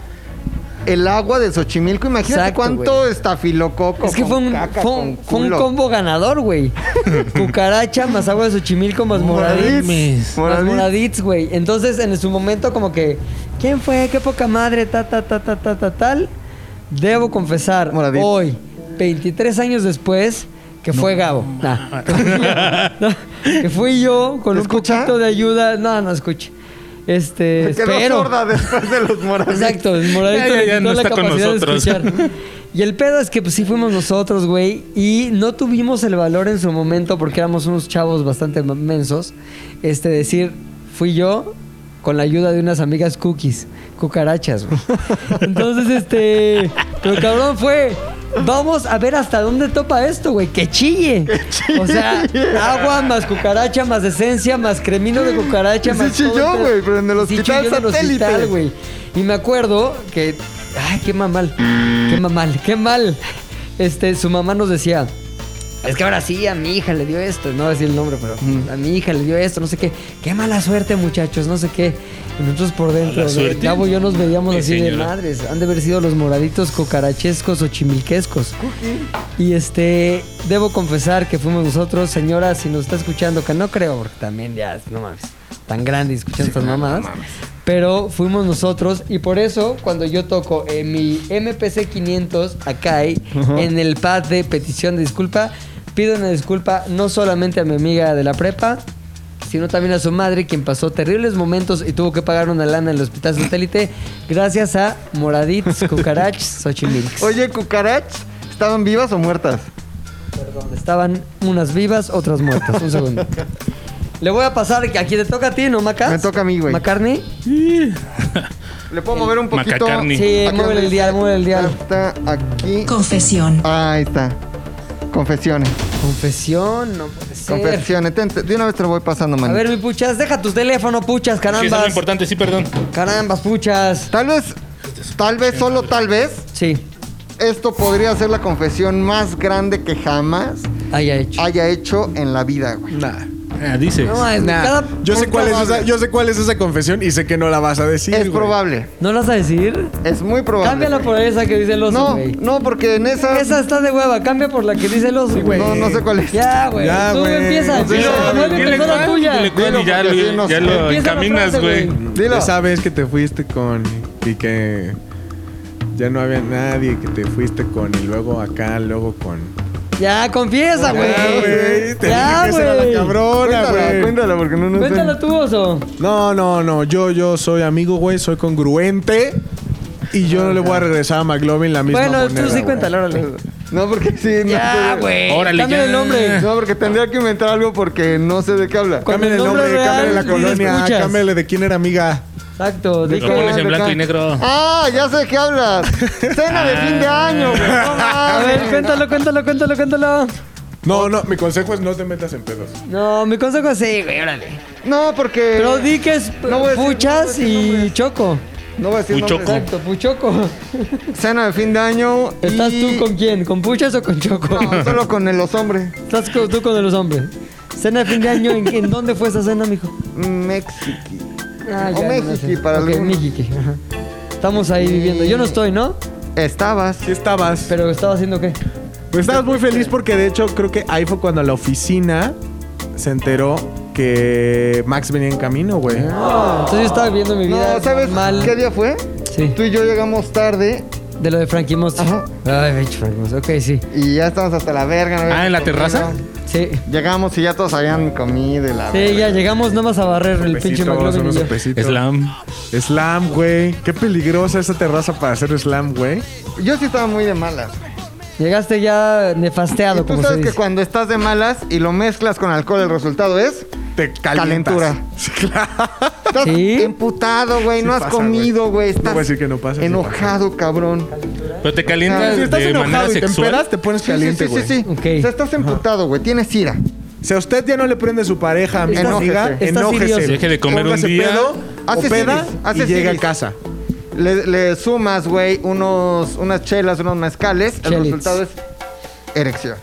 Speaker 2: el agua de Xochimilco, imagínate
Speaker 5: Exacto,
Speaker 2: cuánto estafilococo.
Speaker 5: Es que fue
Speaker 2: con
Speaker 5: un,
Speaker 2: caca,
Speaker 5: fue un-
Speaker 2: con
Speaker 5: fue un
Speaker 2: culo.
Speaker 5: combo ganador, güey. Cucaracha más agua de Xochimilco más moradits.
Speaker 6: Moradits.
Speaker 5: Más
Speaker 2: Moradits.
Speaker 5: moradits, güey. Entonces, en su momento, como que, ¿quién fue? Qué poca madre, ta, ta, ta, ta, ta, ta, tal. Debo confesar,
Speaker 2: Moradits.
Speaker 5: hoy, 23 años después, que fue Gabo. Nah. que fui yo. No, que fui yo con un
Speaker 2: ¿Escucha?
Speaker 5: poquito de ayuda. No, no escuche. Este,
Speaker 2: Se quedó
Speaker 5: espero.
Speaker 2: sorda después de los moraditos.
Speaker 5: Exacto, el moradito
Speaker 6: Ya, ya, ya
Speaker 5: le quitó
Speaker 6: no
Speaker 5: la
Speaker 6: está con
Speaker 5: capacidad de
Speaker 6: nosotros.
Speaker 5: escuchar. Y el pedo es que pues sí fuimos nosotros, güey, y no tuvimos el valor en su momento porque éramos unos chavos bastante mensos, este decir, fui yo con la ayuda de unas amigas cookies, cucarachas, güey. Entonces, este, lo cabrón fue Vamos a ver hasta dónde topa esto, güey. Que chille. O sea, agua más cucaracha, más esencia, más cremino de cucaracha.
Speaker 2: Sí
Speaker 5: más
Speaker 2: chilló,
Speaker 5: todo el pedo.
Speaker 2: güey, pero en el
Speaker 5: Sí
Speaker 2: hospital
Speaker 5: chilló en el
Speaker 2: satélite.
Speaker 5: hospital, güey güey. Y me acuerdo que. Ay, qué mamal. Qué mamal, qué mal. Este, su mamá nos decía. Es que ahora sí, a mi hija le dio esto. No voy a decir el nombre, pero a mi hija le dio esto, no sé qué. Qué mala suerte, muchachos, no sé qué. Y nosotros por dentro,
Speaker 6: ¿Mala
Speaker 5: de
Speaker 6: suerte?
Speaker 5: Gabo y yo nos veíamos
Speaker 6: Sí,
Speaker 5: así de
Speaker 6: señora.
Speaker 5: madres. Han de haber sido los moraditos cocarachescos o chimilquescos. Y este, debo confesar que fuimos nosotros, señora, si nos está escuchando, que no creo, porque también ya, no mames, tan grande y escuchando estas mamadas. Pero fuimos nosotros y por eso cuando yo toco en mi MPC 500 acá ahí,
Speaker 2: Ajá.
Speaker 5: en el pad de petición de disculpa, pido una disculpa no solamente a mi amiga de la prepa, sino también a su madre, quien pasó terribles momentos y tuvo que pagar una lana en el hospital satélite, gracias a Moraditz, Cucarach, Xochimilx.
Speaker 2: Oye, cucarach, ¿estaban vivas o muertas?
Speaker 5: Perdón, estaban unas vivas, otras muertas. Un segundo. Le voy a pasar, que aquí te toca a ti, ¿no, Macas? Me toca
Speaker 2: a mí, güey.
Speaker 5: ¿Macarney?
Speaker 2: ¿Le puedo mover un poquito?
Speaker 5: Macacarni. Sí,
Speaker 2: Aquí
Speaker 5: mueve
Speaker 2: donde
Speaker 5: el dial,
Speaker 2: dice,
Speaker 5: mueve el dial.
Speaker 2: Está aquí.
Speaker 4: Confesión.
Speaker 2: Ahí está. Confesiones.
Speaker 5: Confesión, no puede ser.
Speaker 2: Confesiones. Ten- De una vez te lo voy pasando, man.
Speaker 5: A ver, mi puchas, deja tu teléfono, puchas,
Speaker 6: Sí, eso es
Speaker 5: carambas.
Speaker 6: lo importante, sí, perdón.
Speaker 5: Carambas, puchas.
Speaker 2: Tal vez, tal vez, solo tal vez,
Speaker 5: Sí.
Speaker 2: esto podría ser la confesión más grande que jamás
Speaker 5: haya
Speaker 2: Ah,
Speaker 5: hecho,
Speaker 2: en la vida, güey.
Speaker 6: Ah, dices.
Speaker 5: No, es
Speaker 10: Nah,
Speaker 5: cada-
Speaker 10: yo, sé
Speaker 2: es
Speaker 10: cuál es
Speaker 2: probable.
Speaker 10: esa, yo sé cuál es esa confesión y sé que no la vas a decir.
Speaker 2: es
Speaker 10: güey.
Speaker 2: probable.
Speaker 5: ¿No lo vas a decir?
Speaker 2: Es muy probable.
Speaker 5: Cámbiala
Speaker 2: güey.
Speaker 5: por esa que dice el oso,
Speaker 2: No,
Speaker 5: güey.
Speaker 2: no, porque en esa.
Speaker 5: Esa está de hueva, cambia por la que dice el oso, güey.
Speaker 2: No, no sé cuál es.
Speaker 5: Ya, güey.
Speaker 10: Ya,
Speaker 5: Tú
Speaker 10: güey. Dilo,
Speaker 5: empieza. empieza,
Speaker 10: dilo,
Speaker 5: vuelve a
Speaker 6: Dile
Speaker 5: empezar la
Speaker 6: cuál,
Speaker 5: tuya.
Speaker 6: dile cuál
Speaker 2: Dilo,
Speaker 6: y ya,
Speaker 2: porque
Speaker 6: lo-
Speaker 2: así nos-
Speaker 6: ya lo
Speaker 5: Empieza la
Speaker 6: encaminas,
Speaker 5: frase,
Speaker 6: güey.
Speaker 5: güey.
Speaker 2: Dilo.
Speaker 10: Esa vez que te fuiste con. Y que. Ya no había nadie, que te fuiste con. Y luego acá, luego con.
Speaker 5: Ya, confiesa, güey.
Speaker 10: Ya, güey. Te
Speaker 5: Ya,
Speaker 10: dije que esa era
Speaker 5: güey.
Speaker 10: la cabrona,
Speaker 2: Cuéntala,
Speaker 10: güey.
Speaker 2: cuéntala, porque no nos.
Speaker 5: Cuéntala tú, oso.
Speaker 10: No, no, no. Yo, yo soy amigo, güey. Soy congruente. Y yo no le voy a regresar a McLovin la misma
Speaker 5: Bueno,
Speaker 10: moneda,
Speaker 5: tú sí
Speaker 10: güey.
Speaker 5: cuéntala, órale.
Speaker 2: No, porque sí. no
Speaker 5: Ya,
Speaker 2: sé.
Speaker 5: güey.
Speaker 6: Órale,
Speaker 5: Cambia
Speaker 6: ya.
Speaker 5: el nombre.
Speaker 2: No, porque tendría que inventar algo porque no sé de qué habla.
Speaker 5: Con
Speaker 10: Cámbiale
Speaker 5: el
Speaker 10: el
Speaker 5: nombre
Speaker 10: nombre,
Speaker 5: real,
Speaker 10: cámbiale la
Speaker 5: ni le
Speaker 10: colonia,
Speaker 5: escuchas.
Speaker 10: Ah, cámbiale de quién era amiga.
Speaker 5: Exacto.
Speaker 6: Lo
Speaker 5: Dijo.
Speaker 6: pones en blanco y negro.
Speaker 2: Ah, ya sé de qué hablas. Cena de fin de año, güey. No mames.
Speaker 5: A ver, cuéntalo, cuéntalo, cuéntalo, cuéntalo.
Speaker 10: No, no, mi consejo es no te metas en pedos.
Speaker 5: No, mi consejo es sí, güey, órale.
Speaker 2: No, porque.
Speaker 5: Pero di que es
Speaker 2: no voy a decir
Speaker 5: Puchas
Speaker 2: nombres,
Speaker 5: y
Speaker 2: no nombres.
Speaker 5: Choco.
Speaker 2: No voy a decir
Speaker 6: Puchoco.
Speaker 2: nombres.
Speaker 5: Exacto, Puchoco.
Speaker 2: Cena de fin de año. y-
Speaker 5: ¿Estás tú con quién? ¿Con Puchas o con Choco?
Speaker 2: No, solo con el- los hombres.
Speaker 5: Estás co- tú con los hombres. Cena de fin de año, ¿en, en dónde fue esa cena, mijo?
Speaker 2: Mexiqui.
Speaker 5: Ah,
Speaker 2: O
Speaker 5: ya,
Speaker 2: México,
Speaker 5: sé.
Speaker 2: para
Speaker 5: Ok,
Speaker 2: algunos.
Speaker 5: México, ajá. Estamos ahí viviendo. Yo no estoy, ¿no?
Speaker 2: Estabas.
Speaker 10: ¿Qué estabas?
Speaker 5: Pero estaba haciendo qué.
Speaker 10: Pues estabas muy feliz porque de hecho creo que ahí fue cuando la oficina se enteró que Max venía en camino, güey.
Speaker 5: Entonces yo estaba viviendo mi vida.
Speaker 2: No, ¿sabes
Speaker 5: normal.
Speaker 2: qué día fue?
Speaker 5: Sí.
Speaker 2: Tú y yo llegamos tarde
Speaker 5: De lo de Frankie Monster.
Speaker 2: Ajá.
Speaker 5: Ay, bicho, Frankie Monster. Ok, sí.
Speaker 2: y ya estábamos hasta la verga. ¿no?
Speaker 6: Ah, ¿en la terraza?
Speaker 5: Sí.
Speaker 2: Llegamos y ya todos habían comido y la
Speaker 5: Sí,
Speaker 2: verga.
Speaker 5: ya llegamos nomás a barrer el pinche
Speaker 10: Sopecitos,
Speaker 5: McLovin.
Speaker 10: unos
Speaker 5: y yo.
Speaker 10: sopecitos.
Speaker 6: Slam.
Speaker 10: Slam, güey. Qué peligrosa esa terraza para hacer slam, güey.
Speaker 2: Yo sí estaba muy de malas.
Speaker 5: Llegaste ya
Speaker 2: Y
Speaker 5: nefasteado,
Speaker 2: tú
Speaker 5: como se
Speaker 2: sabes que
Speaker 5: dice.
Speaker 2: cuando estás de malas y lo mezclas con alcohol, el resultado es.
Speaker 10: Te calientas.
Speaker 2: Calentura.
Speaker 10: Sí, claro.
Speaker 2: Estás
Speaker 5: ¿Sí?
Speaker 2: emputado, güey.
Speaker 10: Sí
Speaker 2: no has
Speaker 10: pasa,
Speaker 2: comido, güey.
Speaker 10: güey. No
Speaker 2: Estás
Speaker 10: voy a decir que no pasa, sí
Speaker 2: enojado, cabrón.
Speaker 6: Pero te
Speaker 5: Ah,
Speaker 6: calientas
Speaker 10: Si estás
Speaker 6: de manera
Speaker 10: enojado y te
Speaker 6: sexual.
Speaker 10: emperas, te pones
Speaker 2: Sí,
Speaker 10: caliente,
Speaker 2: sí, sí,
Speaker 10: güey.
Speaker 2: sí, sí.
Speaker 5: Ok.
Speaker 2: O sea, estás emputado, güey. Tienes ira.
Speaker 10: Si a usted ya no le prende su pareja, amigo,
Speaker 2: Estás-
Speaker 10: amiga,
Speaker 5: estás
Speaker 10: enójese.
Speaker 5: furioso.
Speaker 6: Deje de comer un
Speaker 10: Póngase
Speaker 6: día.
Speaker 10: pedo, o
Speaker 2: Hace
Speaker 10: peda
Speaker 2: series,
Speaker 10: y
Speaker 2: hace
Speaker 10: llega a
Speaker 2: series.
Speaker 10: casa.
Speaker 2: Le, le sumas, güey, unos, unas chelas, unos mezcales. El
Speaker 5: Chelits.
Speaker 2: resultado es erección.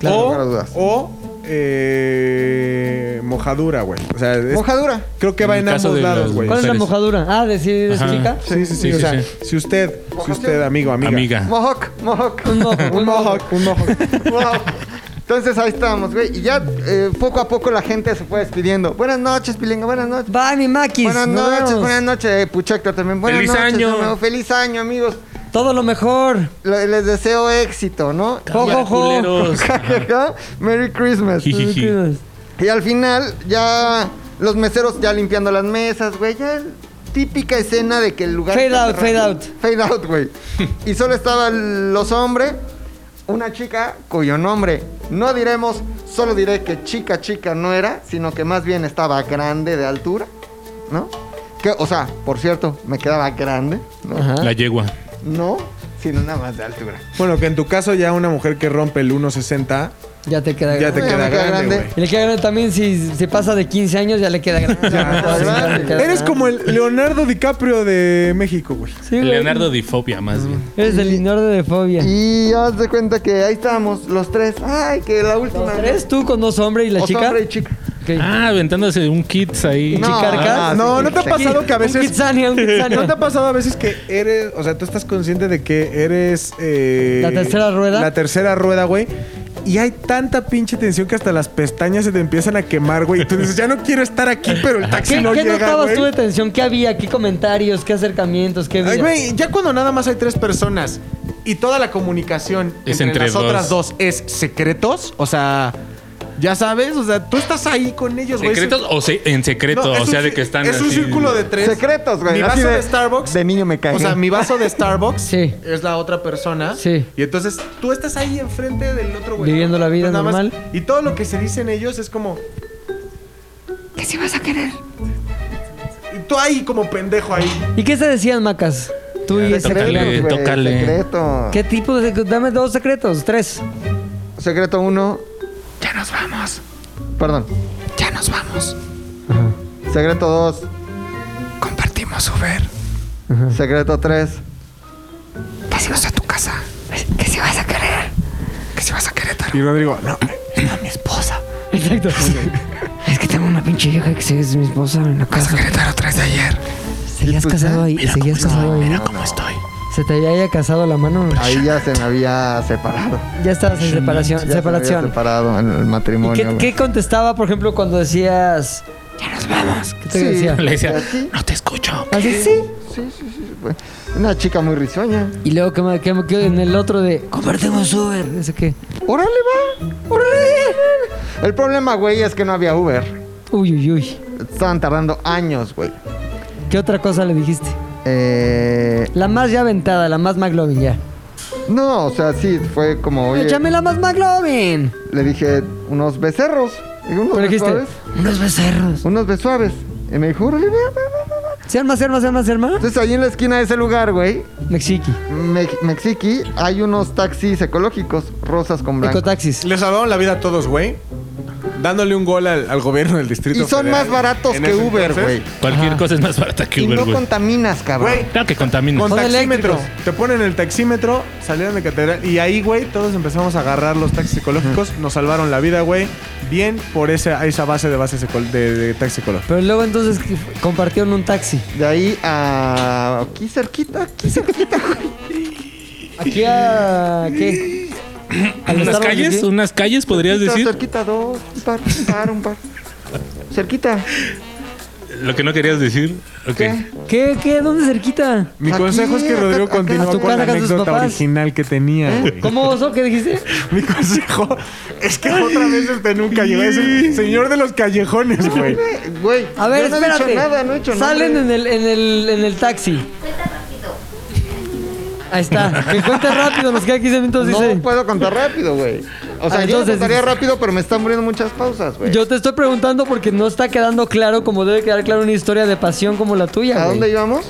Speaker 2: Claro,
Speaker 10: o
Speaker 2: lugar a dudas.
Speaker 10: o, eh, mojadura, güey. O sea, es-
Speaker 2: Mojadura.
Speaker 10: creo que va
Speaker 6: En
Speaker 10: en
Speaker 6: el caso
Speaker 10: ambos
Speaker 6: de
Speaker 10: lados,
Speaker 6: las
Speaker 10: güey.
Speaker 5: ¿Cuál es la
Speaker 6: Mujeres.
Speaker 5: mojadura? Ah, ¿decides
Speaker 6: Ajá.
Speaker 5: chica?
Speaker 10: Sí, sí, sí.
Speaker 6: Sí,
Speaker 10: o
Speaker 6: sí,
Speaker 10: sea,
Speaker 6: sí.
Speaker 10: si usted, si usted, amigo, amiga.
Speaker 6: Amiga.
Speaker 2: Mohawk, mohawk.
Speaker 5: Un mojo, un mojo.
Speaker 10: Un mohawk.
Speaker 2: Mohawk. Entonces ahí estábamos, güey. Y ya eh, poco a poco la gente se fue despidiendo. Buenas noches, Pilinga. Buenas noches.
Speaker 5: Bye, mi maquis.
Speaker 2: Buenas
Speaker 5: Nos
Speaker 2: noches,
Speaker 5: vemos.
Speaker 2: buenas noches, eh, Puchecta también. Buenas
Speaker 6: Feliz
Speaker 2: noches,
Speaker 6: año.
Speaker 2: amigo. Feliz año, amigos.
Speaker 5: Todo lo mejor.
Speaker 2: Le- Les deseo éxito, ¿no?
Speaker 5: Ojo, ojo.
Speaker 6: Culeros.
Speaker 2: Merry Christmas.
Speaker 6: Jijiji.
Speaker 2: Y al final, ya los meseros ya limpiando las mesas, güey. Ya típica escena de que el lugar.
Speaker 5: Fade
Speaker 2: está
Speaker 5: out,
Speaker 2: cerrado.
Speaker 5: fade out.
Speaker 2: Fade out, güey. y solo estaban los hombres, una chica cuyo nombre no diremos, solo diré que chica, chica no era, sino que más bien estaba grande de altura, ¿no? Que, o sea, por cierto, me quedaba grande, ¿no?
Speaker 5: Ajá.
Speaker 6: La yegua.
Speaker 2: No, sino nada más de altura.
Speaker 10: Bueno, que en tu caso ya una mujer que rompe el 1.60
Speaker 5: Ya te queda
Speaker 10: ya te
Speaker 2: Ya me queda
Speaker 10: queda grande,
Speaker 2: grande.
Speaker 10: güey.
Speaker 5: Y le queda grande también si se pasa de 15 años, ya le queda grande.
Speaker 2: grande.
Speaker 5: Ya le queda
Speaker 10: Eres
Speaker 5: grande.
Speaker 10: como el Leonardo DiCaprio de México, güey.
Speaker 5: Sí, güey.
Speaker 6: Leonardo Difobia, más bien.
Speaker 5: Eres el Leonardo de fobia.
Speaker 2: Y haz de cuenta que ahí estábamos, los tres. Ay, que la última.
Speaker 5: ¿Los
Speaker 2: ¿no?
Speaker 5: tres? ¿Tú con dos hombres y la
Speaker 2: Os
Speaker 5: chica?
Speaker 2: hombre y chica.
Speaker 5: Ok.
Speaker 6: Ah, aventándose un kits ahí.
Speaker 5: No.
Speaker 10: Ah,
Speaker 5: Chicarcas.
Speaker 10: no, no te ha
Speaker 2: sí.
Speaker 10: pasado que a
Speaker 5: Un
Speaker 10: veces.
Speaker 5: Kitsania, un Kitsania.
Speaker 10: ¿No te ha pasado a veces que eres, o sea, tú estás consciente de que eres... eh,
Speaker 5: ¿La tercera rueda?
Speaker 10: La tercera rueda, güey. Y hay tanta pinche tensión que hasta las pestañas se te empiezan a quemar, güey. Y tú dices, ya no quiero estar aquí, pero el taxi
Speaker 5: ¿Qué,
Speaker 10: no
Speaker 5: qué
Speaker 10: llega,
Speaker 5: notabas
Speaker 10: güey.
Speaker 5: tú de tensión? ¿Qué había? ¿Qué comentarios? ¿Qué acercamientos? ¿Qué vida?
Speaker 10: Ay, güey, ya cuando nada más hay tres personas y toda la comunicación
Speaker 6: Es
Speaker 10: entre,
Speaker 6: entre
Speaker 10: las
Speaker 6: dos.
Speaker 10: otras dos es secretos, o sea, ya sabes, o sea, tú estás ahí con ellos, güey.
Speaker 6: ¿Secretos o se- en secreto?
Speaker 10: No, es
Speaker 6: o
Speaker 10: un
Speaker 6: sea, de
Speaker 10: ci-
Speaker 6: que están.
Speaker 10: Es un
Speaker 6: así-
Speaker 10: círculo de tres.
Speaker 2: Secretos, güey.
Speaker 10: Mi
Speaker 2: Así
Speaker 10: vaso
Speaker 2: de-
Speaker 10: de Starbucks.
Speaker 2: De niño me caí.
Speaker 10: O sea, mi vaso de Starbucks
Speaker 5: Sí.
Speaker 10: es la otra persona.
Speaker 5: Sí.
Speaker 10: Y entonces tú estás ahí enfrente del otro güey. Pues
Speaker 5: Viviendo la vida
Speaker 10: Nada más-
Speaker 5: normal.
Speaker 10: y todo lo que se dicen ellos es como.
Speaker 9: ¿Qué si vas a querer?
Speaker 10: y tú ahí como pendejo ahí.
Speaker 5: ¿Y qué se decían, Macas? Tú y ese
Speaker 6: eh, tócale.
Speaker 5: cabrón.
Speaker 2: güey,
Speaker 6: tócale.
Speaker 2: Secreto.
Speaker 5: ¿Qué tipo de secretos? Dame dos secretos, tres.
Speaker 2: Secreto uno.
Speaker 9: Ya nos vamos.
Speaker 2: Perdón.
Speaker 9: Ya nos vamos.
Speaker 2: Secreto dos.
Speaker 9: Compartimos Uber.
Speaker 2: Secreto tres.
Speaker 9: ¿Qué si vas a tu casa? ¿Qué si vas a querer? ¿Qué si vas a Querétaro?
Speaker 10: Y Rodrigo, no,
Speaker 9: Está mi esposa.
Speaker 5: Exacto.
Speaker 9: Es que tengo una pinche vieja que es mi esposa en la casa. Querétaro traes de ayer.
Speaker 5: ¿Seguías casado ahí? ¿Seguías casado ahí? Mira cómo estoy. Se te había casado la mano.
Speaker 2: Ahí ya se me había separado.
Speaker 5: Ya estabas en separación.
Speaker 2: Ah, Ya se me había
Speaker 5: separación.
Speaker 2: separado en el
Speaker 5: ¿Y
Speaker 2: matrimonio.
Speaker 5: qué,
Speaker 2: güey.
Speaker 5: qué contestaba, por ejemplo, cuando decías... Ya nos vamos. ¿Qué te
Speaker 2: Sí.
Speaker 5: decía?
Speaker 6: Le decía,
Speaker 2: Así,
Speaker 6: no te escucho.
Speaker 5: Así, sí.
Speaker 2: sí, sí, sí, güey. Una chica muy risueña.
Speaker 5: Y luego que me quedo en el otro de... Compartimos Uber. No sé qué.
Speaker 2: ¡Órale, va! ¡Órale! El problema, güey, es que no había Uber.
Speaker 5: Uy, uy, uy.
Speaker 2: Estaban tardando años, güey.
Speaker 5: ¿Qué otra cosa le dijiste?
Speaker 2: Eh,
Speaker 5: La más ya aventada, la más McLovin ya.
Speaker 2: no, o sea, sí, fue como, oye,
Speaker 5: Échame la más McLovin.
Speaker 2: le dije unos becerros. Y unos
Speaker 5: Pero dijiste,
Speaker 2: besuaves.
Speaker 5: unos becerros.
Speaker 2: Unos besuaves. Y me dijo, órale, va, va, va, va, va".
Speaker 5: Sean más, sean más, sean más, sean más.
Speaker 2: Entonces ahí en la esquina de ese lugar, güey,
Speaker 5: Mexiqui.
Speaker 2: Me- Mexiqui, hay unos taxis ecológicos, rosas con blanco.
Speaker 5: Ecotaxis.
Speaker 10: le salvaron la vida a todos, güey. Dándole un gol al, al gobierno del distrito.
Speaker 2: Y son
Speaker 10: Federal.
Speaker 2: más baratos
Speaker 10: En
Speaker 2: que
Speaker 10: ese
Speaker 2: Uber,
Speaker 10: entonces,
Speaker 2: güey.
Speaker 6: Cualquier cosa es más barata que
Speaker 2: Y
Speaker 6: Uber,
Speaker 2: no
Speaker 6: güey.
Speaker 2: contaminas, cabrón.
Speaker 10: Güey,
Speaker 6: Claro que contaminas.
Speaker 10: Con
Speaker 5: Son
Speaker 10: taxímetro.
Speaker 5: eléctricos.
Speaker 10: Te ponen el taxímetro, salieron de catedral y ahí, güey, todos empezamos a agarrar los taxis ecológicos. Nos salvaron la vida, güey. Bien por esa, esa base de bases eco- de, de taxis ecológicos.
Speaker 5: Pero luego entonces ¿qué fue? compartieron un taxi.
Speaker 2: De ahí a. Aquí cerquita, aquí cerquita, güey.
Speaker 5: Aquí a. ¿Qué? ¿Al
Speaker 6: Unas
Speaker 5: Starbucks
Speaker 6: calles,
Speaker 5: aquí?
Speaker 6: unas calles, podrías
Speaker 2: Cerquita,
Speaker 6: decir.
Speaker 2: Cerquita dos, un par, un par, un par. Cerquita.
Speaker 6: Lo que no querías decir. Ok.
Speaker 2: ¿Qué?
Speaker 5: ¿Qué? ¿Qué? ¿Dónde cerquita?
Speaker 10: Mi
Speaker 2: Aquí,
Speaker 10: consejo es que
Speaker 2: acá-
Speaker 10: Rodrigo
Speaker 2: acá,
Speaker 10: continúe
Speaker 2: a tu
Speaker 10: con la
Speaker 5: casa, con sus
Speaker 10: anécdota
Speaker 5: papás.
Speaker 10: original que tenía, güey.
Speaker 5: ¿Cómo oso? ¿Qué dijiste?
Speaker 10: Mi consejo es que otra vez este nunca llegó. Es el señor de los callejones, güey.
Speaker 2: Güey,
Speaker 5: A ver,
Speaker 2: yo no
Speaker 5: espérate.
Speaker 2: he hecho nada, no he hecho nada.
Speaker 5: Salen en el, en el, en el taxi. Ahí está. Que cuente rápido, nos queda 15 minutos,
Speaker 2: No
Speaker 5: dice.
Speaker 2: puedo contar rápido, güey. O sea, yo lo
Speaker 5: Ah, entonces-
Speaker 2: contaría rápido, pero me están muriendo muchas pausas, güey.
Speaker 5: Yo te estoy preguntando porque no está quedando claro como debe quedar claro una historia de pasión como la tuya,
Speaker 2: ¿A
Speaker 5: güey.
Speaker 2: dónde íbamos?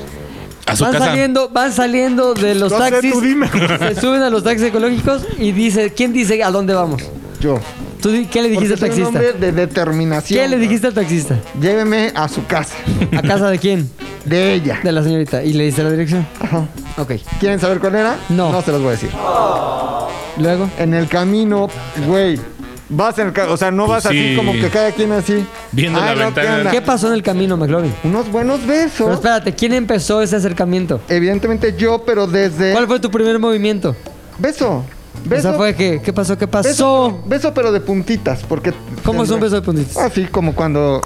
Speaker 6: A su
Speaker 5: Van
Speaker 6: casa.
Speaker 5: saliendo, van saliendo de los
Speaker 10: No sé,
Speaker 5: taxis.
Speaker 10: tú dime.
Speaker 5: Se suben a los taxis ecológicos y dice, ¿quién dice a dónde vamos?
Speaker 2: Yo.
Speaker 5: ¿Tú di- qué le dijiste
Speaker 2: Porque
Speaker 5: al
Speaker 2: soy un
Speaker 5: taxista?
Speaker 2: hombre de determinación.
Speaker 5: ¿Qué le dijiste al taxista?
Speaker 2: Lléveme a su casa.
Speaker 5: ¿A casa de quién?
Speaker 2: De ella.
Speaker 5: De la señorita. ¿Y le diste la dirección?
Speaker 2: Ajá.
Speaker 5: Ok.
Speaker 2: ¿Quieren saber cuál era?
Speaker 5: No.
Speaker 2: No se los voy a decir.
Speaker 5: Luego.
Speaker 2: En el camino, güey. Vas en el ca- O sea, no
Speaker 6: Pues
Speaker 2: vas así
Speaker 6: sí.
Speaker 2: como que cada quien así.
Speaker 6: Viendo la
Speaker 2: no,
Speaker 6: ventana.
Speaker 2: ¿qué onda?
Speaker 5: ¿Qué pasó en el camino, McLovin?
Speaker 2: Unos buenos
Speaker 5: Pero
Speaker 2: besos.
Speaker 5: espérate, ¿quién empezó ese acercamiento?
Speaker 2: Evidentemente yo, pero desde.
Speaker 5: ¿Cuál fue tu primer movimiento?
Speaker 2: Beso. Beso.
Speaker 5: Esa fue que, ¿qué pasó? ¿Qué
Speaker 2: Beso,
Speaker 5: pasó?
Speaker 2: beso, pero de puntitas, porque...
Speaker 5: ¿Cómo es un beso de puntitas?
Speaker 2: Así como cuando...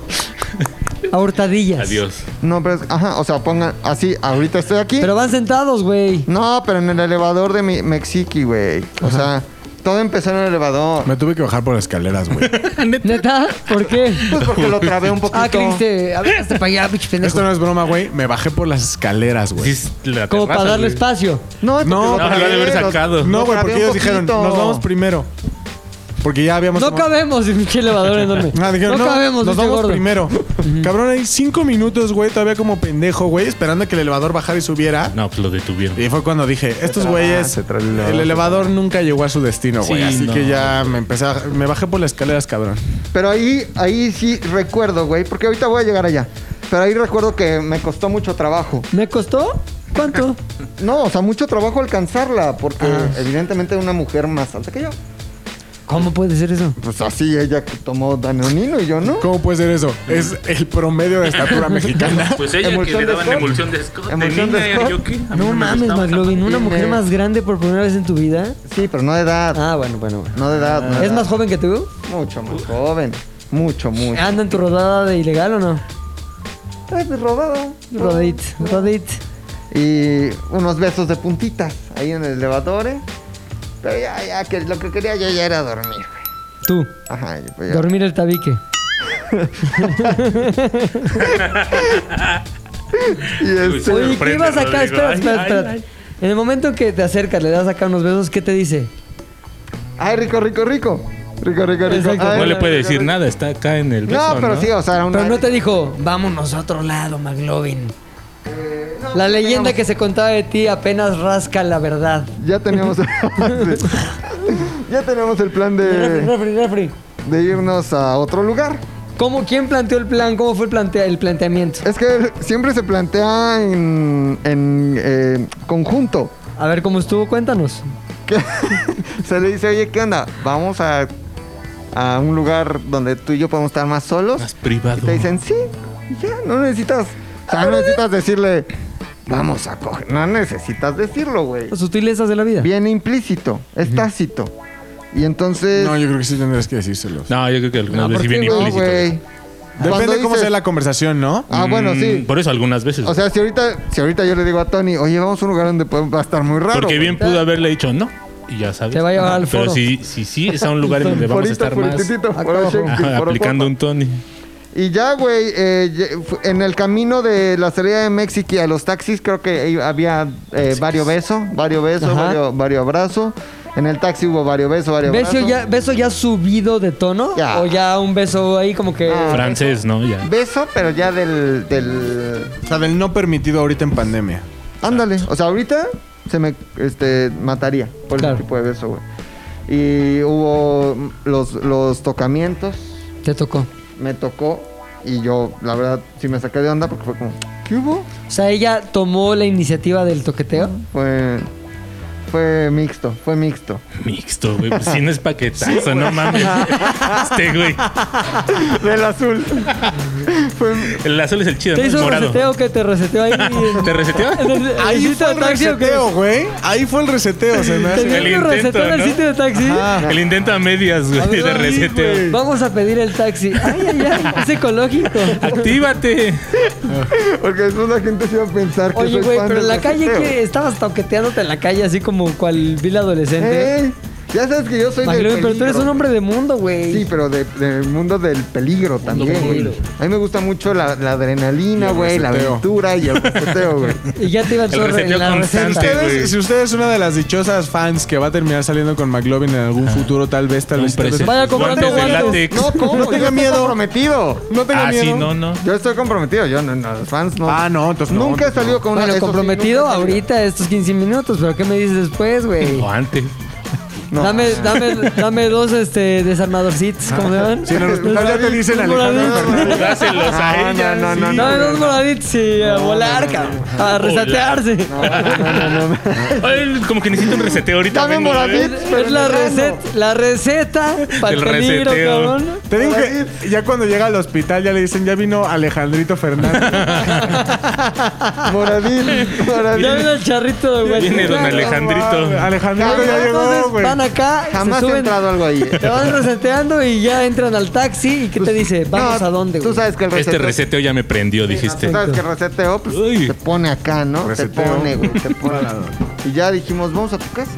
Speaker 5: A hurtadillas.
Speaker 6: Adiós.
Speaker 2: No, pero... es- Ajá, o sea, pongan así, ahorita estoy aquí.
Speaker 5: Pero van sentados, güey.
Speaker 2: No, pero en el elevador de mi Mexiqui, güey. O sea, todo empezó en el elevador.
Speaker 7: Me tuve que bajar por escaleras, güey.
Speaker 5: ¿Neta? ¿Por qué?
Speaker 2: Pues porque lo trabé un poquito.
Speaker 5: Ah, creíste. A ver, hasta para allá, pinche pendejo.
Speaker 7: Esto no es broma, güey. Me bajé por las escaleras,
Speaker 6: Sí,
Speaker 7: güey.
Speaker 6: es la
Speaker 5: Como
Speaker 6: terraza,
Speaker 5: para darle
Speaker 6: güey.
Speaker 5: espacio.
Speaker 2: No, porque
Speaker 10: No,
Speaker 2: lo
Speaker 10: no,
Speaker 6: lo ha de haber
Speaker 2: los-
Speaker 6: sacado.
Speaker 10: No,
Speaker 2: lo
Speaker 10: güey, porque
Speaker 2: trabé un
Speaker 10: ellos dijeron,
Speaker 2: poquito.
Speaker 10: nos vamos primero. Porque ya habíamos...
Speaker 5: No
Speaker 10: tomado-
Speaker 5: cabemos, pinche elevador enorme.
Speaker 10: Ah, dijeron,
Speaker 5: no,
Speaker 10: no,
Speaker 5: cabemos,
Speaker 10: nos
Speaker 5: pinche
Speaker 10: vamos
Speaker 5: gordo.
Speaker 10: primero. Cabrón, hay cinco minutos, güey, todavía como pendejo, güey, esperando a que el elevador bajara y subiera.
Speaker 6: No, pues lo detuvieron.
Speaker 10: Y fue cuando dije, estos güeyes,
Speaker 2: se tra- no,
Speaker 10: el elevador nunca llegó a su destino, güey.
Speaker 6: Sí,
Speaker 10: así
Speaker 6: no.
Speaker 10: que ya me empecé a, me bajé por las escaleras, cabrón.
Speaker 2: Pero ahí, ahí sí recuerdo, güey, porque ahorita voy a llegar allá. Pero ahí recuerdo que me costó mucho trabajo.
Speaker 5: ¿Me costó? ¿Cuánto? Ah,
Speaker 2: No, o sea, mucho trabajo alcanzarla, porque evidentemente era una mujer más alta que yo.
Speaker 5: ¿Cómo puede ser eso?
Speaker 2: Pues así ella que tomó Danonino y yo no.
Speaker 7: ¿Cómo puede ser eso? Es el promedio de estatura mexicana.
Speaker 6: Pues ella que le daban emulsión de Scott. de
Speaker 2: Emulsión de
Speaker 6: niña,
Speaker 2: Scott.
Speaker 6: yo, ¿qué? A mí
Speaker 5: No
Speaker 6: me
Speaker 5: mames,
Speaker 6: gustaba.
Speaker 5: McLovin, una
Speaker 2: Y
Speaker 5: mujer
Speaker 2: me-
Speaker 5: más grande por primera vez en tu vida.
Speaker 2: Sí, pero no de edad.
Speaker 5: Ah, bueno, bueno, bueno.
Speaker 2: No de edad. no de
Speaker 5: ¿Es
Speaker 2: edad.
Speaker 5: más joven que tú?
Speaker 2: Mucho más joven. Mucho, mucho.
Speaker 5: ¿Anda en tu rodada de ilegal o no?
Speaker 2: Ay, pues, rodada.
Speaker 5: Rodit, rodit.
Speaker 2: Y unos besos de puntitas ahí en el elevador. ¿eh? Pero ya, ya, que lo que quería yo ya era dormir, güey.
Speaker 5: Tú,
Speaker 2: Ajá, y pues ya.
Speaker 5: dormir el tabique.
Speaker 2: Y este-
Speaker 6: Te
Speaker 5: Oye, ¿qué
Speaker 6: sorprende,
Speaker 5: ibas acá?
Speaker 6: Rodrigo.
Speaker 5: Espera,
Speaker 6: Ay,
Speaker 5: espera,
Speaker 6: ay,
Speaker 5: espera.
Speaker 6: ay.
Speaker 5: En el momento que te acercas, le das acá unos besos, ¿qué te dice?
Speaker 2: Ay, rico, rico, rico. Rico, rico, rico.
Speaker 5: Exacto.
Speaker 2: Ay,
Speaker 6: No le
Speaker 2: rico,
Speaker 6: puede
Speaker 2: rico,
Speaker 6: decir
Speaker 2: rico.
Speaker 6: nada, está acá en el beso,
Speaker 2: No, pero sí, o sea, era una.
Speaker 5: Pero no te dijo, vámonos a otro lado, McLovin.
Speaker 2: no,
Speaker 5: La leyenda
Speaker 2: teníamos-
Speaker 5: que se contaba de ti apenas rasca la verdad.
Speaker 2: Ya teníamos. Sí. ya teníamos el plan
Speaker 5: Refri,
Speaker 2: de,
Speaker 5: refri, refri.
Speaker 2: de irnos a otro lugar.
Speaker 5: ¿Cómo, ¿Quién planteó el plan? ¿Cómo fue el, plantea- el planteamiento?
Speaker 2: Es que siempre se plantea en, en eh, conjunto.
Speaker 5: A ver, ¿cómo estuvo? Cuéntanos.
Speaker 2: que se le dice, oye, ¿qué onda? Vamos a, a un lugar donde tú y yo podemos estar más solos.
Speaker 6: Más
Speaker 2: Y
Speaker 6: privado.
Speaker 2: te dicen, sí, y ya, no necesitas, o sea, no necesitas decirle, vamos a coger, no necesitas decirlo, güey.
Speaker 5: Las sutilezas de la vida.
Speaker 2: Viene implícito, es tácito. Y entonces...
Speaker 7: No, yo creo que sí tendrías que decírselos.
Speaker 6: No, yo creo que algunas
Speaker 2: ¿por
Speaker 6: veces sí
Speaker 2: qué
Speaker 6: bien
Speaker 2: no,
Speaker 6: implícito.
Speaker 2: güey?
Speaker 7: Depende
Speaker 2: Cuando
Speaker 7: cómo
Speaker 2: dices-
Speaker 7: sea la conversación, ¿no?
Speaker 2: Ah, bueno, sí.
Speaker 6: Mm, Por eso algunas veces.
Speaker 2: O sea, si ahorita, si ahorita yo le digo a Tony, oye, vamos a un lugar donde podemos- va a estar muy raro.
Speaker 6: porque
Speaker 2: güey".
Speaker 6: bien pudo haberle dicho no. Y ya sabes.
Speaker 5: Te va a llevar
Speaker 6: Ajá,
Speaker 5: al foro.
Speaker 6: Pero si, si sí, es a un lugar en donde vamos a
Speaker 2: Forito,
Speaker 6: estar más.
Speaker 2: forititito,
Speaker 5: acá
Speaker 2: foro
Speaker 5: abajo.
Speaker 2: Shakespeare,
Speaker 6: Ajá,
Speaker 2: foro
Speaker 6: aplicando
Speaker 2: Papa.
Speaker 6: un Tony.
Speaker 2: Y ya, güey, eh, ye- fu- en el camino de la salida de México a los taxis, creo que ahí había eh, varios besos, varios besos,
Speaker 5: Ajá.
Speaker 2: varios, varios abrazos. En el taxi hubo varios besos, varios
Speaker 5: ¿Beso
Speaker 2: abrazos.
Speaker 5: ya, ¿Beso ya subido de tono?
Speaker 2: Ya.
Speaker 5: ¿O ya un beso ahí como que...
Speaker 2: Ah.
Speaker 6: Francés, ¿no? Ya.
Speaker 2: Beso, pero ya del, del...
Speaker 7: O sea, del no permitido ahorita en pandemia.
Speaker 2: Ándale. O sea, ahorita se me este, mataría por
Speaker 5: Claro.
Speaker 2: ese tipo de beso, güey. Y hubo mm, los, los tocamientos,
Speaker 5: Te tocó.
Speaker 2: me tocó y yo, la verdad, sí me saqué de onda porque fue como, ¿qué hubo?
Speaker 5: O sea, ella tomó la iniciativa del toqueteo.
Speaker 2: Fue, fue mixto, fue mixto.
Speaker 6: Mixto, güey. Pues sí, no es paquetazo, no mames. Este, güey.
Speaker 2: Del azul. Fue-
Speaker 6: El azul es el chido, ¿no?
Speaker 5: ¿Te
Speaker 6: El
Speaker 5: hizo un
Speaker 6: morado.
Speaker 5: reseteo que te reseteó ahí?
Speaker 6: ¿Te reseteó?
Speaker 5: ¿En el- en el
Speaker 7: Ahí
Speaker 5: sitio
Speaker 7: fue
Speaker 5: de
Speaker 7: el
Speaker 5: taxi o qué?
Speaker 7: reseteo, güey. Ahí fue el reseteo, se me
Speaker 5: ¿Te
Speaker 7: hace.
Speaker 6: El
Speaker 5: dio un
Speaker 6: intento,
Speaker 5: reseteo en el
Speaker 6: ¿no?
Speaker 5: sitio de taxi?
Speaker 6: El intento a medias,
Speaker 5: A
Speaker 6: güey,
Speaker 5: ver,
Speaker 6: de
Speaker 5: ahí,
Speaker 6: reseteo.
Speaker 5: Vamos a pedir el taxi. Ay, ay, ay, es ecológico.
Speaker 6: ¡Actívate!
Speaker 2: porque después la gente se iba a pensar que
Speaker 5: Oye,
Speaker 2: soy
Speaker 5: güey,
Speaker 2: fan
Speaker 5: pero en
Speaker 2: del
Speaker 5: la calle
Speaker 2: reseteo.
Speaker 5: que estabas toqueteándote en la calle así como cual vil adolescente.
Speaker 2: Ey, Ya sabes que yo soy del
Speaker 5: Maglobe,
Speaker 2: Eh, peligro.
Speaker 5: pero tú eres un hombre de mundo, güey.
Speaker 2: Sí, pero de- del mundo del peligro también, güey.
Speaker 5: peligro.
Speaker 2: A mí me gusta mucho la, la adrenalina, güey, la
Speaker 7: reseteo.
Speaker 2: aventura y el reseteo, güey.
Speaker 5: Y ya te iba el
Speaker 6: El
Speaker 5: zorro en
Speaker 6: reseteo
Speaker 5: la
Speaker 6: constante.
Speaker 5: receta.
Speaker 7: Ustedes,
Speaker 6: güey.
Speaker 7: si usted es una de las dichosas fans que va a terminar saliendo con McLovin en algún futuro, tal vez, tal
Speaker 6: Un
Speaker 7: vez. tal vez-
Speaker 6: presente.
Speaker 5: Vaya comprando
Speaker 6: Guantes de
Speaker 5: guantes.
Speaker 6: látex.
Speaker 2: No, ¿cómo?
Speaker 7: No
Speaker 2: Yo
Speaker 7: tenga
Speaker 2: estoy
Speaker 7: miedo.
Speaker 2: comprometido.
Speaker 7: No tenga
Speaker 6: Ah,
Speaker 7: miedo.
Speaker 6: sí, no, no.
Speaker 2: Yo estoy comprometido. Yo, no, no, los fans no. Pues
Speaker 7: Ah, no, entonces no,
Speaker 2: Nunca he
Speaker 7: entonces no.
Speaker 2: salido con una...
Speaker 5: Bueno,
Speaker 2: eso sí,
Speaker 5: comprometido
Speaker 2: nunca he salido.
Speaker 5: ahorita estos 15 minutos, pero ¿qué me dices después, güey?
Speaker 6: O antes.
Speaker 2: No.
Speaker 5: Dame, dame, dame dos este, desarmadorcitos, ¿cómo se llaman?
Speaker 7: Sí, no, no, no, ya te dicen
Speaker 5: Dos
Speaker 7: Alejandro
Speaker 5: moraditos.
Speaker 7: Fernández.
Speaker 6: Dáselos a
Speaker 2: Ah,
Speaker 6: ella.
Speaker 2: no, no,
Speaker 6: sí.
Speaker 5: Dame dos moraditos y a volar, cabrón. A resetearse.
Speaker 6: Ay, como que necesito un reseteo ahorita.
Speaker 2: Dame
Speaker 6: vengo,
Speaker 2: moradito.
Speaker 6: ¿eh?
Speaker 5: Es, es la, receta, la receta para el
Speaker 6: Del
Speaker 5: peligro,
Speaker 6: reseteo.
Speaker 5: cabrón.
Speaker 7: Te digo que ya cuando llega al hospital ya le dicen, ya vino Alejandrito Fernández.
Speaker 2: Moradín, moradín.
Speaker 5: Ya viene el charrito de güey.
Speaker 6: Viene don Alejandrito.
Speaker 7: Alejandrito ya llegó,
Speaker 5: Entonces
Speaker 7: güey.
Speaker 5: van acá,
Speaker 2: Jamás
Speaker 5: se
Speaker 2: he
Speaker 5: suben,
Speaker 2: entrado algo ahí. eh.
Speaker 5: te van reseteando y ya entran al taxi. ¿Y qué te dice? ¿Vamos
Speaker 2: Pues, No,
Speaker 5: a dónde,
Speaker 2: Tú
Speaker 5: güey?
Speaker 2: sabes que el
Speaker 6: Este
Speaker 2: reseteo...
Speaker 6: reseteo ya me prendió, dijiste.
Speaker 2: Tú sabes que el reseteo pues,
Speaker 6: Uy.
Speaker 2: te pone acá, ¿no? Te
Speaker 7: Reseteo.
Speaker 2: pone, güey, te pone. y ya dijimos, vamos a tu casa.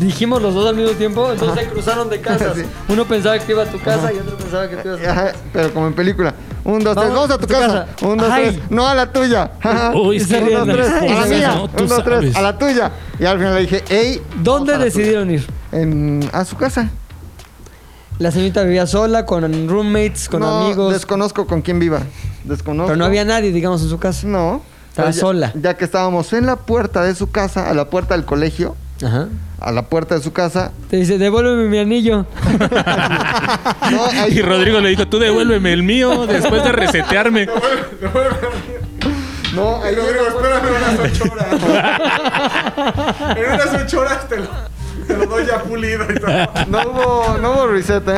Speaker 5: Dijimos los dos al mismo tiempo, entonces se cruzaron de casas.
Speaker 2: Sí.
Speaker 5: Uno pensaba que iba a tu casa y otro pensaba que tú ibas a
Speaker 2: Ajá, pero como en película. Un, dos, tres,
Speaker 5: Vamos
Speaker 2: vamos a tu casa. Un, dos,
Speaker 5: Ay.
Speaker 2: tres. No a la tuya. Ajá.
Speaker 6: Uy,
Speaker 2: Un,
Speaker 6: es que
Speaker 2: dos,
Speaker 6: eres
Speaker 2: tres.
Speaker 6: mi
Speaker 2: A la
Speaker 6: esposa,
Speaker 2: mía.
Speaker 6: ¿no? Tú
Speaker 2: Un, dos, tres.
Speaker 6: sabes.
Speaker 2: A la tuya. Y al final le dije, hey.
Speaker 5: ¿Dónde
Speaker 2: decidió?
Speaker 5: decidieron ir?
Speaker 2: En, a su casa.
Speaker 5: La señorita vivía sola, con roommates, con
Speaker 2: No,
Speaker 5: amigos.
Speaker 2: Desconozco con quién viva. Desconozco.
Speaker 5: Pero no había nadie, digamos, en su casa.
Speaker 2: No.
Speaker 5: Estaba
Speaker 2: Pero ya-
Speaker 5: sola.
Speaker 2: Ya que estábamos en la puerta de su casa, a la puerta del colegio,
Speaker 5: Ajá.
Speaker 2: a la puerta de su casa.
Speaker 5: Te dice, devuélveme mi anillo.
Speaker 2: No,
Speaker 6: Y
Speaker 2: ahí-
Speaker 6: Rodrigo le dijo, tú devuélveme el mío después de resetearme.
Speaker 2: no, ahí-
Speaker 7: espérame unas ocho horas. en unas ocho horas te lo...
Speaker 10: lo doy ya pulido y todo.
Speaker 2: No hubo, no hubo reset, ¿eh?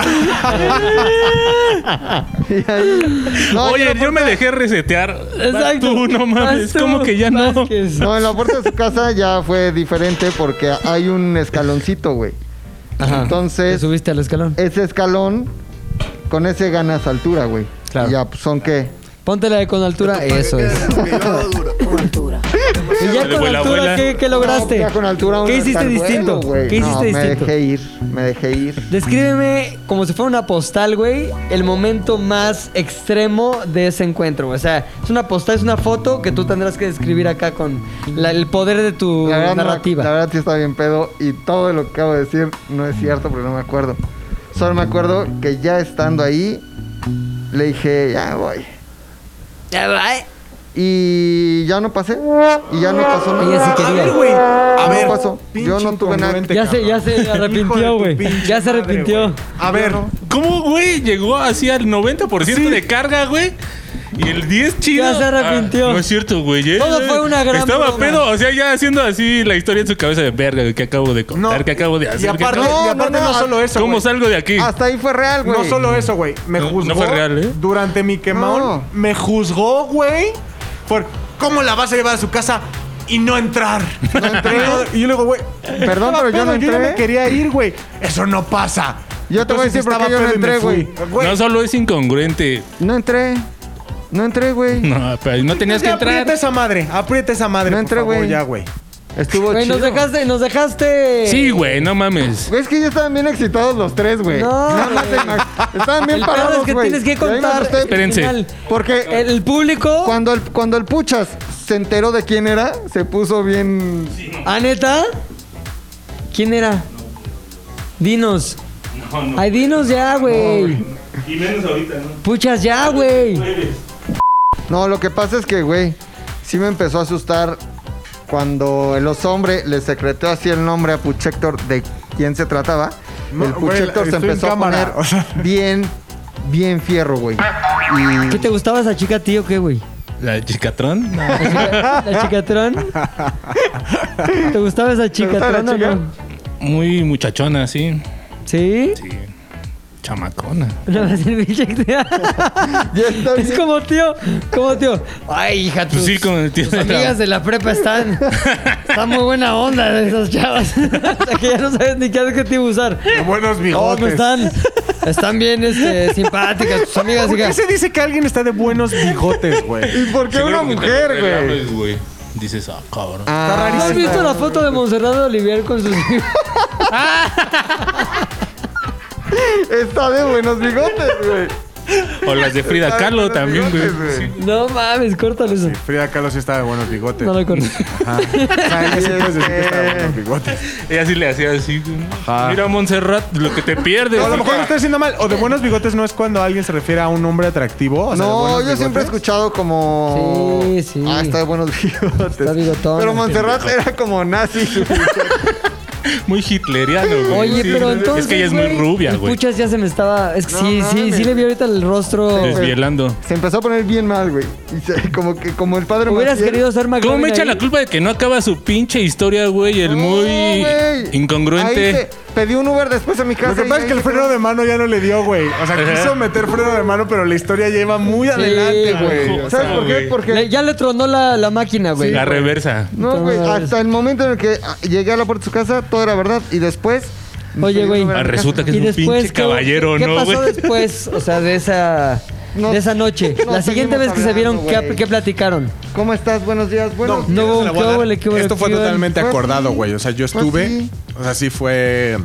Speaker 2: Y ahí- No,
Speaker 6: Oye,
Speaker 2: aquí en la
Speaker 6: yo me
Speaker 2: puerta-
Speaker 6: dejé resetear. Vas Tú, no
Speaker 2: Vas
Speaker 6: mames.
Speaker 2: tú,
Speaker 6: como que ya no?
Speaker 5: Vázquez.
Speaker 2: No, en la puerta de su casa ya fue diferente porque hay un escaloncito, güey.
Speaker 5: Ajá. Te
Speaker 2: Entonces,
Speaker 5: subiste al escalón.
Speaker 2: ese escalón, con ese ganas altura, güey.
Speaker 5: Claro.
Speaker 2: Y ya, pues, son qué.
Speaker 5: Póntela de con altura. Eso es. ¿Y ya
Speaker 6: Dale,
Speaker 5: con
Speaker 6: abuela,
Speaker 5: altura
Speaker 6: abuela.
Speaker 5: qué, qué lograste?
Speaker 2: No, ya con altura uno
Speaker 5: ¿Qué hiciste
Speaker 2: está al vuelo,
Speaker 5: distinto?
Speaker 2: güey.
Speaker 5: ¿Qué hiciste
Speaker 2: No,
Speaker 5: distinto?
Speaker 2: Me dejé ir, me dejé ir.
Speaker 5: Descríbeme como si fuera una postal, güey, el momento más extremo de ese encuentro. güey. O sea, es una postal, es una foto que tú tendrás que describir acá con la- el poder de tu
Speaker 2: La verdad, no-
Speaker 5: narrativa.
Speaker 2: la verdad sí está bien pedo y todo lo que acabo de decir no es cierto porque no me acuerdo. Solo me acuerdo que ya estando ahí, le dije, ya voy. Y ya no pasé. Y ya no pasó nada.
Speaker 5: Ella sí
Speaker 2: A
Speaker 5: quería.
Speaker 2: ver, güey. A ver, pasó. Yo no tuve nada.
Speaker 10: incongruente,
Speaker 5: ya, se, ya se
Speaker 10: Hijo de
Speaker 5: arrepintió,
Speaker 10: tu
Speaker 5: güey.
Speaker 10: pinche
Speaker 5: Ya se
Speaker 10: madre,
Speaker 5: arrepintió.
Speaker 10: güey. A ver,
Speaker 6: ¿Cómo, güey? Llegó así al 90% de carga, güey. Y el 10 chido.
Speaker 5: Ya se arrepintió.
Speaker 6: Ah, no es cierto, güey. eh.
Speaker 5: Todo fue una gran
Speaker 6: Estaba
Speaker 5: broma.
Speaker 6: pedo, o sea, ya haciendo así la historia en su cabeza de verga, güey, que acabo de contar,
Speaker 10: No.
Speaker 6: que acabo de hacer.
Speaker 10: y
Speaker 6: que
Speaker 10: aparte,
Speaker 6: acabo-
Speaker 2: No,
Speaker 10: y
Speaker 2: no,
Speaker 10: aparte no,
Speaker 2: no,
Speaker 10: solo eso.
Speaker 6: ¿Cómo
Speaker 10: güey. Ah,
Speaker 6: salgo de aquí?
Speaker 2: Hasta ahí fue real, güey.
Speaker 10: No solo eso, güey. Me
Speaker 6: No- no
Speaker 10: juzgó.
Speaker 6: fue real, ¿eh?
Speaker 10: Durante mi quemón,
Speaker 2: No.
Speaker 10: me juzgó, güey, por cómo la vas a llevar a su casa y no entrar. No entré. y yo le digo, güey,
Speaker 2: Perdón,
Speaker 10: estaba
Speaker 2: pero yo no
Speaker 10: pedo, Yo ya
Speaker 2: entré.
Speaker 10: me quería ir, güey. Eso no pasa.
Speaker 2: Yo te voy a decir por qué
Speaker 10: estaba
Speaker 2: yo no
Speaker 10: pedo y me
Speaker 2: entré,
Speaker 10: fui.
Speaker 6: No solo es incongruente.
Speaker 2: No entré. No entré, güey.
Speaker 6: No, pero no tenías que
Speaker 10: Ya
Speaker 6: entrar.
Speaker 10: Aprieta esa madre, aprieta esa madre.
Speaker 2: No
Speaker 10: por
Speaker 2: entré,
Speaker 10: favor,
Speaker 2: güey.
Speaker 10: Ya, güey.
Speaker 2: Estuvo
Speaker 5: Güey, nos
Speaker 2: chido.
Speaker 5: dejaste, nos dejaste.
Speaker 6: Sí, güey, no mames.
Speaker 2: Güey, Es que ya estaban bien excitados los tres, güey.
Speaker 5: No,
Speaker 2: más
Speaker 5: güey.
Speaker 2: te imag- Estaban bien
Speaker 5: El pedo
Speaker 2: parados,
Speaker 5: es que
Speaker 2: güey.
Speaker 5: tienes que
Speaker 2: Y ahí me
Speaker 5: contar.
Speaker 2: asusté
Speaker 6: Espérense.
Speaker 5: el final.
Speaker 2: Porque
Speaker 5: El, el público.
Speaker 2: cuando el, cuando el Puchas se enteró de quién era, se puso bien...
Speaker 5: ¿Ah, neta? ¿Quién era? Dinos. Ay, dinos ya, güey.
Speaker 6: Y menos ahorita, ¿no?
Speaker 5: Puchas ya, güey.
Speaker 2: No, lo que pasa es que, güey, sí me empezó a asustar cuando el oso hombre le secretó así el nombre a Puchector de quién se trataba.
Speaker 10: No,
Speaker 2: el
Speaker 10: güey,
Speaker 2: Puchector se
Speaker 10: estoy en
Speaker 2: empezó a poner
Speaker 10: cámara, o sea.
Speaker 2: bien, bien fierro, güey. Y-
Speaker 5: ¿Qué te gustaba esa chica, tío, qué, güey?
Speaker 6: ¿La chicatrón? No.
Speaker 5: ¿La chicatrón? ¿Te gustaba esa
Speaker 2: gustaba
Speaker 5: chicatrón
Speaker 2: la
Speaker 5: o
Speaker 2: chica?
Speaker 5: no?
Speaker 6: Muy muchachona, sí.
Speaker 5: ¿Sí?
Speaker 6: Sí. Chamacona.
Speaker 5: No, va a ser mi chica.
Speaker 2: Ya está
Speaker 5: Es
Speaker 2: bien.
Speaker 5: como tío, como tío. Ay, hija, tus,
Speaker 6: Pues sí, con el tío
Speaker 5: tus
Speaker 6: de la-
Speaker 5: amigas de la prepa están... Están muy buena onda de esas chavas. Hasta que ya no sabes ni qué adjetivo usar.
Speaker 10: Qué buenos
Speaker 5: Oh, me
Speaker 10: bigotes.
Speaker 5: están, están bien este, simpáticas tus amigas.
Speaker 10: ¿Por
Speaker 5: hija.
Speaker 10: qué se dice que alguien está de buenos bigotes, güey?
Speaker 2: ¿Y por qué una mujer, güey?
Speaker 6: Dices, ah, cabrón.
Speaker 5: ¿Has visto la foto de Monserrat de Olivier con sus hijos?
Speaker 2: Está de buenos bigotes, güey.
Speaker 6: O las de Frida
Speaker 2: Está de
Speaker 6: Kahlo
Speaker 2: buenos
Speaker 6: también, güey.
Speaker 2: bigotes, güey.
Speaker 6: Sí.
Speaker 5: No mames, córtale eso.
Speaker 10: Frida Kahlo sí está de buenos bigotes.
Speaker 5: No lo cortes.
Speaker 6: Ah,
Speaker 10: Ajá. O sea, ella sí puedes decir que está de buenos bigotes.
Speaker 6: Ella sí le hacía así, güey. Mira, Montserrat, lo que te pierdes.
Speaker 10: No, a lo mejor
Speaker 6: hija.
Speaker 10: lo estoy haciendo mal. O de buenos bigotes no es cuando alguien se refiere a un hombre atractivo. o sea, de
Speaker 2: No, yo
Speaker 10: buenos
Speaker 2: siempre he
Speaker 10: bigotes.
Speaker 2: escuchado como.
Speaker 5: Sí, sí.
Speaker 2: Ah, está de buenos bigotes.
Speaker 5: Está bigotón.
Speaker 2: Pero Montserrat era como nazi.
Speaker 6: Muy hitleriano, güey.
Speaker 5: Oye,
Speaker 6: Sí,
Speaker 5: pero
Speaker 6: sí.
Speaker 5: entonces.
Speaker 6: Es que ella es muy
Speaker 5: güey,
Speaker 6: rubia,
Speaker 5: el
Speaker 6: güey.
Speaker 5: Puchas ya se me estaba. Es que
Speaker 2: No
Speaker 5: sí, sí,
Speaker 2: mames.
Speaker 5: sí le vi ahorita el rostro.
Speaker 6: Desvielando.
Speaker 2: Se empezó a poner bien mal, güey. Y se- como que como el padre
Speaker 5: Hubieras
Speaker 2: Maciel.
Speaker 5: querido ser McLovin.
Speaker 6: ¿Cómo me echa
Speaker 5: ahí?
Speaker 6: la culpa de que no acaba su pinche historia, güey? El
Speaker 2: No,
Speaker 6: muy
Speaker 2: güey. Ahí
Speaker 6: incongruente.
Speaker 2: se- pedí un Uber después a mi casa.
Speaker 10: Lo que
Speaker 2: y
Speaker 10: pasa es
Speaker 2: ahí
Speaker 10: que el
Speaker 2: se
Speaker 10: freno
Speaker 2: quedó.
Speaker 10: de mano ya no le dio, güey. O sea, quiso meter freno de mano, pero la historia ya iba muy adelante, güey. O sea,
Speaker 2: ¿Sabes por qué?
Speaker 6: güey.
Speaker 2: Porque.
Speaker 5: Le- ya le tronó la, la máquina, güey.
Speaker 6: La reversa.
Speaker 2: No, güey. Hasta el momento en el que ah, llegué a la puerta de su casa, todo era verdad. Y después. me
Speaker 5: Oye,
Speaker 2: pedí un
Speaker 5: güey.
Speaker 2: Uber a
Speaker 6: Ah,
Speaker 2: mi casa.
Speaker 6: resulta que es
Speaker 5: Y
Speaker 6: un
Speaker 5: después,
Speaker 6: pinche
Speaker 5: ¿qué-
Speaker 6: caballero,
Speaker 5: ¿qué,
Speaker 6: ¿no,
Speaker 5: pasó
Speaker 6: güey?
Speaker 5: después? O sea, de esa.
Speaker 2: No-
Speaker 5: de esa noche.
Speaker 2: no
Speaker 5: la siguiente vez
Speaker 2: seguimos
Speaker 5: que se vieron,
Speaker 2: hablando,
Speaker 5: ¿qué,
Speaker 2: güey.
Speaker 5: qué platicaron?
Speaker 2: ¿Cómo estás? Buenos días. Bueno.
Speaker 5: No hubo
Speaker 10: se la
Speaker 5: un
Speaker 10: voy a
Speaker 5: qué
Speaker 10: dar.
Speaker 5: huele, qué huele,
Speaker 10: Esto fue
Speaker 5: qué huele.
Speaker 10: totalmente
Speaker 2: Pues
Speaker 10: acordado,
Speaker 2: sí.
Speaker 10: güey. O sea, yo
Speaker 2: Pues
Speaker 10: estuve.
Speaker 2: sí.
Speaker 10: O sea, sí fue.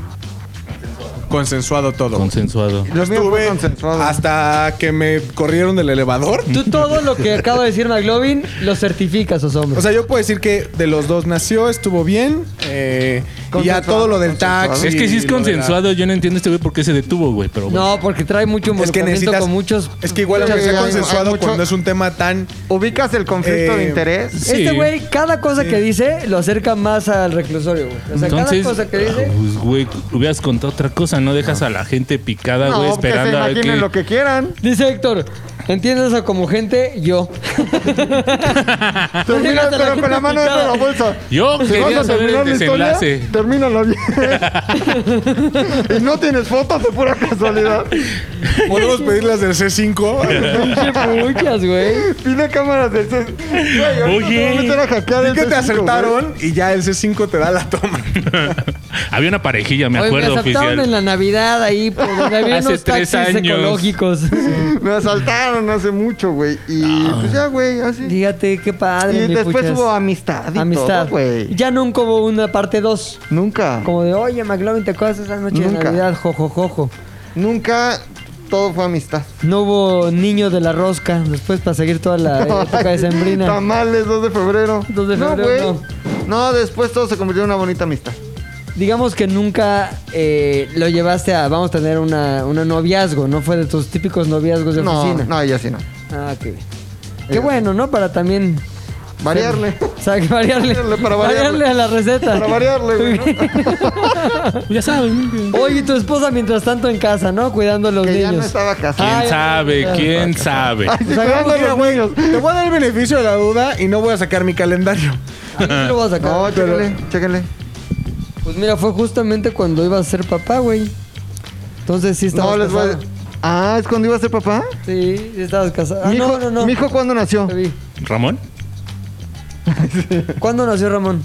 Speaker 10: Consensuado todo.
Speaker 6: Consensuado.
Speaker 2: Lo mío fue
Speaker 10: Estuve
Speaker 2: consensuado.
Speaker 10: hasta que me corrieron del elevador.
Speaker 5: Tú todo lo que acaba de decir McLovin lo certificas, os hombres.
Speaker 7: O sea, yo puedo decir que de los dos nació, estuvo bien. eh, y ya
Speaker 2: Consensuado,
Speaker 7: todo lo del
Speaker 2: consensuado.
Speaker 7: taxi.
Speaker 6: es que si es
Speaker 7: lo de la-
Speaker 6: consensuado, yo no entiendo este güey por qué se detuvo, güey. Pero bueno.
Speaker 5: no, porque trae mucho
Speaker 7: Es que
Speaker 5: involucramiento
Speaker 7: necesitas.
Speaker 5: con muchos.
Speaker 7: Es que igual aunque
Speaker 2: Sí,
Speaker 7: sea
Speaker 2: hay- hay
Speaker 7: consensuado
Speaker 2: mucho-
Speaker 7: cuando es un tema tan.
Speaker 2: ¿Ubicas el conflicto de
Speaker 7: Eh,
Speaker 2: interés?
Speaker 6: sí.
Speaker 5: Este güey, cada cosa que dice lo acerca más al reclusorio, güey. O sea,
Speaker 6: Entonces,
Speaker 5: cada cosa que dice.
Speaker 6: ah, pues, güey, hubieras contado otra cosa. No dejas a la gente picada, güey,
Speaker 2: No, que se
Speaker 6: esperando a ver
Speaker 2: imaginen
Speaker 6: qué.
Speaker 2: lo que quieran.
Speaker 5: Dice Héctor, Entiendo eso como gente, yo.
Speaker 2: Termina
Speaker 5: Déjate la
Speaker 2: con, con la
Speaker 5: gente
Speaker 2: mano dentro de la
Speaker 5: picada.
Speaker 2: bolsa.
Speaker 6: Yo
Speaker 2: Si
Speaker 6: quería
Speaker 2: vas a
Speaker 6: saber el
Speaker 2: terminar la historia,
Speaker 6: desenlace.
Speaker 2: Termínalo bien. y no tienes fotos de pura casualidad.
Speaker 7: ¿Podemos pedir las del C5?
Speaker 5: Muchas, güey.
Speaker 2: Tiene cámaras de ese. Güey, ahorita
Speaker 6: Oye.
Speaker 2: te voy a meter a hackear
Speaker 7: ¿Y
Speaker 2: el
Speaker 7: que te
Speaker 2: C5, güey.
Speaker 7: acertaron y ya el C5 te da la toma.
Speaker 6: Había una parejilla, me
Speaker 5: Oye,
Speaker 6: acuerdo
Speaker 5: me asaltaron
Speaker 6: oficial.
Speaker 5: en la Navidad ahí por donde había
Speaker 6: Hace
Speaker 5: unos
Speaker 6: tres
Speaker 5: taxis
Speaker 6: años.
Speaker 5: ecológicos.
Speaker 2: Me asaltaron hace mucho, güey. Y pues ya, güey, así.
Speaker 5: Dígate, qué
Speaker 2: Y
Speaker 5: padre. mi
Speaker 2: después
Speaker 5: puchas.
Speaker 2: hubo amistad y
Speaker 5: Amistad.
Speaker 2: todo, güey.
Speaker 5: ya nunca hubo una parte 2.
Speaker 2: Nunca.
Speaker 5: Como de, oye, McLovin, ¿te acuerdas esa noche de
Speaker 2: Nunca.
Speaker 5: Navidad? Jojo, jojo.
Speaker 2: Nunca todo fue amistad.
Speaker 5: No hubo niño de la rosca después para seguir toda la época de Sembrina.
Speaker 2: Tamales, 2 de febrero.
Speaker 5: 2 de
Speaker 2: No,
Speaker 5: febrero,
Speaker 2: güey. No. después todo se convirtió en una bonita amistad.
Speaker 5: Digamos que nunca eh, lo llevaste a, vamos a tener una, una noviazgo, ¿no? Fue de tus típicos noviazgos de
Speaker 2: No, Eh.
Speaker 5: oficina.
Speaker 2: no, ella sí no.
Speaker 5: Ah, qué bien. Qué bueno, ¿no? Para también...
Speaker 2: Variarle.
Speaker 5: O sea, que variarle,
Speaker 2: Variarle, para
Speaker 5: variarle
Speaker 2: variarle.
Speaker 5: a la receta.
Speaker 2: Para variarle, güey. ¿no?
Speaker 6: Ya sabes, ¿no?
Speaker 5: Oye, y tu esposa mientras tanto en casa, ¿no? Cuidando a los
Speaker 2: Que ya no
Speaker 5: niños.
Speaker 2: estaba
Speaker 6: ¿Quién
Speaker 2: casada.
Speaker 5: Ay,
Speaker 6: sabe?
Speaker 5: ay,
Speaker 6: ¿Quién sabe?
Speaker 2: Sí, cuidando a los niños.
Speaker 7: Te voy a dar el beneficio de la duda y no voy a sacar mi calendario.
Speaker 5: A mí sí lo vas a sacar.
Speaker 2: No, chéquenle, chéquenle.
Speaker 5: Pues mira, fue justamente cuando iba a ser papá, güey. Entonces sí estabas
Speaker 2: No les voy
Speaker 5: casada.
Speaker 2: a. Ah, ¿es cuando iba a ser papá?
Speaker 5: Sí, sí estabas casada. Ah,
Speaker 2: mi, hijo,
Speaker 5: no, no, no.
Speaker 2: ¿Mi hijo cuándo nació?
Speaker 5: Te vi.
Speaker 6: ¿Ramón?
Speaker 5: ¿Cuándo nació Ramón?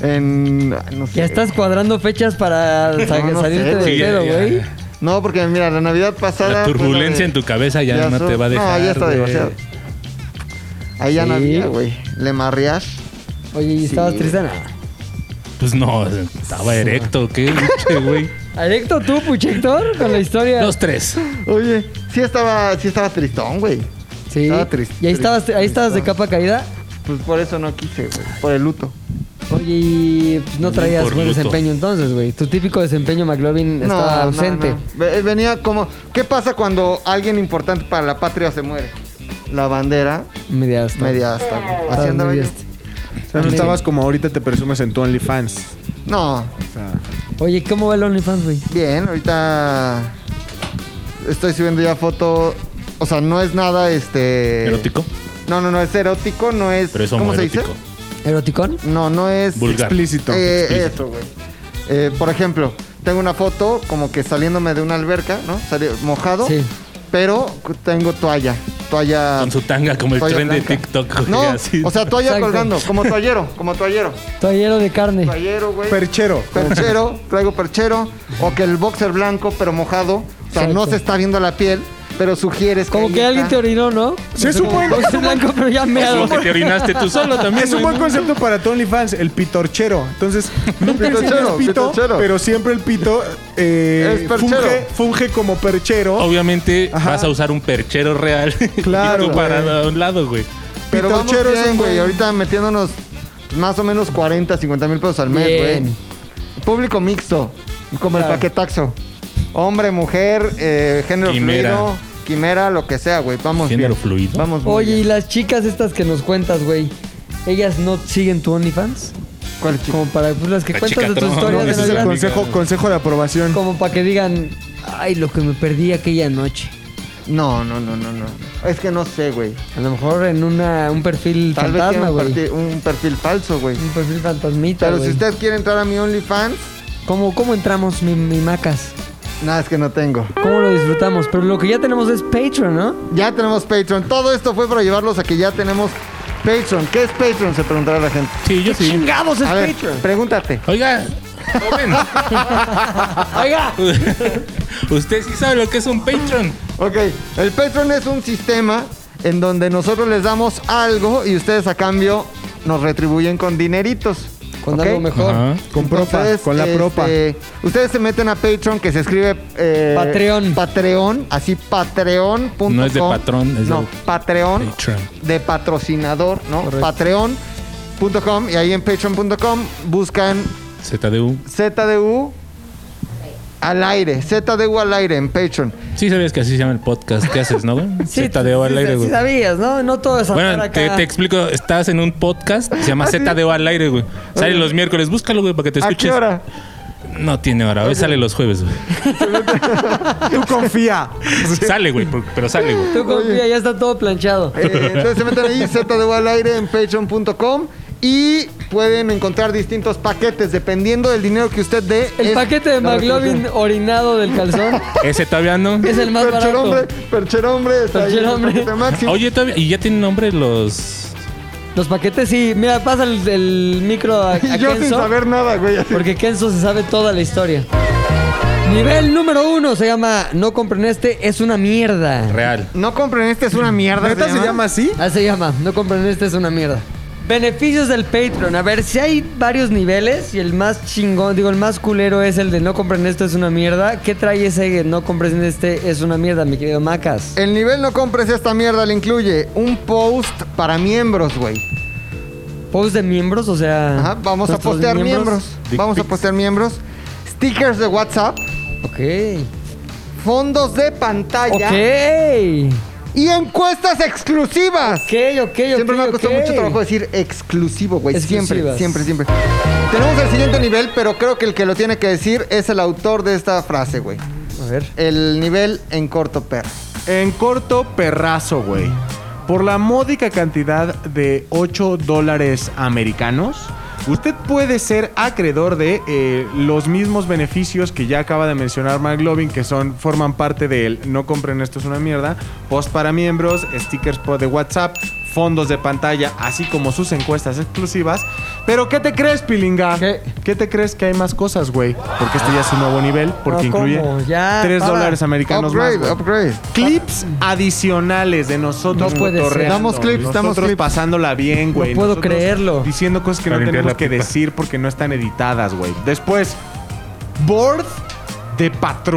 Speaker 2: En. ay, No sé.
Speaker 5: Ya estás cuadrando fechas para sa-
Speaker 2: No, no
Speaker 5: salirte
Speaker 2: sé,
Speaker 5: del
Speaker 2: güey.
Speaker 6: Sí,
Speaker 5: pedo,
Speaker 6: ya,
Speaker 5: güey.
Speaker 6: ya.
Speaker 2: No, porque mira, la Navidad pasada.
Speaker 6: La
Speaker 2: fue
Speaker 6: turbulencia
Speaker 2: de-
Speaker 6: en tu cabeza ya, no
Speaker 2: so-
Speaker 6: te va a dejar.
Speaker 2: No, Ah, pues, ya está
Speaker 6: güey.
Speaker 2: demasiado. Ahí ya no
Speaker 5: Sí.
Speaker 2: había, güey. Le marreas.
Speaker 5: Oye, ¿y estabas
Speaker 2: Sí.
Speaker 5: triste?
Speaker 6: Pues no, estaba erecto, ¿qué? Che, güey.
Speaker 5: ¿Erecto tú, Puchector? Con la historia.
Speaker 6: Los tres.
Speaker 2: Oye, sí estaba, sí estaba tristón, güey.
Speaker 5: sí.
Speaker 2: estaba triste,
Speaker 5: ¿Y ahí estabas,
Speaker 2: triste,
Speaker 5: ahí estabas de
Speaker 2: tristón.
Speaker 5: capa caída?
Speaker 2: Pues por eso no quise, güey. Por el luto.
Speaker 5: Oye, y pues, no traías
Speaker 6: Por
Speaker 5: buen
Speaker 6: luto.
Speaker 5: desempeño entonces, güey. Tu típico desempeño, McLovin, estaba ausente.
Speaker 2: no. Ve- eh, Venía como. ¿Qué pasa cuando alguien importante para la patria se muere? La bandera
Speaker 5: Media hasta.
Speaker 2: media hasta. güey.
Speaker 5: Estabas
Speaker 2: Así andaba
Speaker 5: media
Speaker 2: yo.
Speaker 5: hasta.
Speaker 7: no estabas como ahorita te presumes en tu OnlyFans.
Speaker 2: No,
Speaker 5: Oye, ¿cómo va el OnlyFans, güey?
Speaker 2: bien, ahorita. Estoy subiendo ya foto. O sea, no es nada este.
Speaker 6: Erótico,
Speaker 2: No, no, no es erótico, no es.
Speaker 6: pero es
Speaker 2: ¿Cómo se
Speaker 6: homoerótico.
Speaker 2: dice?
Speaker 5: ¿Eroticón?
Speaker 2: No, no es.
Speaker 6: Vulgar.
Speaker 7: Explícito.
Speaker 2: Eh,
Speaker 6: explícito.
Speaker 2: eso, güey. Eh, por ejemplo, tengo una foto como que saliéndome de una alberca, ¿no? Salí- mojado.
Speaker 5: Sí.
Speaker 2: Pero tengo toalla. Toalla.
Speaker 6: Con su tanga como el
Speaker 2: toalla
Speaker 6: tren de
Speaker 2: blanca.
Speaker 6: TikTok. güey,
Speaker 2: No,
Speaker 6: así.
Speaker 2: o sea, toalla
Speaker 5: Exacto.
Speaker 2: colgando, como toallero, como toallero.
Speaker 5: Toallero de carne.
Speaker 2: Toallero, güey.
Speaker 7: Perchero.
Speaker 2: perchero, traigo perchero. O que el boxer blanco, pero mojado. O sea, no
Speaker 5: Exacto.
Speaker 2: se está viendo la piel, pero sugieres
Speaker 5: Como
Speaker 2: ahí
Speaker 5: que alguien te
Speaker 2: está.
Speaker 5: orinó, ¿no?
Speaker 7: Sí, es un buen-
Speaker 5: Como que es blanco, pero ya me
Speaker 6: Como que te orinaste tú solo también.
Speaker 7: Es un
Speaker 6: güey,
Speaker 7: buen
Speaker 6: ¿no?
Speaker 7: concepto para tu OnlyFans, el pitorchero. Entonces, nunca enseñas
Speaker 2: Pitorchero,
Speaker 7: pito,
Speaker 2: pitorchero.
Speaker 7: pero siempre el pito eh,
Speaker 2: Es perchero.
Speaker 7: funge, funge como perchero.
Speaker 6: Obviamente
Speaker 7: Ajá.
Speaker 6: vas a usar un perchero real.
Speaker 7: Claro,
Speaker 6: Y tú
Speaker 7: güey.
Speaker 6: parado a un lado, güey.
Speaker 2: Pero vamos
Speaker 7: Pitochero es
Speaker 2: bien,
Speaker 7: un
Speaker 2: güey.
Speaker 7: buen-
Speaker 2: Ahorita metiéndonos más o menos 40, 50 mil pesos al mes,
Speaker 5: Bien.
Speaker 2: güey. Público mixto, como el
Speaker 5: Claro.
Speaker 2: paquetaxo. Hombre, mujer, eh, género
Speaker 6: Quimera.
Speaker 2: fluido, quimera, lo que sea, güey. Vamos
Speaker 6: Género
Speaker 2: bien.
Speaker 6: fluido.
Speaker 2: Vamos muy
Speaker 5: Oye, ¿y
Speaker 2: bien.
Speaker 5: las chicas estas que nos cuentas, güey? ¿Ellas no siguen tu OnlyFans?
Speaker 2: ¿Cuál chico?
Speaker 5: Como para pues, las que
Speaker 6: La
Speaker 5: cuentas de tus
Speaker 6: chicatrón,
Speaker 5: historias
Speaker 6: ¿no?
Speaker 5: de
Speaker 7: Ese es el
Speaker 5: Navidad.
Speaker 7: consejo, consejo de aprobación.
Speaker 5: Como para que digan, ay, lo que me perdí aquella noche.
Speaker 2: No, no, no, no, no. Es que no sé, güey.
Speaker 5: A lo mejor en una, un perfil
Speaker 2: Tal vez
Speaker 5: fantasma,
Speaker 2: tiene un,
Speaker 5: güey.
Speaker 2: parti- un perfil falso, güey.
Speaker 5: Un perfil fantasmita,
Speaker 2: Pero
Speaker 5: güey.
Speaker 2: si usted quiere entrar a mi OnlyFans,
Speaker 5: ¿Cómo, ¿Cómo entramos, mi, mi macas?
Speaker 2: nada, es que no tengo.
Speaker 5: ¿Cómo lo disfrutamos? Pero lo que ya tenemos es Patreon, ¿no?
Speaker 2: Ya tenemos Patreon. Todo esto fue para llevarlos a que ya tenemos Patreon. ¿Qué es Patreon? Se preguntará la gente.
Speaker 6: Sí, yo sí.
Speaker 5: ¡Chingamos es
Speaker 2: A ver,
Speaker 5: Patreon!
Speaker 2: pregúntate.
Speaker 6: Oiga, joven.
Speaker 5: ¡Oiga!
Speaker 6: Usted sí sabe lo que es un Patreon.
Speaker 2: Ok, el Patreon es un sistema en donde nosotros les damos algo y ustedes a cambio nos retribuyen con dineritos.
Speaker 5: Con
Speaker 2: ¿ok?
Speaker 5: algo mejor.
Speaker 6: Ajá.
Speaker 7: Con propa,
Speaker 2: Entonces,
Speaker 7: con la
Speaker 2: este,
Speaker 7: propa.
Speaker 2: Ustedes se meten a Patreon que se escribe eh,
Speaker 5: Patreon.
Speaker 2: Patreon, así patreon.com.
Speaker 6: No es de patrón, es
Speaker 2: no,
Speaker 6: de
Speaker 2: Patreon.
Speaker 6: Patreon.
Speaker 2: De patrocinador, ¿no?
Speaker 5: Correcto.
Speaker 2: Patreon.com y ahí en patreon.com buscan
Speaker 6: ZDU.
Speaker 2: ZDU al aire, ZDU al aire en Patreon.
Speaker 6: Sí sabías que así se llama el podcast. ¿Qué haces, no, güey?
Speaker 5: Sí,
Speaker 6: ZDU al
Speaker 5: sí,
Speaker 6: aire,
Speaker 5: sí,
Speaker 6: güey.
Speaker 5: Sí sabías, ¿no? No todo es andar
Speaker 6: Bueno, te,
Speaker 5: acá.
Speaker 6: te explico. Estás en un podcast. Se llama ZDU al aire, güey. Sale los miércoles. Búscalo, güey, para que te
Speaker 2: ¿A
Speaker 6: escuches.
Speaker 2: qué hora?
Speaker 6: No tiene hora, hoy sale los jueves, güey.
Speaker 2: Tú confía.
Speaker 6: Sale, güey, por- pero sale, güey.
Speaker 5: Tú confía, ya está todo planchado.
Speaker 2: Eh, entonces se meten ahí, ZDU al aire en patreon.com y pueden encontrar distintos paquetes dependiendo del dinero que usted dé.
Speaker 5: El
Speaker 2: es
Speaker 5: paquete de
Speaker 2: la
Speaker 5: McLovin
Speaker 2: retribución.
Speaker 5: orinado del calzón
Speaker 6: Ese todavía no.
Speaker 5: es el más
Speaker 2: Percherombre,
Speaker 5: barato.
Speaker 2: percherombre, está ahí en el
Speaker 5: Percherombre.
Speaker 2: paquete máximo.
Speaker 6: Oye, todavía. ¿Y ya tienen nombre los.
Speaker 5: Los paquetes, sí. Mira, pasa el, el micro a, a
Speaker 2: Y yo sin
Speaker 5: Kenzo,
Speaker 2: saber nada, güey. así.
Speaker 5: Porque Kenzo se sabe toda la historia. Nivel número uno se llama No compren este, es una mierda.
Speaker 6: Real.
Speaker 2: No compren este, es una mierda.
Speaker 7: ¿Neta se llama así?
Speaker 5: Así se llama, No compren este, es una mierda. Beneficios del Patreon. A ver, si hay varios niveles y el más chingón, digo, el más culero es el de No compren esto, es una mierda. ¿Qué trae ese de No compren este, es una mierda, mi querido Macas?
Speaker 2: El nivel no compres esta mierda le incluye un post para miembros, güey.
Speaker 5: Post de miembros, o sea...
Speaker 2: Ajá, vamos a
Speaker 5: nuestros
Speaker 2: postear miembros.
Speaker 6: Dick
Speaker 2: Vamos a
Speaker 6: pics.
Speaker 2: postear miembros. Stickers de WhatsApp,
Speaker 5: Ok.
Speaker 2: fondos de pantalla
Speaker 5: Ok.
Speaker 2: y encuestas exclusivas.
Speaker 5: Ok, ok, ok.
Speaker 2: Siempre me ha costado
Speaker 5: ok.
Speaker 2: mucho trabajo decir exclusivo, güey. Siempre,
Speaker 5: Exclusivas.
Speaker 2: siempre, siempre. Tenemos el siguiente nivel, pero creo que el que lo tiene que decir es el autor de esta frase, güey.
Speaker 5: A ver.
Speaker 2: El nivel en corto perro.
Speaker 10: En corto perrazo, güey. Por la módica cantidad de 8 dólares americanos, usted puede ser acreedor de eh, los mismos beneficios que ya acaba de mencionar McLovin, que son, forman parte de él. No compren esto es una mierda. Post para miembros, stickers po- de WhatsApp, fondos de pantalla, así como sus encuestas exclusivas. Pero ¿qué te crees, Pilinga?
Speaker 5: ¿Qué?
Speaker 10: te crees que hay más cosas, güey? Porque este ya es un nuevo nivel, porque
Speaker 5: No, ¿cómo?
Speaker 10: incluye
Speaker 5: Ya,
Speaker 10: 3
Speaker 5: para.
Speaker 10: dólares americanos
Speaker 2: Upgrade,
Speaker 10: más. güey
Speaker 2: upgrade.
Speaker 10: clips adicionales de nosotros
Speaker 5: No puede ser.
Speaker 10: cotorreando,
Speaker 2: Damos clips,
Speaker 10: nosotros
Speaker 2: damos clips.
Speaker 10: pasándola bien, güey.
Speaker 5: puedo
Speaker 10: nosotros
Speaker 5: creerlo.
Speaker 10: Diciendo cosas que
Speaker 7: Para
Speaker 10: no
Speaker 7: limpiar
Speaker 10: tenemos
Speaker 7: la
Speaker 10: que
Speaker 7: pipa.
Speaker 10: decir porque no están editadas, güey. Después, board de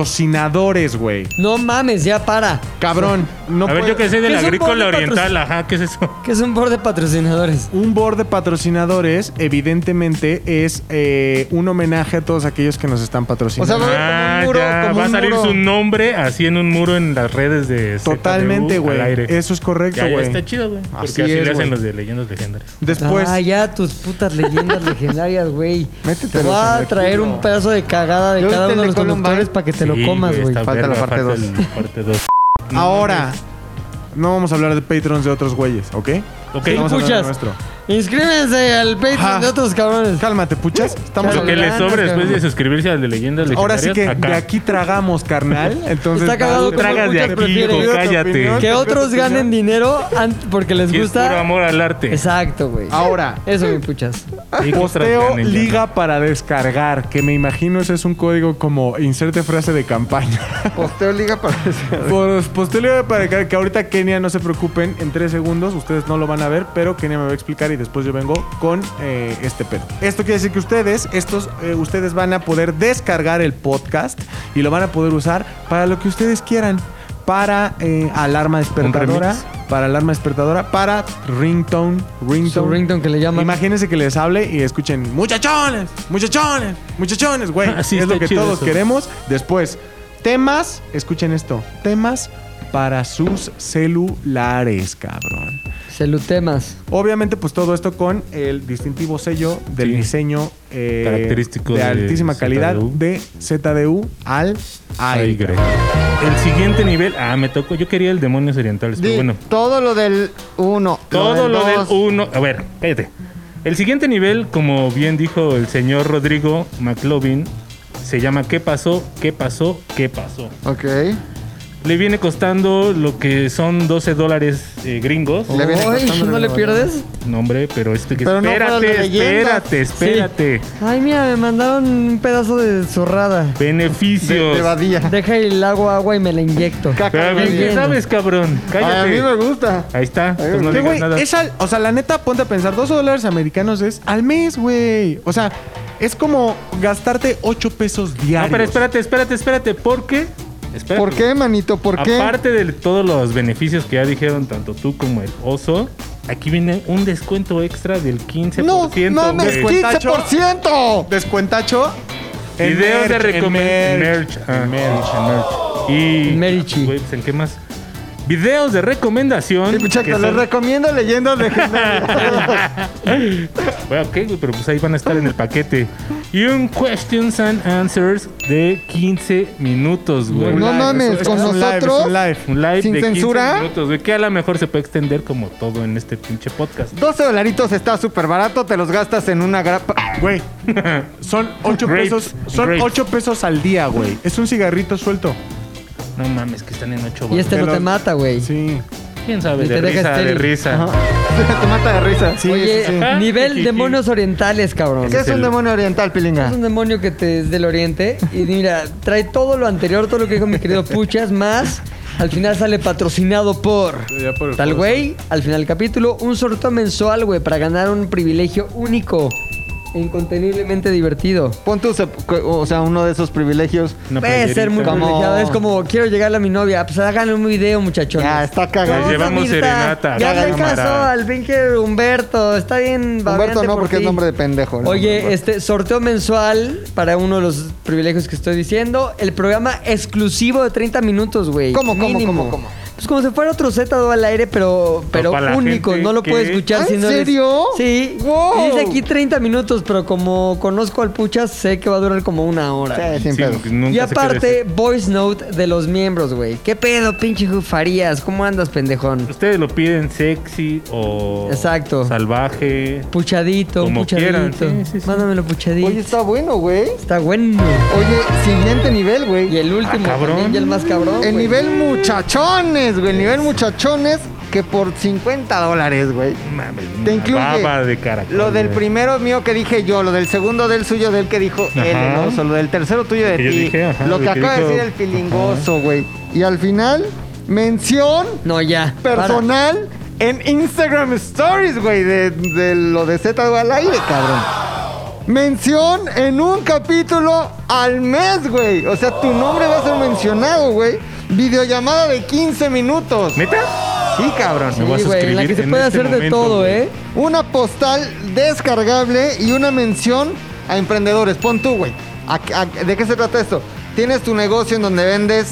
Speaker 10: patrocinadores, güey.
Speaker 5: No mames, ya para.
Speaker 10: Cabrón, no
Speaker 6: a ver,
Speaker 10: puede-
Speaker 6: yo que sé
Speaker 5: ¿Qué
Speaker 6: del
Speaker 5: es un
Speaker 6: agrícola
Speaker 5: bono de
Speaker 6: oriental, ajá, ¿qué es eso?
Speaker 5: Que es un board de patrocinadores.
Speaker 10: Un board de patrocinadores, evidentemente, es eh, un homenaje a todos aquellos que nos están
Speaker 2: O
Speaker 10: patrocinando.
Speaker 2: sea, va a haber
Speaker 6: Ah,
Speaker 2: como un muro,
Speaker 6: ya,
Speaker 2: como
Speaker 6: va a
Speaker 2: un
Speaker 6: salir
Speaker 2: muro.
Speaker 6: su nombre así en un muro en las redes de ZDU
Speaker 10: Totalmente,
Speaker 6: al
Speaker 10: güey.
Speaker 6: aire.
Speaker 10: Eso es correcto,
Speaker 6: Ya, ya
Speaker 10: güey.
Speaker 6: está chido, güey. Porque
Speaker 10: Así
Speaker 6: así
Speaker 10: es,
Speaker 6: le hacen
Speaker 10: güey.
Speaker 6: los de leyendas legendarias.
Speaker 10: Después,
Speaker 5: Ah, ya tus putas leyendas legendarias, güey. Te
Speaker 2: Métetelos
Speaker 5: voy a
Speaker 2: en el
Speaker 5: traer
Speaker 2: culo.
Speaker 5: un pedazo de cagada de
Speaker 2: Yo
Speaker 5: cada
Speaker 2: ahorita
Speaker 5: uno de
Speaker 2: le
Speaker 5: los
Speaker 2: colo un
Speaker 5: conductores
Speaker 2: bar.
Speaker 5: para que te lo
Speaker 6: Sí,
Speaker 5: comas, güey.
Speaker 6: está
Speaker 2: Falta
Speaker 6: verga,
Speaker 2: la parte dos.
Speaker 6: el- Parte 2.
Speaker 10: ahora, no vamos a hablar de patrons de otros güeyes, ¿ok?
Speaker 6: Ok,
Speaker 5: Sí,
Speaker 10: Vamos a hablar de
Speaker 5: puchas.
Speaker 10: nuestro.
Speaker 5: Inscríbense al Patreon
Speaker 10: Ajá.
Speaker 5: de otros cabrones.
Speaker 10: Cálmate, puchas. Estamos
Speaker 6: lo que
Speaker 5: le
Speaker 6: les
Speaker 5: ganas,
Speaker 6: sobre después de
Speaker 5: cabrón.
Speaker 6: suscribirse al de leyendas legendarias.
Speaker 10: Ahora sí que
Speaker 6: acá.
Speaker 10: de aquí tragamos, carnal. Entonces,
Speaker 5: Está cagado
Speaker 10: dale,
Speaker 5: como
Speaker 10: tragas de
Speaker 5: muchas
Speaker 10: aquí,
Speaker 5: prefieren.
Speaker 10: hijo,
Speaker 5: Pido tu
Speaker 6: opinión.
Speaker 10: cállate.
Speaker 5: Que otros ganen dinero an- porque les
Speaker 6: Sí, es puro
Speaker 5: gusta.
Speaker 6: amor al arte.
Speaker 5: Exacto, güey.
Speaker 2: Ah,
Speaker 10: Ahora,
Speaker 5: Eso, mi puchas.
Speaker 6: Y que otras
Speaker 10: posteo
Speaker 6: ganen, ya.
Speaker 10: liga para descargar, que me imagino ese es un código como inserte frase de campaña.
Speaker 2: Posteo liga para
Speaker 10: Por- posteo liga para descargar, que ahorita Kenia, no se preocupen, en tres segundos ustedes no lo van a ver, pero Kenia me va a explicar y después yo vengo con eh, este pedo. Esto quiere decir que ustedes, estos, eh, ustedes van a poder descargar el podcast y lo van a poder usar para lo que ustedes quieran. Para eh, alarma despertadora,
Speaker 6: remix?
Speaker 10: para alarma despertadora, para ringtone,
Speaker 5: Su
Speaker 10: ringtone,
Speaker 5: ringtone que le llaman.
Speaker 10: Imagínense que les hable y escuchen muchachones, muchachones, muchachones, güey.
Speaker 6: Así
Speaker 10: es
Speaker 6: Ah, está
Speaker 10: lo que
Speaker 6: chido
Speaker 10: todos
Speaker 6: eso.
Speaker 10: queremos. Después, temas, escuchen esto, temas para sus celulares, cabrón.
Speaker 5: Celutemas.
Speaker 10: Obviamente, pues todo esto con el distintivo sello del
Speaker 6: Sí.
Speaker 10: diseño eh,
Speaker 6: Característico
Speaker 10: de
Speaker 6: de
Speaker 10: altísima calidad
Speaker 6: ZDU.
Speaker 10: de ZDU al
Speaker 6: Ay,
Speaker 10: aire.
Speaker 6: güey. El siguiente nivel. Ah, me tocó. Yo quería el demonios orientales, pero
Speaker 2: Di
Speaker 6: bueno.
Speaker 2: Todo lo del 1.
Speaker 6: Todo lo del uno. A ver, cállate. El siguiente nivel, como bien dijo el señor Rodrigo McLovin, se llama ¿Qué pasó? ¿Qué pasó? ¿Qué pasó?
Speaker 2: Ok.
Speaker 6: Le viene costando lo que son 12 dólares eh, gringos.
Speaker 2: Le viene
Speaker 5: Ay,
Speaker 2: costando
Speaker 5: ¿No
Speaker 2: la
Speaker 5: le
Speaker 2: renovadora.
Speaker 5: pierdes?
Speaker 6: No, hombre, pero este que
Speaker 2: Pero no fuera
Speaker 6: espérate,
Speaker 2: de leyendas.
Speaker 6: espérate, espérate.
Speaker 5: Ay, mira, me mandaron un pedazo de zorrada.
Speaker 2: De,
Speaker 6: Beneficios.
Speaker 2: de Badía.
Speaker 5: Deja el agua agua y me la inyecto.
Speaker 6: Pero bien, ¿qué
Speaker 5: Bien.
Speaker 6: sabes, cabrón?
Speaker 2: Ay, a mí
Speaker 6: Cállate.
Speaker 2: me gusta.
Speaker 6: Ahí está. pues no
Speaker 10: Que,
Speaker 6: digas
Speaker 10: güey,
Speaker 6: nada.
Speaker 10: es al- o sea, la neta, ponte a pensar, dos dólares americanos es al mes, güey. O sea, es como gastarte 8 pesos
Speaker 6: No,
Speaker 10: diarios.
Speaker 6: pero espérate, espérate, espérate. ¿Por qué? Espérate,
Speaker 2: ¿Por qué, manito? ¿Por qué?
Speaker 6: Aparte de todos los beneficios que ya dijeron tanto tú como el oso, aquí viene un descuento extra del 15%.
Speaker 2: no, no
Speaker 6: güey.
Speaker 2: mames, 15%.
Speaker 10: Descuentacho. en
Speaker 6: Videos de
Speaker 10: merch, en
Speaker 6: recomendación.
Speaker 10: merch.
Speaker 6: Merch. ah, merch. Y.
Speaker 5: Merichi.
Speaker 6: Güey, pues, ¿en qué más? Videos de recomendación.
Speaker 2: Sí, muchacho,
Speaker 6: que
Speaker 2: les
Speaker 6: son-
Speaker 2: recomiendo leyendas legendarias.
Speaker 6: Bueno, ok, güey, pero pues ahí van a estar en el paquete. y un questions and answers de 15 minutos, güey.
Speaker 2: No mames, con nosotros,
Speaker 6: un live, un live
Speaker 2: sin
Speaker 6: de
Speaker 2: censura.
Speaker 6: 15 minutos, güey, que a lo mejor se puede extender como todo en este pinche podcast.
Speaker 2: 12 dolaritos está súper barato, te los gastas en una grapa.
Speaker 10: Güey, son 8
Speaker 6: Grapes,
Speaker 10: pesos. Son
Speaker 6: grapes.
Speaker 10: 8 pesos al día, güey. Es un cigarrito suelto.
Speaker 6: No mames, que están en 8
Speaker 7: Y este no te mata, güey.
Speaker 10: Sí.
Speaker 6: ¿Quién sabe?
Speaker 7: Ni
Speaker 6: De
Speaker 7: te deja
Speaker 6: risa, de
Speaker 7: estéril.
Speaker 6: risa.
Speaker 2: te mata de risa.
Speaker 10: Sí,
Speaker 7: Oye,
Speaker 10: sí, sí.
Speaker 7: nivel demonios orientales, cabrón.
Speaker 2: ¿Qué es un demonio oriental,
Speaker 7: Es
Speaker 2: Pilinga?
Speaker 7: un demonio que te es del oriente. Y mira, trae todo lo anterior, todo lo que dijo mi querido Puchas, más. Al final sale patrocinado por
Speaker 10: Ya por el
Speaker 7: tal
Speaker 10: foro,
Speaker 7: güey. Al final del capítulo, un sorteo mensual, güey, para ganar un privilegio único e inconteniblemente divertido.
Speaker 2: Pon tú, se- o sea, uno de esos privilegios.
Speaker 6: Una
Speaker 7: Puede ser muy
Speaker 6: playerita.
Speaker 2: Como-
Speaker 7: privilegiado. Es como, quiero llegarle a mi novia. Pues háganle un video, muchachos.
Speaker 2: Ya, está
Speaker 6: Les
Speaker 2: cagado.
Speaker 6: llevamos serenata.
Speaker 7: Ya le
Speaker 6: cámara.
Speaker 7: caso al pinche Humberto. Está bien
Speaker 2: Humberto
Speaker 7: babeante
Speaker 2: no,
Speaker 7: por
Speaker 2: porque es
Speaker 7: ti.
Speaker 2: nombre de pendejo. ¿no?
Speaker 7: Oye, este sorteo mensual para uno de los privilegios que estoy diciendo. El programa exclusivo de 30 minutos, güey.
Speaker 2: ¿Cómo, cómo,
Speaker 7: Mínimo.
Speaker 2: cómo, cómo?
Speaker 7: Pues como si fuera otro Z al aire, pero, pero
Speaker 6: para la
Speaker 7: único.
Speaker 6: gente
Speaker 7: No lo
Speaker 6: que-
Speaker 7: puedes escuchar
Speaker 2: ¿Ah,
Speaker 7: si
Speaker 2: en
Speaker 7: no eres-
Speaker 2: serio?
Speaker 7: Sí.
Speaker 2: Wow.
Speaker 7: Y Dice aquí 30 minutos, pero como conozco al Puchas, sé que va a durar como una hora.
Speaker 2: Sí, sin
Speaker 6: Sí,
Speaker 2: pedo.
Speaker 6: nunca
Speaker 7: Y
Speaker 6: sé qué decir.
Speaker 7: aparte, voice note de los miembros, güey. ¿Qué pedo, pinche Jufarías? ¿Cómo andas, pendejón?
Speaker 6: Ustedes lo piden sexy o
Speaker 7: Exacto.
Speaker 6: salvaje.
Speaker 7: Puchadito,
Speaker 6: Como
Speaker 7: puchadito.
Speaker 6: quieran, sí, sí, sí.
Speaker 7: Mándamelo puchadito.
Speaker 2: Oye, está bueno, güey.
Speaker 7: Está bueno.
Speaker 2: Oye, siguiente nivel, güey.
Speaker 7: Y el último,
Speaker 6: Ah, cabrón.
Speaker 7: también, y el más cabrón. güey.
Speaker 2: El nivel muchachones, güey. El nivel muchachones que por 50 dólares, güey.
Speaker 6: Mames,
Speaker 2: Te
Speaker 6: una
Speaker 2: incluye
Speaker 6: baba de caracol,
Speaker 2: Lo del
Speaker 6: güey.
Speaker 2: primero mío que dije yo, lo del segundo del suyo, del que dijo
Speaker 6: Ajá.
Speaker 2: él, ¿no? O sea, lo del tercero tuyo de
Speaker 6: Que yo
Speaker 2: ti.
Speaker 6: dije, ajá, lo
Speaker 2: lo que
Speaker 6: que
Speaker 2: acaba de
Speaker 6: dijo-
Speaker 2: decir el filingoso, güey. Y al final, mención
Speaker 7: No, ya.
Speaker 2: personal en Instagram Stories, güey, de, de lo de Z al aire, cabrón. Mención en un capítulo al mes, güey. O sea, tu nombre va a ser mencionado, güey. Videollamada de 15 minutos.
Speaker 6: ¿Neta?
Speaker 2: Sí, cabrón.
Speaker 6: Me voy a
Speaker 7: Sí, güey, en la
Speaker 6: suscribir
Speaker 7: que se
Speaker 6: en
Speaker 7: puede
Speaker 6: este
Speaker 7: hacer de
Speaker 6: momento,
Speaker 7: todo,
Speaker 6: güey.
Speaker 7: ¿eh?
Speaker 2: Una postal descargable y una mención a emprendedores. Pon tú, güey. ¿A- a- ¿De qué se trata esto? Tienes tu negocio en donde vendes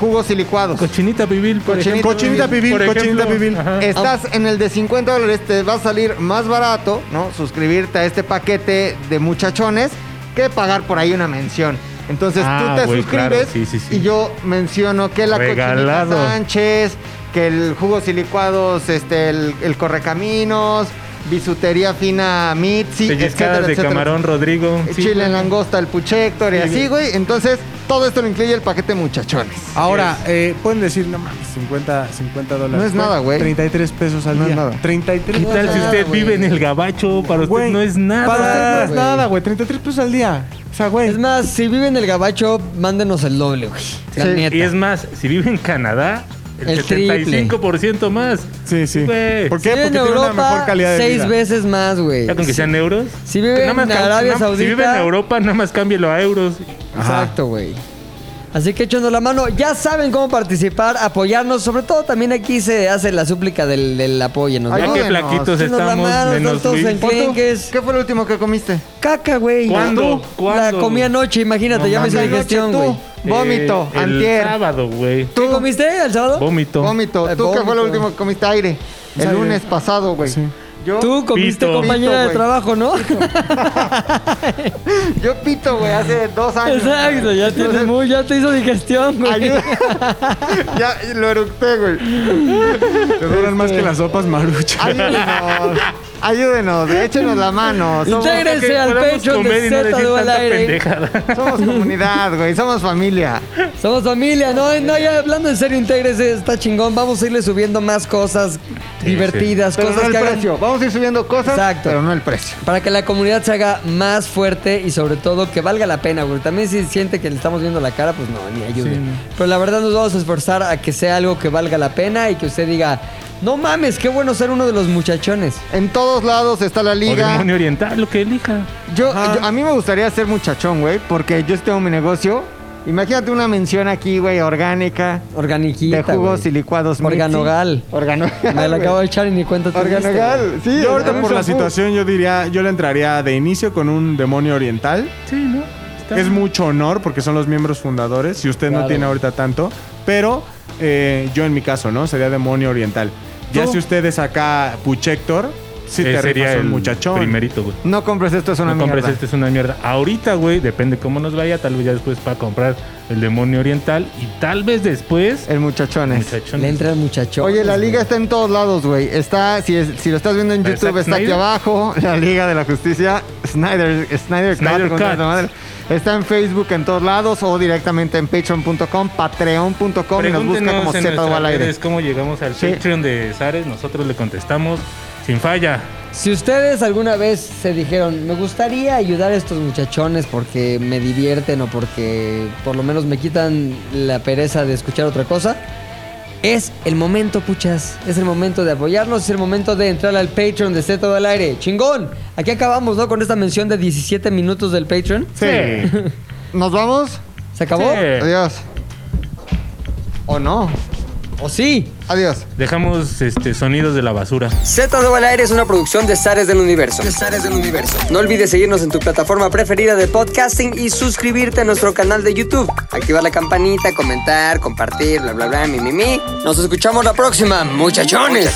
Speaker 2: jugos y licuados.
Speaker 6: Cochinita pibil, por
Speaker 2: Cochinita
Speaker 6: ejemplo.
Speaker 2: pibil,
Speaker 6: Por ejemplo.
Speaker 10: cochinita pibil.
Speaker 6: Ajá.
Speaker 2: Estás en el de 50 dólares, te va a salir más barato, ¿no? Suscribirte a este paquete de muchachones que pagar por ahí una mención. Entonces
Speaker 6: Ah,
Speaker 2: tú te
Speaker 6: güey,
Speaker 2: suscribes
Speaker 6: claro, sí, sí, sí.
Speaker 2: y yo menciono que la
Speaker 6: Regalado.
Speaker 2: cochinita Sánchez, que el jugos y licuados, este, el, el correcaminos, bisutería fina Mitzi, etcétera,
Speaker 6: Pellizcadas de
Speaker 2: etcétera.
Speaker 6: camarón, Rodrigo.
Speaker 2: Eh,
Speaker 6: Sí,
Speaker 2: Chile
Speaker 6: güey.
Speaker 2: en langosta, el puchector y
Speaker 6: Sí,
Speaker 2: así,
Speaker 6: güey.
Speaker 2: güey. Entonces, todo esto lo incluye el paquete muchachones.
Speaker 10: Ahora, eh, pueden decir, no mames, 50, 50 dólares.
Speaker 2: No es nada, güey.
Speaker 10: 33 pesos al
Speaker 2: No es
Speaker 10: día.
Speaker 2: nada.
Speaker 10: 33
Speaker 6: ¿Qué
Speaker 10: pesos
Speaker 6: tal
Speaker 10: al
Speaker 6: si
Speaker 10: día,
Speaker 6: usted
Speaker 10: güey?
Speaker 6: vive en el gabacho? Para usted
Speaker 10: Güey,
Speaker 6: no es nada.
Speaker 10: Para usted no es
Speaker 7: güey.
Speaker 10: nada, güey. 33 pesos al día. O sea, güey.
Speaker 7: Es más, si vive en el gabacho, mándenos el doble, güey. La
Speaker 2: Sí.
Speaker 7: neta.
Speaker 6: Y es más, si vive en Canadá, el,
Speaker 7: El triple.
Speaker 6: 75% más.
Speaker 10: Sí, sí.
Speaker 6: Güey.
Speaker 10: ¿Por
Speaker 7: Si
Speaker 10: qué?
Speaker 7: vive
Speaker 10: Porque
Speaker 7: en
Speaker 10: tiene
Speaker 7: Europa,
Speaker 10: una mejor calidad de
Speaker 7: seis
Speaker 10: vida.
Speaker 7: veces más, güey.
Speaker 6: Ya con que sean euros.
Speaker 7: Si vive
Speaker 6: Nada más
Speaker 7: en
Speaker 6: cam-
Speaker 7: Arabia
Speaker 6: nada- Si vive en
Speaker 7: Saudita.
Speaker 6: Europa, nada más cámbielo a euros.
Speaker 7: Exacto, güey. Así que echando la mano, ya saben cómo participar, apoyarnos. Sobre todo también aquí se hace la súplica del, del apoyo. ¿no?
Speaker 2: Ay,
Speaker 6: Ya que
Speaker 2: Ayúdenos,
Speaker 6: flaquitos
Speaker 7: echando la
Speaker 6: estamos,
Speaker 7: mano,
Speaker 6: menos
Speaker 7: tontos
Speaker 6: Luis.
Speaker 7: en-
Speaker 2: Pon tú,
Speaker 7: Clenques.
Speaker 2: ¿Qué fue lo último que comiste?
Speaker 7: Caca, güey.
Speaker 6: ¿Cuándo?
Speaker 7: La
Speaker 6: ¿Cuándo?
Speaker 7: comí Pues anoche, imagínate, ya me hice
Speaker 2: mames.
Speaker 7: digestión,
Speaker 2: Anoche
Speaker 7: güey.
Speaker 2: tú. Vómito,
Speaker 6: Eh,
Speaker 2: antier.
Speaker 6: El sábado, güey.
Speaker 7: ¿Qué comiste el sábado?
Speaker 6: Vómito.
Speaker 2: Vómito.
Speaker 7: Eh,
Speaker 2: ¿Tú qué fue lo
Speaker 7: vómito.
Speaker 2: último que comiste aire? El
Speaker 10: Aire.
Speaker 2: lunes pasado, güey. Yo,
Speaker 7: Tú comiste
Speaker 6: Pito.
Speaker 7: compañera
Speaker 2: Pito,
Speaker 7: de
Speaker 2: güey.
Speaker 7: trabajo, ¿no?
Speaker 2: yo pito, güey, hace dos años.
Speaker 7: Exacto, ya tienes
Speaker 2: Entonces,
Speaker 7: muy, ya te hizo digestión, güey.
Speaker 2: ayuda. ya lo eructé, güey.
Speaker 10: Te duran más que las sopas marucha.
Speaker 2: Ayúdenos. Ayúdenos, échenos la mano. Somos,
Speaker 7: Intégrense
Speaker 6: Que
Speaker 7: al
Speaker 6: podamos
Speaker 7: pecho
Speaker 6: comer
Speaker 7: de
Speaker 6: y no
Speaker 7: Z
Speaker 6: decir
Speaker 7: al
Speaker 6: tanta
Speaker 7: aire.
Speaker 6: pendejada.
Speaker 2: somos comunidad, güey. Somos familia.
Speaker 7: Somos familia, no, no, ya hablando en serio, intégrese, está chingón. Vamos a irle subiendo más cosas divertidas,
Speaker 2: Pero no
Speaker 7: cosas
Speaker 2: el
Speaker 7: que hagan
Speaker 2: precio. Vamos a ir subiendo cosas,
Speaker 7: Exacto.
Speaker 2: pero no el precio.
Speaker 7: para que la comunidad se haga más fuerte y sobre todo que valga la pena, güey. También si siente que le estamos viendo la cara, pues no, ni ayude. Pero la verdad nos vamos a esforzar a que sea algo que valga la pena y que usted diga, no mames, qué bueno ser uno de los muchachones.
Speaker 2: En todos lados está la
Speaker 6: O
Speaker 2: liga.
Speaker 6: demonio oriental, lo que elija.
Speaker 2: Yo, yo- a mí me gustaría ser muchachón, güey, porque yo tengo mi negocio. Imagínate una mención aquí, güey, orgánica.
Speaker 7: Organiquita,
Speaker 2: de jugos
Speaker 7: güey.
Speaker 2: y licuados. Mitzi.
Speaker 7: Organogal.
Speaker 2: Organogal.
Speaker 7: Me la
Speaker 2: güey.
Speaker 7: acabo de echar y ni cuenta te diste,
Speaker 2: Organogal,
Speaker 7: güey.
Speaker 2: sí.
Speaker 10: Yo ahorita por la
Speaker 2: Samsung.
Speaker 10: situación yo diría, yo le entraría de inicio con un demonio oriental.
Speaker 6: Sí, ¿no? Está-
Speaker 10: Es mucho honor porque son los miembros fundadores y usted
Speaker 7: Claro.
Speaker 10: no tiene ahorita tanto, pero eh, yo en mi caso, ¿no? Sería demonio oriental. Ya si usted es acá Puchector, Sí,
Speaker 6: Ese
Speaker 10: te
Speaker 6: sería
Speaker 10: rifas un
Speaker 6: el
Speaker 10: muchachón.
Speaker 6: primerito, güey.
Speaker 2: No compres esto, es una
Speaker 6: no compres
Speaker 2: mierda.
Speaker 6: este, es una mierda. Ahorita, güey, depende cómo nos vaya. Tal vez ya después para comprar el demonio oriental. Y tal vez después.
Speaker 2: El muchachones.
Speaker 7: Le entra el muchachón.
Speaker 2: Oye, la liga está en todos lados, güey. Está, si, es- si lo estás viendo en
Speaker 6: ¿La de
Speaker 2: YouTube,
Speaker 6: Zack
Speaker 2: está aquí
Speaker 6: Snyder?
Speaker 2: abajo. La Liga de la Justicia, Snyder, Snyder, Cut,
Speaker 6: Snyder
Speaker 2: como se
Speaker 6: Cut.
Speaker 2: llama, madre. Está en Facebook en todos lados o directamente en patreon.com, patreon.com y nos busca como
Speaker 6: Pregúntenos en
Speaker 2: Z
Speaker 6: nuestras
Speaker 2: al aire.
Speaker 6: redes cómo llegamos al
Speaker 2: Sí.
Speaker 6: Patreon de Zares. Nosotros le contestamos sin falla.
Speaker 7: Si ustedes alguna vez se dijeron, me gustaría ayudar a estos muchachones porque me divierten o porque por lo menos me quitan la pereza de escuchar otra cosa, es el momento, puchas. Es el momento de apoyarnos, es el momento de entrar al Patreon de Z todo al aire. ¡Chingón! Aquí acabamos, ¿no? Con esta mención de 17 minutos del Patreon.
Speaker 2: Sí. ¿Nos vamos?
Speaker 7: ¿Se acabó?
Speaker 2: Adiós. ¿O no?
Speaker 7: ¿O sí?
Speaker 2: Adiós.
Speaker 6: Dejamos este, sonidos de la basura.
Speaker 7: Z2 al aire es una producción de Zares del Universo. del Universo. No olvides seguirnos en tu plataforma preferida de podcasting y suscribirte a nuestro canal de YouTube. Activar la campanita, comentar, compartir, bla, bla, bla, mi, mi, mi. Nos escuchamos la próxima, muchachones.